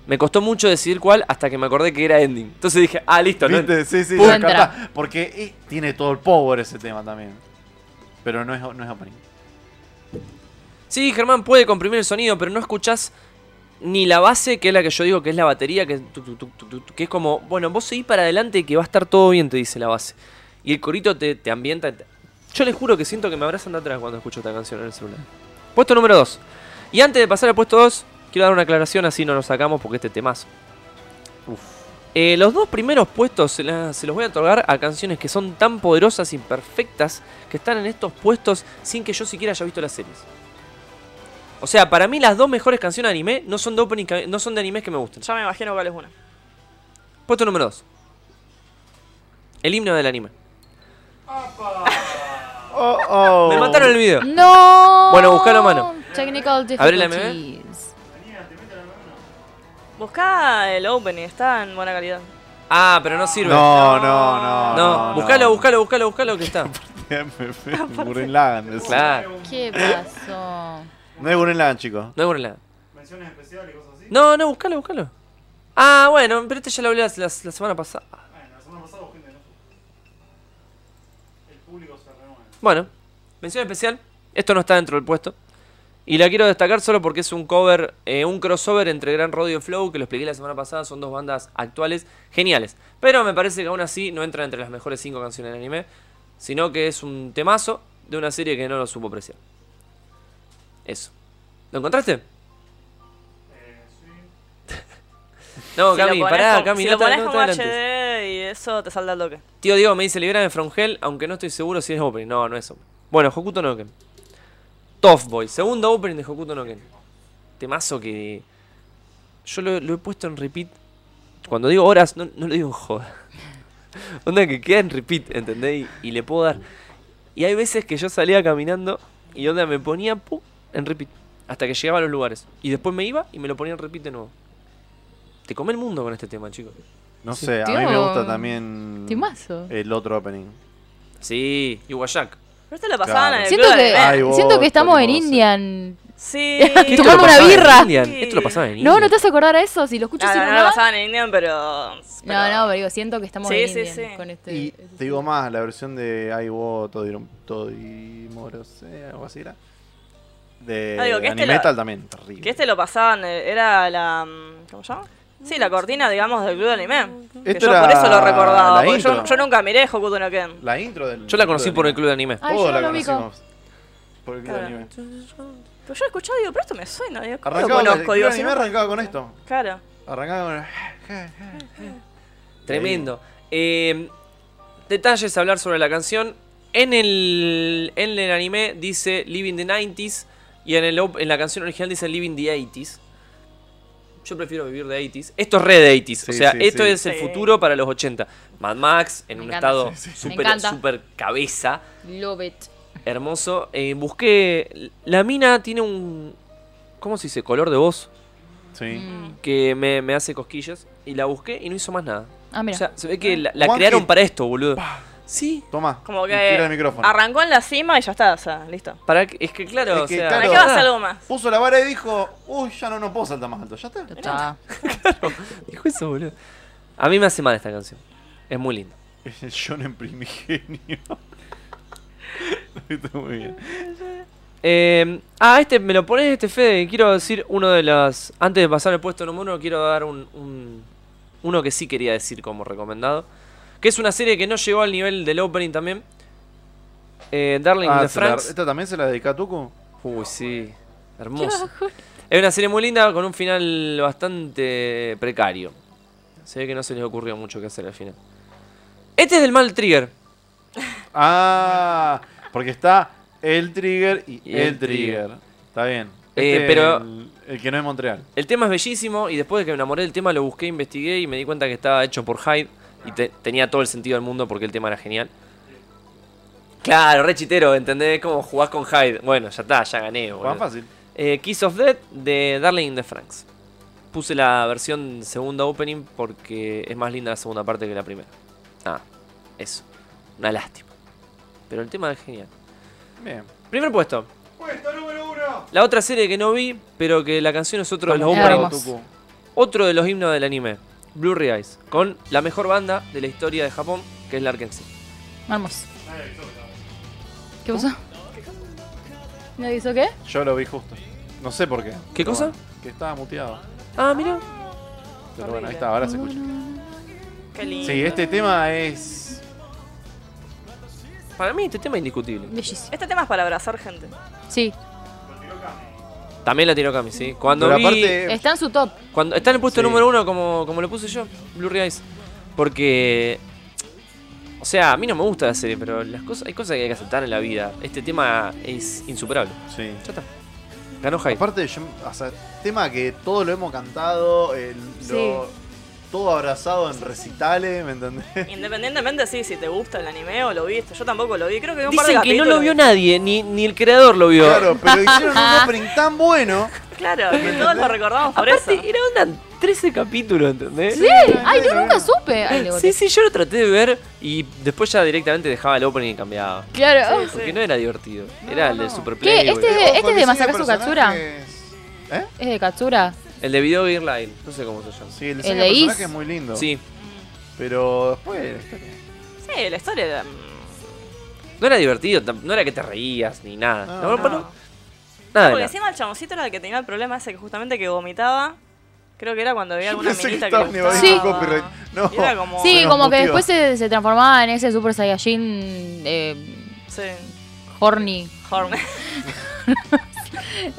Me costó mucho decidir cuál hasta que me acordé que era Ending. Entonces dije, ah, listo, no, ¿Viste? Sí, sí, Pum. ya Entra. captá. Porque eh, tiene todo el power ese tema también. Pero no es, no es opening. Sí, Germán puede comprimir el sonido, pero no escuchás ni la base, que es la que yo digo que es la batería, que, tuc, tuc, tuc, tuc, tuc, que es como, bueno, vos seguís para adelante que va a estar todo bien, te dice la base. Y el corito te, te ambienta. te- Yo les juro que siento que me abrazan de atrás cuando escucho esta canción en el celular. Puesto número 2. Y antes de pasar al puesto 2, quiero dar una aclaración, así no nos sacamos porque este temazo. Eh, los dos primeros puestos se, la- se los voy a otorgar a canciones que son tan poderosas y perfectas que están en estos puestos sin que yo siquiera haya visto las series. O sea, para mí las dos mejores canciones de anime no son de, opening que- no son de animes que me gustan. Ya me imagino cuál es una. Puesto número 2. El himno del anime. Oh, oh. Me mataron el video. No. Bueno, buscalo a mano. Technical Abrila, ¿me difficulties. Buscá el opening, está en buena calidad. Ah, pero no sirve. No, no, no. No, buscalo, buscalo, buscalo, buscalo que está. buscalo. Guren Lagan. decía. Claro. ¿Qué pasó? No es Guren Lagan, chicos. No hay burla. Menciones especiales y cosas así. No, no, buscalo, buscalo. Ah, bueno, pero este ya lo hablé la, la- la semana pasada. Bueno, la semana pasada gente no El público se renueva. Bueno, mención especial. Esto no está dentro del puesto. Y la quiero destacar solo porque es un cover, eh, un crossover entre Gran Rodeo y Flow, que lo expliqué la semana pasada, son dos bandas actuales geniales. Pero me parece que aún así no entra entre las mejores cinco canciones del anime, sino que es un temazo de una serie que no lo supo apreciar. Eso. ¿Lo encontraste? No, Eh, Si lo Cami, pones pará, con- Cami, si no lo te- pones no te como adelantes. HD y eso te salda al toque. Tío Diego me dice liberame From Hell, aunque no estoy seguro si es opening. No, no es opening. Bueno, Hokuto no Ken. Tough Boy, segundo opening de Hokuto no Ken. Temazo que. Yo lo, lo he puesto en repeat. Cuando digo horas, no, no lo digo en joda. Onda que queda en repeat, ¿entendés? Y, y le puedo dar. Y hay veces que yo salía caminando y onda me ponía pu, en repeat. Hasta que llegaba a los lugares. Y después me iba y me lo ponía en repeat de nuevo. Te come el mundo con este tema, chicos. No sé, a mí Tío. me gusta también. Timazo. El otro opening. Sí, Yuwayak. Pero este lo pasaban Claro. en el Siento club de que, anime. Ay, vos, siento que estamos en Tony, vos. Indian. eh. Sí. Esto Tomando lo una pasaba en birra. Indian. Sí. Esto lo pasaba en Indian. No, no te vas a acordar a eso. Si lo escuchas No, sin no, no lo nada- pasaban en Indian, pero... No, no, pero digo, siento que estamos Sí, en sí, Indian sí. con este. Y te digo más, la versión de Ay, vos, Todiro- Todimorose, algo así era. De Ah, digo, que este Animetal lo- también, terrible. Que este lo pasaban, eh, era la... mm, ¿Cómo se llama? Sí, la cortina, digamos, del club de anime. Que Esto yo era por eso lo recordaba. la porque yo, intro. yo nunca miré Hokuto no Ken. La intro del. Yo la conocí del por el anime. club de anime. Ay, Todos yo la no lo ubico. conocimos. Por el club de Claro. anime. Pero yo escuchaba y digo, pero esto me suena. Digo, ¿cómo lo Arrancaba con, el conozco? club de Digo, si anime no- arrancaba con esto. Claro. Arrancaba con. el- Tremendo. Eh, detalles a hablar sobre la canción. En el, en el anime dice Living the 90s y en, el, op- en la canción original dice Living the 80s. Yo prefiero vivir de 80s. Esto es re de 80s. Sí, o sea, sí, esto sí. es el Sí. futuro para los 80. Mad Max en Me un encanta. estado Sí, sí. Me super, encanta. super cabeza. Love it. Hermoso. Eh, busqué. La mina tiene un. ¿Cómo se dice? Color de voz. Sí. Mm. que me, me hace cosquillas. Y la busqué y no hizo más nada. Ah, mira. O sea, se ve que la, la One crearon hit. para esto, boludo. Sí. Toma. Como y que Tira el micrófono. arrancó en la cima y ya está, o sea, listo. Para que- es que claro, Es o que, sea, claro. ¿Para Claro. qué vas a algo más? Puso la vara y dijo: Uy, ya no, no puedo saltar más alto. Ya está. Ya está. Dijo eso, boludo. A mí me hace mal esta canción. Es muy linda. Es el shonen primigenio. Está muy bien. Eh, ah, este me lo pones, este Fede. Quiero decir uno de las. Antes de pasar al puesto número uno, quiero dar un, un- uno que sí quería decir como recomendado. Que es una serie que no llegó al nivel del opening también. Eh, Darling in Ah, the se la- Franks. ¿Esta también se la dedica a Tuku? Uy, sí. Hermoso. Es una serie muy linda con un final bastante precario. Se ve que no se les ocurrió mucho qué hacer al final. Este es del mal trigger. Ah, porque está el trigger y, Y el el trigger. trigger. Está bien. Eh, Este pero el- El que no es Montreal. El tema es bellísimo y después de que me enamoré del tema lo busqué, investigué y me di cuenta que estaba hecho por Hyde y te- tenía todo el sentido del mundo porque el tema era genial. Claro, re chitero, ¿entendés? Como jugás con Hyde. Bueno, ya está, ya gané, Más boludo. fácil. Eh, Kiss of Death de Darling in the Franks. Puse la versión segunda opening porque es más linda la segunda parte que la primera. Ah, eso. Una lástima. Pero el tema es genial. Bien. Primer puesto. Puesto número uno. La otra serie que no vi, pero que la canción es otro de los Estamos Ahora openings. bravo, vemos. Tucu. Otro de los himnos del anime, Blurry Eyes, con la mejor banda de la historia de Japón, que es la Arkansas. Vamos. Nadie avisó que estaba. ¿Qué pasó? ¿No hizo qué? Yo lo vi justo. No sé por qué. ¿Qué Pero cosa? bueno, que estaba muteado. Ah, mira. Pero bueno, ahí está, ahora se escucha. Qué lindo. Sí, este tema es. Para mí este tema es indiscutible. Bellísimo. Este tema es para abrazar gente. Sí, También la tiró Cami, ¿sí? Cuando Pero vi- aparte. está en su top. Cuando, está en el puesto Sí. número uno, como, como lo puse yo, Blurry Eyes. Porque... O sea, a mí no me gusta la serie, pero las cosas, hay cosas que hay que aceptar en la vida. Este tema es insuperable. Sí. Ya está. Ganó Hyde. Aparte, yo, o sea, tema que todos lo hemos cantado, el- lo- todo abrazado en recitales, ¿me entendés? Independientemente, sí, si te gusta el anime o lo viste. Yo tampoco lo vi. Creo que vi un par de Dicen que no capítulos lo vio y- nadie, ni, ni el creador lo vio. Claro, pero hicieron un opening tan bueno. Este Claro, que todos lo recordamos por eso. Aparte, eh, era una 13 capítulos, ¿entendés? Sí, ay, yo nunca supe. Ay, le Sí, boté. sí, yo lo traté de ver y después ya directamente dejaba el opening y cambiaba. Claro. Sí, Porque sí. no era divertido. No, era el no, de no. Super ¿Qué? Play, Este boludo. es Ojo, este es que de sigue Masakazu Katsura. personajes- ¿Eh? ¿Es de Katsura? El de Video Gear Line. No sé cómo se llama. Sí, el, El diseño Eh, de de Is. personaje es muy lindo. Sí. Pero después. está bien. Sí, la historia era, mm, No era divertido. tam- No era que te reías ni nada. No, No, no. no, nada de Porque nada. encima el chaboncito era el que tenía el problema ese que justamente que vomitaba. Creo que era cuando había Yo alguna pensé que minita que, estaba le nevado Sí. con gustaba. copyright. No. Y Era como... Sí, nos como que motiva. después se, se transformaba en ese Super Saiyajin eh, Sí. horny. Horn.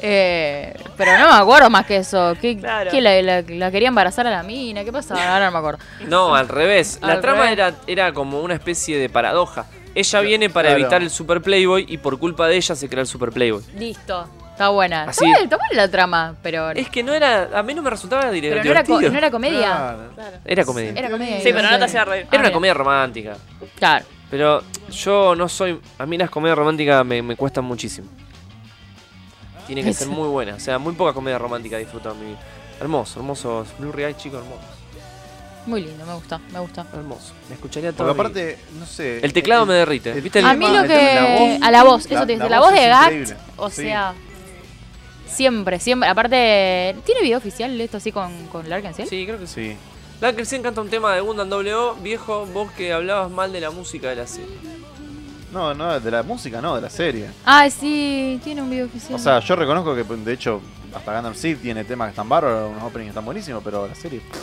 Eh, pero no me acuerdo más que eso. ¿Qué, Claro. qué la, la- la quería embarazar a la mina? ¿Qué pasaba? Ahora no me acuerdo. No, al revés. La Al trama revés. era, era como una especie de paradoja. Ella viene para claro. evitar el Super Playboy y por culpa de ella se crea el Super Playboy. Listo. Está buena. Está Así- buena, está buena la trama, pero. Es que no era. A mí no me resultaba dire- pero no era, divertido. co- no era comedia. Claro. Era comedia. Era comedia. Sí, pero no te hacía reír. Era una mira. comedia romántica. Claro. Pero yo no soy. A mí las comedias románticas me, me cuestan muchísimo. Tienen que ser muy buenas. O sea, muy poca comedia romántica disfruto en mi vida. Hermoso, hermosos. Blu-ray, Eyes, chicos, hermosos. Muy lindo, me gusta, me gusta. Hermoso. Me escucharía todo. Porque mi- aparte, no sé. El teclado me derrite. el ¿Viste el- a mí lo el tema, que. a la voz, eso te dice. La, voz de es Gat, increíble. o Sí. sea. Siempre, siempre. Aparte, ¿tiene video oficial esto así con, con Larkin Ciel? Sí, creo que sí. Sí. La Cristian canta un tema de Gundam W. Viejo, vos que hablabas mal de la música de la serie. No, no, de la música, no, de la serie. Ah, sí, tiene un video oficial. O sea, yo reconozco que, de hecho, hasta Gundam Seed tiene temas que están bárbaros, unos openings que están buenísimos, pero la serie. pff.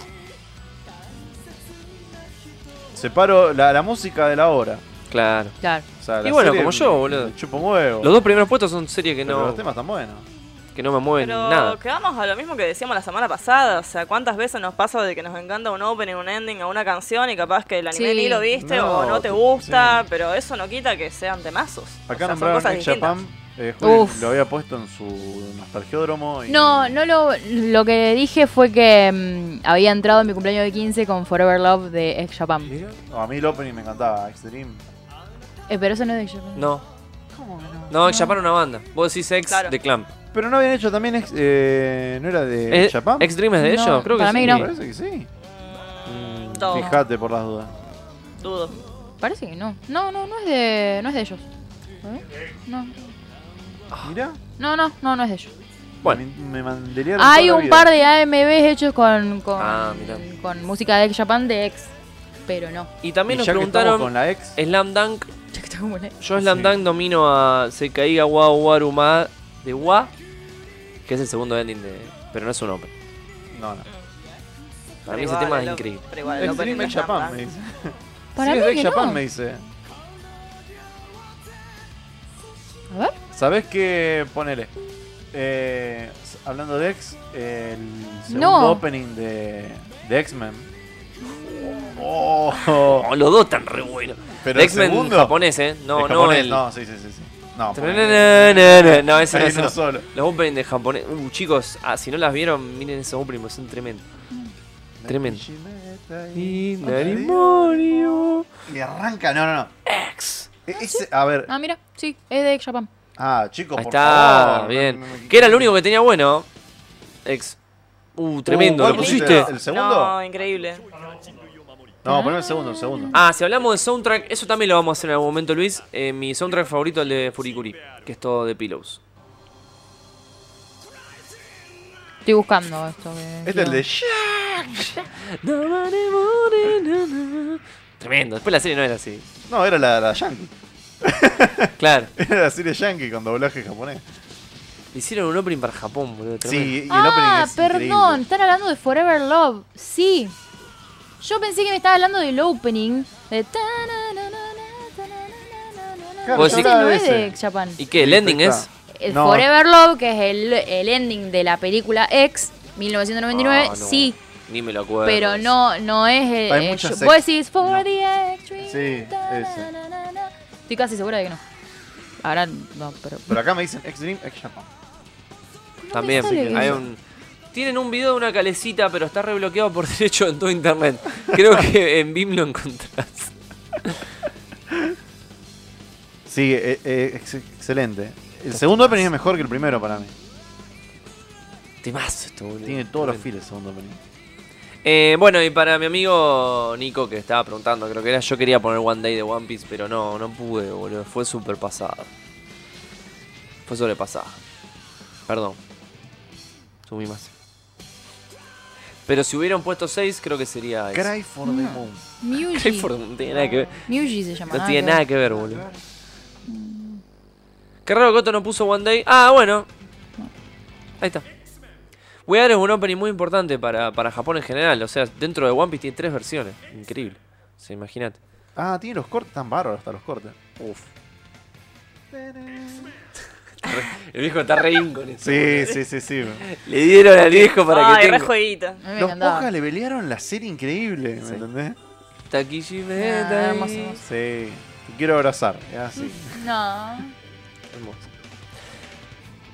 Separo la, la música de la obra. Claro. claro. O sea, la Y bueno, serie como yo, boludo. me Chupa un huevo. Los dos primeros puestos son series que Pero no, los temas están buenos. que no me mueven Pero Pues nada. quedamos a lo mismo que decíamos la semana pasada. O sea, ¿cuántas veces nos pasa de que nos encanta un opening, un ending a una canción y capaz que el anime Sí. ni lo viste No, o no te sí. gusta? Pero eso no quita que sean temazos. O sea, Acá son nombraron cosas Next distintas. Japan. eh, Juli Uf. lo había puesto en su nostalgiódromo. Y... No, no lo, lo que dije fue que mm, había entrado en mi cumpleaños de 15 con Forever Love de X Japan. No, a mí el opening me encantaba, Extreme. Eh, pero eso no es de X Japan. No. No, X Japan era una banda. Vos decís ex Ah. Claro. de Clamp. Pero no habían hecho también. Ex- eh, ¿No era de Eh, X Japan? ¿Ex Dream es de No, ellos? Creo para que mí sí. Me no. parece que sí. Mm, Todo. Fíjate por las dudas. Dudo. Parece que no. No, no, no es de, no es de ellos. ¿Eh? No, Mirá. no, no, no, no es de ellos. Bueno. Me, me mandaría Hay un par de AMBs hechos con, con, Ah, mirá. con música de X Japan de X, pero no. Y Y también nos ya que estamos preguntaron con la Eh, ex. Slam Dunk. Ya que estamos en- Yo Slam Sí. Dunk domino a Sekaiga Wa Waru Ma de Wa, que es el segundo ending de. Pero no es un open. No, no. Para mí Pero ese tema igual, es el- increíble. Pero igual, el opening Extreme de X Japan Japan. me dice. Para sí, mí es de X que Japan no. me dice. A ver. ¿Sabés qué? Ponele. Eh, s- hablando de X, el segundo No. opening de, de X-Men. Oh, Oh, los dos están re buenos. pero De el X-Men segundo. japonés, ¿eh? No, El no japonés, el. no, sí, sí, sí, sí. No, Trananana. No, ese no Hay es uno el- solo. Los opening de japonés. Uh, chicos, ah, si no las vieron, miren esos opening, son tremendo. Tremendo. Y Narimorio. Y arranca, no, no, no. Ex. a ver. Ah, mira, sí, es de Japan. Ah, chicos, Ahí por está, favor. bien. No, no, no, Que era el único que tenía bueno. Ex. Uh, tremendo, ¿cuál lo pusiste. Oh, ¿El segundo? No, increíble. No, poneme el segundo, el segundo. Ah, si hablamos de soundtrack, eso también lo vamos a hacer en algún momento, Luis. Eh, mi soundtrack favorito es el de Furikuri, que es todo de Pillows. Estoy buscando esto. que- Este es el de Shaq. Tremendo, después la serie no era así. No, era la, la Yankee. Claro, Era la serie Yankee con doblaje japonés. hicieron un opening para Japón, boludo. tremendo. Sí, y el opening Ah, es increíble. perdón, están hablando de Forever Love. Sí. Yo pensé que me estaba hablando del opening. De Claro, Vos Ese decís- Este no es ese. de Japan. ¿Y qué? ¿El ending es? El No. Eh, Forever Love, que es el, el ending de la película X, 1999, Ah, no, sí, Ni me lo acuerdo. pero no, no es el. Hay el- muchas yo- sex- vos decís For No. the Extreme. Sí, ta, ese. na, na, na. Estoy casi segura de que no. Ahora no, pero. Pero acá me dicen X Dream, X Japan. También, No me sale hay bien. un... Tienen un video de una calecita, pero está rebloqueado por derecho en todo internet. Creo que en Vim lo encontrás. Sí, eh, eh, ex- excelente. El segundo opening es mejor que el primero para mí. Temazo esto, boludo. Tiene todos los files el segundo opening. Eh, bueno, y para mi amigo Nico que estaba preguntando, creo que era yo quería poner One Day de One Piece, pero no, no pude, boludo. Fue super pasado. Fue sobrepasada. Perdón. Subí más. Pero si hubieran puesto 6, creo que sería... ese. Cry for the Moon. Cry Muji. for the- no tiene nada que ver. Muji se llama. No tiene que nada que ver, boludo. Qué raro que Otto no puso One Day. Ah, bueno. Ahí está. Wear es un opening muy importante para, para Japón en general. O sea, dentro de One Piece tiene tres versiones. Increíble. O sea, imagínate. Ah, tiene los cortes tan bárbaros hasta los cortes. Uf. El viejo está re in con eso. Sí, sí, sí, sí. Le dieron al viejo para Ay, que re tenga. jueguito. A mí me Los encantaba. pocas le pelearon la serie increíble, ¿me Sí. entendés? Takishi Ah, Meta. hermoso, hermoso. Sí. Te quiero abrazar. Es así. No. Hermoso.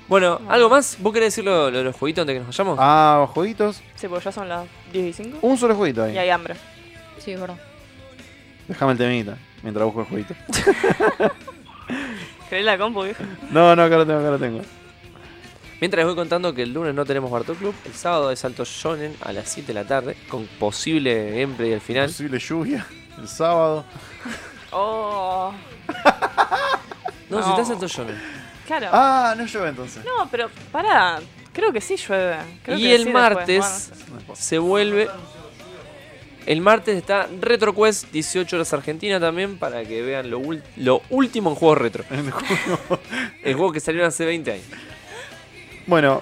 Bueno, ¿algo más? ¿Vos querés decir lo, lo de los jueguitos antes que nos vayamos? Ah, jueguitos. Sí, porque ya son las 10 y 5. Un solo jueguito Y ahí. hay hambre. Sí, es verdad. Déjame el temita mientras busco el jueguito. ¿Querés la compu, viejo? No, no, acá lo tengo, acá lo tengo. Mientras les voy contando que el lunes no tenemos Bartol Club, el sábado es Alto Shonen a las 7 de la tarde, con posible gameplay al final. Posible lluvia el sábado. Oh. No, No. si estás Alto Shonen. Claro. Ah, no llueve entonces. No, pero pará. Creo que sí llueve. Creo Y que el sí después. martes Bueno, se vuelve. El martes está RetroQuest, 18 horas Argentina también, para que vean lo, ul- lo último en juegos retro. El juego que salió hace 20 años. Bueno,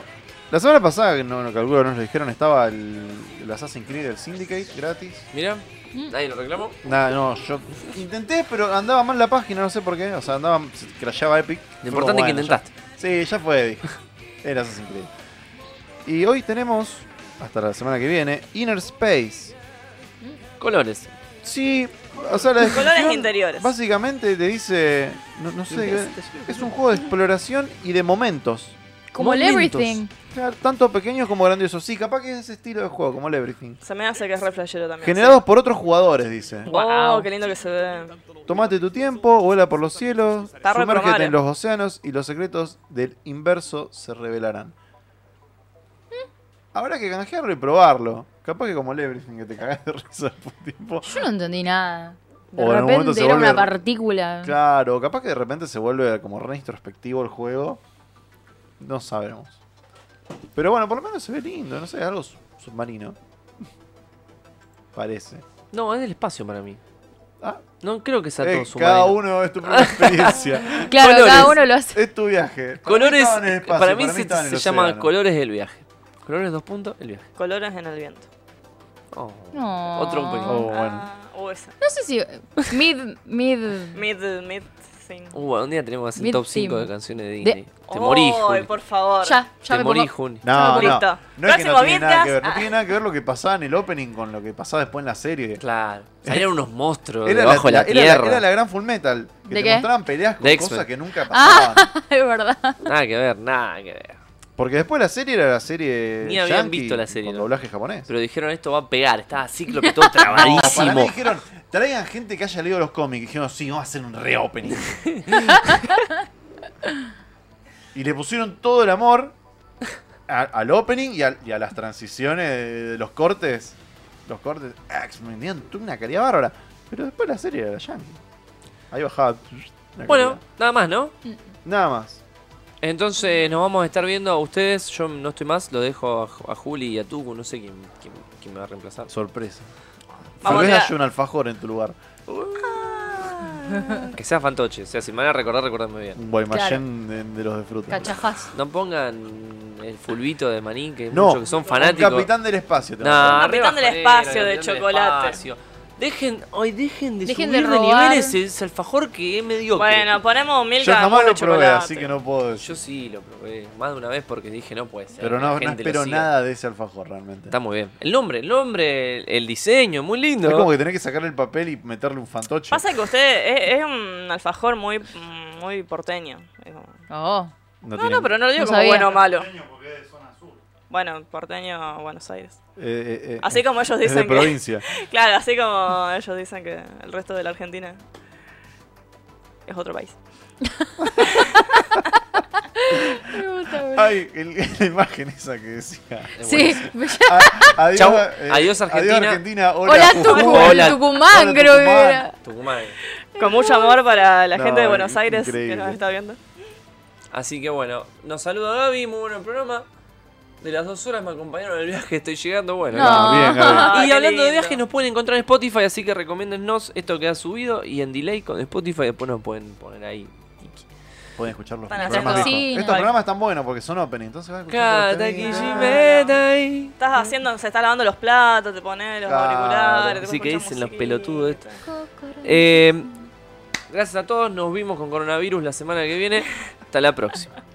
la semana pasada, que no, no calculo, no nos lo dijeron, estaba el, el Assassin's Creed del Syndicate gratis. Mira, nadie lo reclamó. Nada, no, yo intenté, pero andaba mal la página, no sé por qué. O sea, andaba, se crasheaba Epic. Lo importante es que Bueno, ya- intentaste. Sí, ya fue, dije. Era Assassin's Creed. Y hoy tenemos, hasta la semana que viene, Inner Space. Colores. Sí, o sea, la descripción Colores interiores. Básicamente te dice, no, no sé, qué- es un juego de exploración y de momentos. Como el Momentos. Everything. Claro, Tanto pequeños como grandiosos. Sí, capaz que es ese estilo de juego, como el Everything. Se me hace que es re flashero también. Generados por otros jugadores, dice. sí. Wow. Oh, qué lindo que se ve. Tómate tu tiempo, vuela por los cielos, Está re sumérgete promario. en los océanos y los secretos del inverso se revelarán. ¿Mm? Habrá que canjearlo y probarlo. Capaz que como el Everything que te cagás de risa por un tiempo. Yo no entendí nada. De O en algún momento repente se era una vuelve- partícula. Claro, capaz que de repente se vuelve como re introspectivo el juego. No sabemos. Pero bueno, por lo menos se ve lindo, no sé, algo su- submarino. Parece. No, es del espacio para mí. Ah. No creo que sea Eh, todo cada submarino. uno es tu propia experiencia. Claro, Colores. cada uno lo hace. es tu viaje. Para mí Colores, estaban en el espacio, para mí, se, estaban en se el llama océano. colores del viaje. Colores dos puntos, el viaje. Colores en el viento. Oh. No. Otro opening. Oh, bueno. Ah, o esa. No sé si. Mid. Mid. Mid, mid. Disney. Uh, bueno, un día tenemos que hacer Bien top 5 de team. canciones de De- Disney. Te morí, Ay, Juli. por favor. Ya, ya Te me morí, pongo. Juli. No, no, Listo. no es que no Próximo tiene nada que ver. No Vincas. tiene nada que ver lo que pasaba en el opening con lo que pasaba después en la serie. Claro. Salieron unos monstruos Era la, debajo de la era la- tierra. era la gran Full Metal. Que ¿De te qué? mostraban peleas con De cosas X-Men. que nunca pasaban. Es verdad. Nada que ver, nada que ver. Porque después la serie era la serie. Ni habían yankee visto la serie, Con ¿no? doblaje japonés. Pero dijeron esto va a pegar. Estaba ciclo que todo No, para mí trabadísimo. dijeron, traigan gente que haya leído los cómics. Y dijeron, sí, vamos a hacer un reopening. y le pusieron todo el amor a- al opening y, al- y a las transiciones de, de los cortes. Los cortes. Ah, que se me vendían toda una calidad bárbara. Pero después la serie era la Yankee. Ahí bajaba. una bueno, calidad. nada más, ¿no? Nada más. Entonces nos vamos a estar viendo a ustedes. Yo no estoy más, lo dejo a, a Juli y a Tuku. No sé quién, quién, quién me va a reemplazar. Sorpresa. Tal Vamos vez a- haya un alfajor en tu lugar. Que sea fantoche. O sea, si me van a recordar, recordarme bien. Un Guaymallén de, de los de fruta. Cachajazo. No pongan el fulbito de maní, que, No, muchos que son fanáticos. Un capitán del espacio. te No, vas a Un arriba capitán del Ferrero, espacio de capitán del chocolate. espacio. Dejen, hoy dejen de Dejen subir de de, robar. niveles eh. ese alfajor que es mediocre. Bueno, ponemos un poner. mil Yo jamás lo probé, así que no puedo decir. Yo sí lo probé más de una vez porque dije no puede ser. Pero que no, la no gente lo espero siga". nada de ese alfajor realmente. Está muy bien. El nombre, el nombre, el, el diseño, muy lindo. Es como que tenés que sacarle el papel y meterle un fantoche. Pasa que usted es, es un alfajor muy, muy porteño. Es como- Oh. No, no, pero no lo digo No como sabía. bueno o malo. Pequeño porque es de zona sur. Bueno, porteño Buenos Aires. Eh, eh, eh, Así como ellos es de dicen que. provincia. Claro, así como ellos dicen que el resto de la Argentina es otro país. Ay, el- la imagen esa que decía. Es Sí. A- adiós, Chau, eh, adiós, Argentina. hola, Hola, Jujuy. Tucumán. Hola. Tucumán, Hola, creo que Tucumán. era. Tucumán. Con mucho amor para la No, gente de Buenos Aires increíble. que nos está viendo. Así que bueno, nos saluda Gaby, muy bueno el programa. De las dos horas me acompañaron en el viaje, estoy llegando, bueno. No. Ah, bien, Gaby. Ah, y qué hablando de lindo. viajes, nos pueden encontrar en Spotify, así que recomiéndennos esto que ha subido y en delay con Spotify, después nos pueden poner ahí. Pueden escuchar los Están programas. haciendo viejos. cocina. Estos programas están buenos porque son opening. Entonces vas a escuchar todo este- Katakijimedai. Estás haciendo, se está lavando los platos, te pones los Claro, auriculares. te Así que pones dicen los musiquita. pelotudos estos. Eh, gracias a todos, nos vimos con coronavirus la semana que viene. Hasta la próxima.